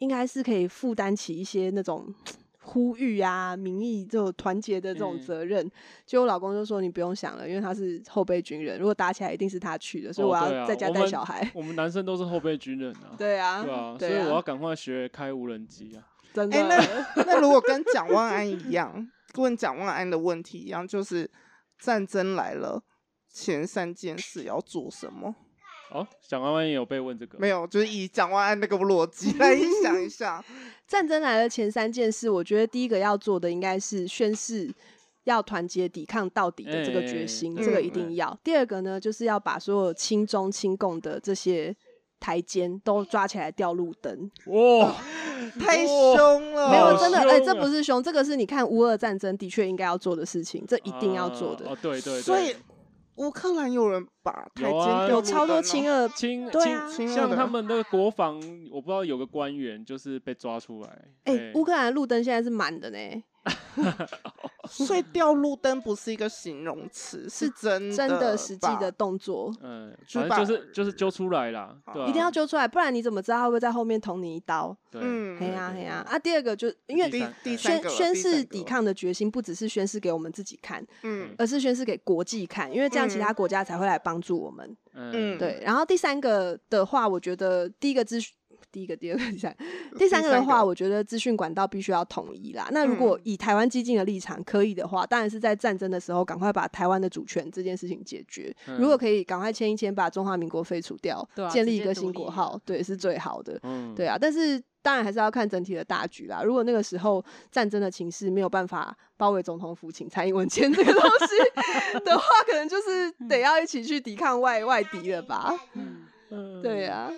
[SPEAKER 4] 应该是可以负担起一些那种呼吁啊、民意这种团结的这种
[SPEAKER 1] 嗯
[SPEAKER 4] 责任。结果我老公就说，你不用想了，因为他是后备军人，如果打起来一定是他去的，所以
[SPEAKER 1] 哦
[SPEAKER 4] 我
[SPEAKER 1] 对
[SPEAKER 4] 要
[SPEAKER 1] 啊
[SPEAKER 4] 在家
[SPEAKER 1] 我
[SPEAKER 4] 带
[SPEAKER 1] 们
[SPEAKER 4] 小孩。
[SPEAKER 1] 我们男生都是后备军人啊，
[SPEAKER 4] 对啊，
[SPEAKER 1] 对啊，所
[SPEAKER 4] 对
[SPEAKER 1] 以我要
[SPEAKER 4] 啊，
[SPEAKER 1] 赶快学开无人机啊，
[SPEAKER 4] 真
[SPEAKER 3] 哎、
[SPEAKER 4] 的，
[SPEAKER 3] 那那如果跟蒋万安一样，跟蒋万安的问题一样，就是战争来了，前三件事要做什么？
[SPEAKER 1] 哦，蒋万安也有被问这个，
[SPEAKER 3] 没有，就是以蒋万安那个逻辑来想一 下。
[SPEAKER 4] 战争来了前三件事，我觉得第一个要做的应该是宣誓。要团结抵抗到底的这个决心，
[SPEAKER 1] 哎
[SPEAKER 4] 这个
[SPEAKER 1] 嗯
[SPEAKER 4] 一定要。第二个呢，就是要把所有亲中亲共的这些台阶都抓起来吊路灯。
[SPEAKER 1] 哇，
[SPEAKER 3] 太凶了，
[SPEAKER 4] 没有，
[SPEAKER 1] 好
[SPEAKER 4] 真的，
[SPEAKER 1] 凶
[SPEAKER 4] 哎、
[SPEAKER 1] 啊
[SPEAKER 4] 这不是凶，这个是你看乌俄战争的确应该要做的事情，这一定要做的。
[SPEAKER 1] 啊哦，对对对，
[SPEAKER 3] 所以乌克兰有人把台
[SPEAKER 1] 有啊
[SPEAKER 3] 阶
[SPEAKER 4] 有超多亲
[SPEAKER 3] 二，
[SPEAKER 4] 俄，
[SPEAKER 1] 亲
[SPEAKER 4] 对啊
[SPEAKER 1] 亲，
[SPEAKER 3] 亲俄
[SPEAKER 1] 像
[SPEAKER 3] 的
[SPEAKER 1] 他们那个国防，我不知道有个官员就是被抓出来，
[SPEAKER 4] 哎、
[SPEAKER 1] 哎
[SPEAKER 4] 乌克兰的路灯现在是满的呢，
[SPEAKER 3] 所以掉路灯不是一个形容词，是真的
[SPEAKER 4] 真的实际
[SPEAKER 3] 吧。
[SPEAKER 4] 的动作。
[SPEAKER 1] 嗯，
[SPEAKER 3] 就
[SPEAKER 1] 反正就
[SPEAKER 3] 把
[SPEAKER 1] 是就是揪出来啦，对啊，
[SPEAKER 4] 一定要揪出来，不然你怎么知道他会不会在后面捅你一刀？
[SPEAKER 1] 对，
[SPEAKER 3] 嗯
[SPEAKER 4] 嘿
[SPEAKER 1] 对
[SPEAKER 4] 呀嘿
[SPEAKER 1] 对
[SPEAKER 4] 呀！啊，第二个就因为
[SPEAKER 1] 第三
[SPEAKER 3] 第第三个
[SPEAKER 4] 宣
[SPEAKER 3] 了
[SPEAKER 4] 宣
[SPEAKER 3] 第三
[SPEAKER 4] 誓
[SPEAKER 3] 个
[SPEAKER 4] 抵
[SPEAKER 3] 了
[SPEAKER 4] 抗的决心，不只是宣誓给我们自己看，
[SPEAKER 3] 嗯
[SPEAKER 4] 而是宣誓给国际看，因为这样其
[SPEAKER 3] 嗯
[SPEAKER 4] 他国家才会来帮助我们。
[SPEAKER 1] 嗯，
[SPEAKER 4] 对，然后第三个的话，我觉得第一个资讯。第一个、 第二个、第三个，第
[SPEAKER 3] 呃第
[SPEAKER 4] 三个的
[SPEAKER 3] 三
[SPEAKER 4] 话，
[SPEAKER 3] 个哦
[SPEAKER 4] 我觉得资讯管道必须要统一啦。那如果
[SPEAKER 3] 嗯
[SPEAKER 4] 以台湾激进的立场可以的话，当然是在战争的时候赶快把台湾的主权这件事情解决。
[SPEAKER 3] 嗯
[SPEAKER 4] 如果可以，赶快签一签，把中华民国废除掉，
[SPEAKER 2] 对啊
[SPEAKER 4] 建
[SPEAKER 2] 直
[SPEAKER 4] 立一
[SPEAKER 2] 接
[SPEAKER 4] 个
[SPEAKER 2] 独
[SPEAKER 4] 新
[SPEAKER 2] 立
[SPEAKER 4] 国
[SPEAKER 2] 了
[SPEAKER 4] 号，对，是最好的。
[SPEAKER 1] 嗯，
[SPEAKER 4] 对啊，但是当然还是要看整体的大局啦。如果那个时候战争的情势没有办法包围总统府，请蔡英文签这个东西的话，可能就是得要一起去抵抗外外敌了吧？
[SPEAKER 2] 嗯
[SPEAKER 1] 嗯
[SPEAKER 4] 对啊，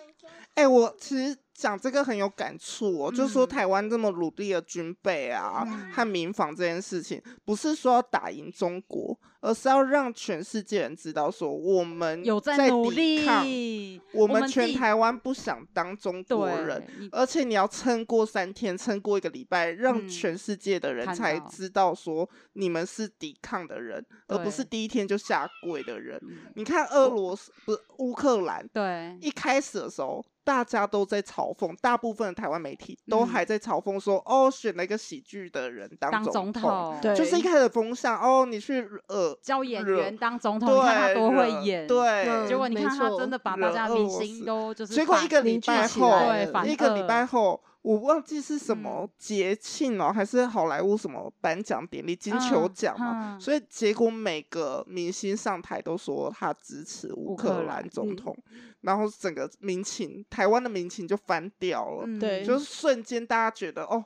[SPEAKER 3] 哎、我其实讲这个很有感触、哦，就说
[SPEAKER 2] 嗯
[SPEAKER 3] 台湾这么努力的军备啊、
[SPEAKER 2] 嗯
[SPEAKER 3] 和民防这件事情，不是说要打赢中国，而是要让全世界人知道说我们
[SPEAKER 2] 有
[SPEAKER 3] 在
[SPEAKER 2] 努
[SPEAKER 3] 抵抗，
[SPEAKER 2] 力，
[SPEAKER 3] 我
[SPEAKER 2] 们
[SPEAKER 3] 们
[SPEAKER 2] 自
[SPEAKER 3] 全
[SPEAKER 2] 己
[SPEAKER 3] 台湾不想当中国人。
[SPEAKER 2] 对，你
[SPEAKER 3] 而且你要撑过三天，撑过一个礼拜，让
[SPEAKER 2] 嗯
[SPEAKER 3] 全世界的人
[SPEAKER 2] 看
[SPEAKER 3] 才
[SPEAKER 2] 到
[SPEAKER 3] 知道说你们是抵抗的人，而不是
[SPEAKER 2] 对
[SPEAKER 3] 第一天就下跪的人。
[SPEAKER 2] 嗯
[SPEAKER 3] 你看俄罗斯不是乌克兰，
[SPEAKER 2] 对，
[SPEAKER 3] 一开始的时候，大家都在嘲嘲讽，大部分的台湾媒体都
[SPEAKER 4] 嗯
[SPEAKER 3] 还在嘲讽说，哦，选了一个喜剧的人当
[SPEAKER 2] 当总
[SPEAKER 3] 统，
[SPEAKER 2] 统，
[SPEAKER 4] 对
[SPEAKER 3] 就是一开始的风向，哦，你去呃，
[SPEAKER 2] 教演
[SPEAKER 3] 惹
[SPEAKER 2] 员当总统，
[SPEAKER 3] 对，
[SPEAKER 2] 你看他多会
[SPEAKER 3] 惹
[SPEAKER 2] 演，，
[SPEAKER 3] 对，
[SPEAKER 4] 嗯
[SPEAKER 2] 结果你
[SPEAKER 4] 没
[SPEAKER 2] 看他
[SPEAKER 4] 错
[SPEAKER 2] 真的把
[SPEAKER 3] 惹
[SPEAKER 2] 大家的明
[SPEAKER 3] 俄罗
[SPEAKER 2] 星
[SPEAKER 3] 斯
[SPEAKER 2] 都就是嗯
[SPEAKER 3] 结果
[SPEAKER 2] 把
[SPEAKER 3] 一个礼
[SPEAKER 4] 凝聚
[SPEAKER 3] 拜
[SPEAKER 4] 起
[SPEAKER 3] 后，
[SPEAKER 4] 来
[SPEAKER 2] 对反
[SPEAKER 3] 一个礼
[SPEAKER 2] 恶
[SPEAKER 3] 拜后，我忘记是
[SPEAKER 4] 嗯
[SPEAKER 3] 什么节庆哦，还是好莱坞什么颁奖典礼，金球
[SPEAKER 2] 嗯
[SPEAKER 3] 奖嘛。
[SPEAKER 2] 嗯
[SPEAKER 3] 所以结果每个明星上台都说他支持乌
[SPEAKER 2] 乌
[SPEAKER 3] 克
[SPEAKER 2] 克
[SPEAKER 3] 兰
[SPEAKER 2] 兰
[SPEAKER 3] 总
[SPEAKER 4] 嗯
[SPEAKER 3] 统，然后整个民情，台湾的民情就翻掉了，
[SPEAKER 2] 嗯
[SPEAKER 4] 对
[SPEAKER 3] 就是瞬间大家觉得哦。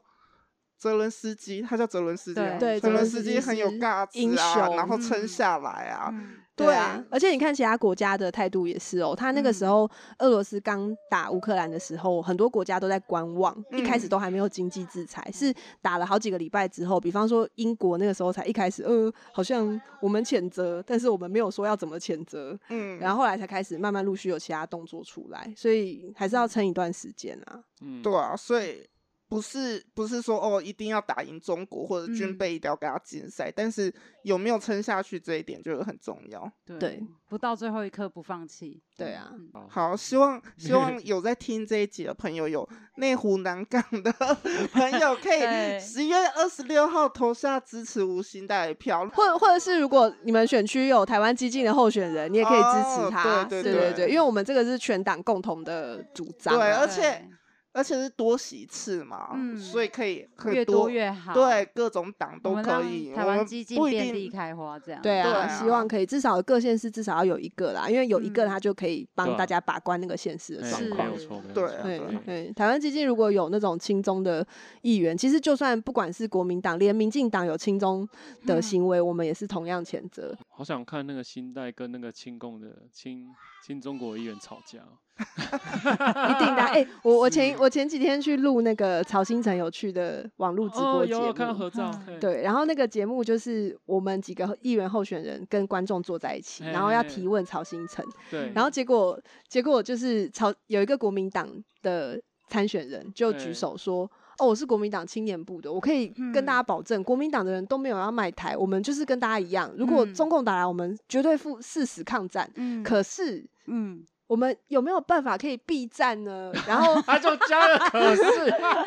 [SPEAKER 3] 泽伦斯基，他叫泽伦斯基啊，
[SPEAKER 4] 对对
[SPEAKER 3] 泽
[SPEAKER 4] 泽
[SPEAKER 3] 伦
[SPEAKER 4] 伦
[SPEAKER 3] 斯
[SPEAKER 4] 斯
[SPEAKER 3] 基
[SPEAKER 4] 基
[SPEAKER 3] 很有
[SPEAKER 4] 是
[SPEAKER 3] 尬
[SPEAKER 4] 英
[SPEAKER 3] 子啊，然
[SPEAKER 4] 雄
[SPEAKER 3] 后撑
[SPEAKER 2] 嗯
[SPEAKER 3] 下来啊，
[SPEAKER 2] 嗯
[SPEAKER 4] 对
[SPEAKER 3] 对
[SPEAKER 4] 啊
[SPEAKER 3] 啊，
[SPEAKER 4] 而且你看其他国家的态度也是哦，他那个时
[SPEAKER 2] 嗯
[SPEAKER 4] 候俄罗斯刚打乌克兰的时候，很多国家都在观望，一开始
[SPEAKER 3] 嗯
[SPEAKER 4] 都还没有经济制裁，是打了好几个礼拜之后，比方说英国那个时候才一开始，呃，好像我们谴责，但是我们没有说要怎么谴责，
[SPEAKER 3] 嗯，
[SPEAKER 4] 然后后来才开始慢慢陆续有其他动作出来，所以还是要撑一段时间啊。
[SPEAKER 1] 嗯，
[SPEAKER 3] 对啊，所以不是不是说哦一定要打赢中国或者军
[SPEAKER 2] 嗯
[SPEAKER 3] 备一定要跟他竞赛，但是有没有撑下去这一点就是很重要。
[SPEAKER 4] 对，
[SPEAKER 2] 不到最后一刻不放弃，嗯
[SPEAKER 4] 对啊，
[SPEAKER 3] 好，希望希望有在听这一集的朋友，有内湖南港的 朋友，可以
[SPEAKER 2] 对
[SPEAKER 3] 十月二十六号投下支持吴昕的票。
[SPEAKER 4] 或或者是如果你们选区有台湾激进的候选人，你也可以支
[SPEAKER 3] 哦
[SPEAKER 4] 持他，
[SPEAKER 3] 对对
[SPEAKER 4] 对
[SPEAKER 3] 对
[SPEAKER 4] 因为我们这个是全党共同的主张啊、
[SPEAKER 3] 对而
[SPEAKER 2] 对
[SPEAKER 3] 且而且是多席次嘛，
[SPEAKER 2] 嗯
[SPEAKER 3] 所以可以很
[SPEAKER 2] 越
[SPEAKER 3] 多
[SPEAKER 2] 多越好，
[SPEAKER 3] 对，各种党
[SPEAKER 2] 我
[SPEAKER 3] 都
[SPEAKER 2] 们
[SPEAKER 3] 可
[SPEAKER 2] 让
[SPEAKER 3] 以，
[SPEAKER 2] 台
[SPEAKER 3] 我
[SPEAKER 2] 湾
[SPEAKER 3] 们
[SPEAKER 2] 基金
[SPEAKER 3] 不一
[SPEAKER 2] 遍地
[SPEAKER 3] 定
[SPEAKER 2] 开花，这样
[SPEAKER 4] 对啊，
[SPEAKER 3] 对
[SPEAKER 4] 希望可以至少各县市至少要有一个啦，因为有一个
[SPEAKER 2] 嗯
[SPEAKER 4] 他就可以
[SPEAKER 1] 对
[SPEAKER 4] 帮
[SPEAKER 1] 啊
[SPEAKER 4] 大家把关那个县市的
[SPEAKER 1] 哎
[SPEAKER 4] 状
[SPEAKER 2] 是
[SPEAKER 1] 没
[SPEAKER 4] 况
[SPEAKER 1] 有。错，没有
[SPEAKER 3] 对
[SPEAKER 1] 错
[SPEAKER 3] 啊
[SPEAKER 4] 对
[SPEAKER 3] 对
[SPEAKER 4] 对，台湾基金如果有那种亲中的议员，其实就算不管是国民党，连民进党有亲中的
[SPEAKER 2] 嗯
[SPEAKER 4] 行为，我们也是同样谴责。
[SPEAKER 1] 好想看那个新代跟那个亲共的亲亲中国议员吵架哦，
[SPEAKER 4] 一 定的啊。哎、我我前
[SPEAKER 1] 是
[SPEAKER 4] 我前几天去录那个曹新成有趣的网络直播
[SPEAKER 1] 哦
[SPEAKER 4] 节
[SPEAKER 1] 有有看到
[SPEAKER 4] 目。
[SPEAKER 1] 合照，
[SPEAKER 2] 嗯
[SPEAKER 1] 嘿，
[SPEAKER 4] 对，然后那个节目就是我们几个议员候选人跟观众坐在一起，然后要
[SPEAKER 1] 嘿嘿嘿
[SPEAKER 4] 提问曹新成，
[SPEAKER 1] 对，
[SPEAKER 4] 然后结果结果就是曹有一个国民党的参选人就举
[SPEAKER 1] 对
[SPEAKER 4] 手说。哦，我是国民党青年部的，我可以跟
[SPEAKER 1] 嗯
[SPEAKER 4] 大家保证，国民党的人都没有要卖台，我们就是跟大家一样，如果
[SPEAKER 2] 嗯
[SPEAKER 4] 中共打来，我们绝对负誓死抗战。
[SPEAKER 2] 嗯
[SPEAKER 4] 可是
[SPEAKER 2] 嗯，
[SPEAKER 4] 我们有没有办法可以避战呢？ 然后
[SPEAKER 1] 他啊就加了可是，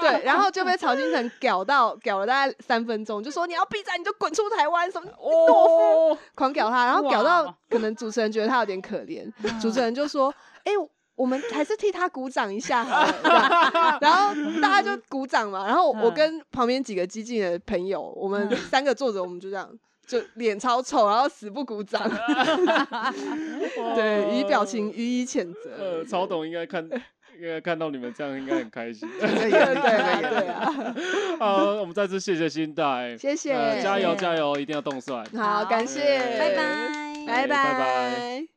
[SPEAKER 4] 对，然后就被曹金成屌到，屌了大概三分钟，就说你要避战你就滚出台湾什么懦夫，
[SPEAKER 1] 哦，
[SPEAKER 4] 狂屌他，然后屌
[SPEAKER 2] 哇
[SPEAKER 4] 到可能主持人觉得他有点可怜，主持人就说，哎、我们还是替他鼓掌一下好了，这样然后大家就鼓掌嘛，然后我
[SPEAKER 2] 嗯
[SPEAKER 4] 跟旁边几个激进的朋友，我们
[SPEAKER 2] 嗯
[SPEAKER 4] 三个坐着，我们就这样。就脸超丑，然后死不鼓掌， 对，以表情予以谴责。
[SPEAKER 1] 呃，曹董应 该看，应该看到你们这样应该很开心。
[SPEAKER 3] 在眼
[SPEAKER 4] 对
[SPEAKER 3] 里，看
[SPEAKER 4] 啊，
[SPEAKER 3] 在眼
[SPEAKER 4] 对
[SPEAKER 3] 里。
[SPEAKER 4] 啊，
[SPEAKER 1] 好，我们再次谢谢新代，
[SPEAKER 4] 谢谢，
[SPEAKER 1] 呃加油
[SPEAKER 2] 谢谢
[SPEAKER 1] 加油，一定要动算。
[SPEAKER 4] 好，感谢，
[SPEAKER 1] 拜
[SPEAKER 2] 拜拜。
[SPEAKER 1] 拜
[SPEAKER 4] 哎拜
[SPEAKER 1] 拜
[SPEAKER 4] 拜。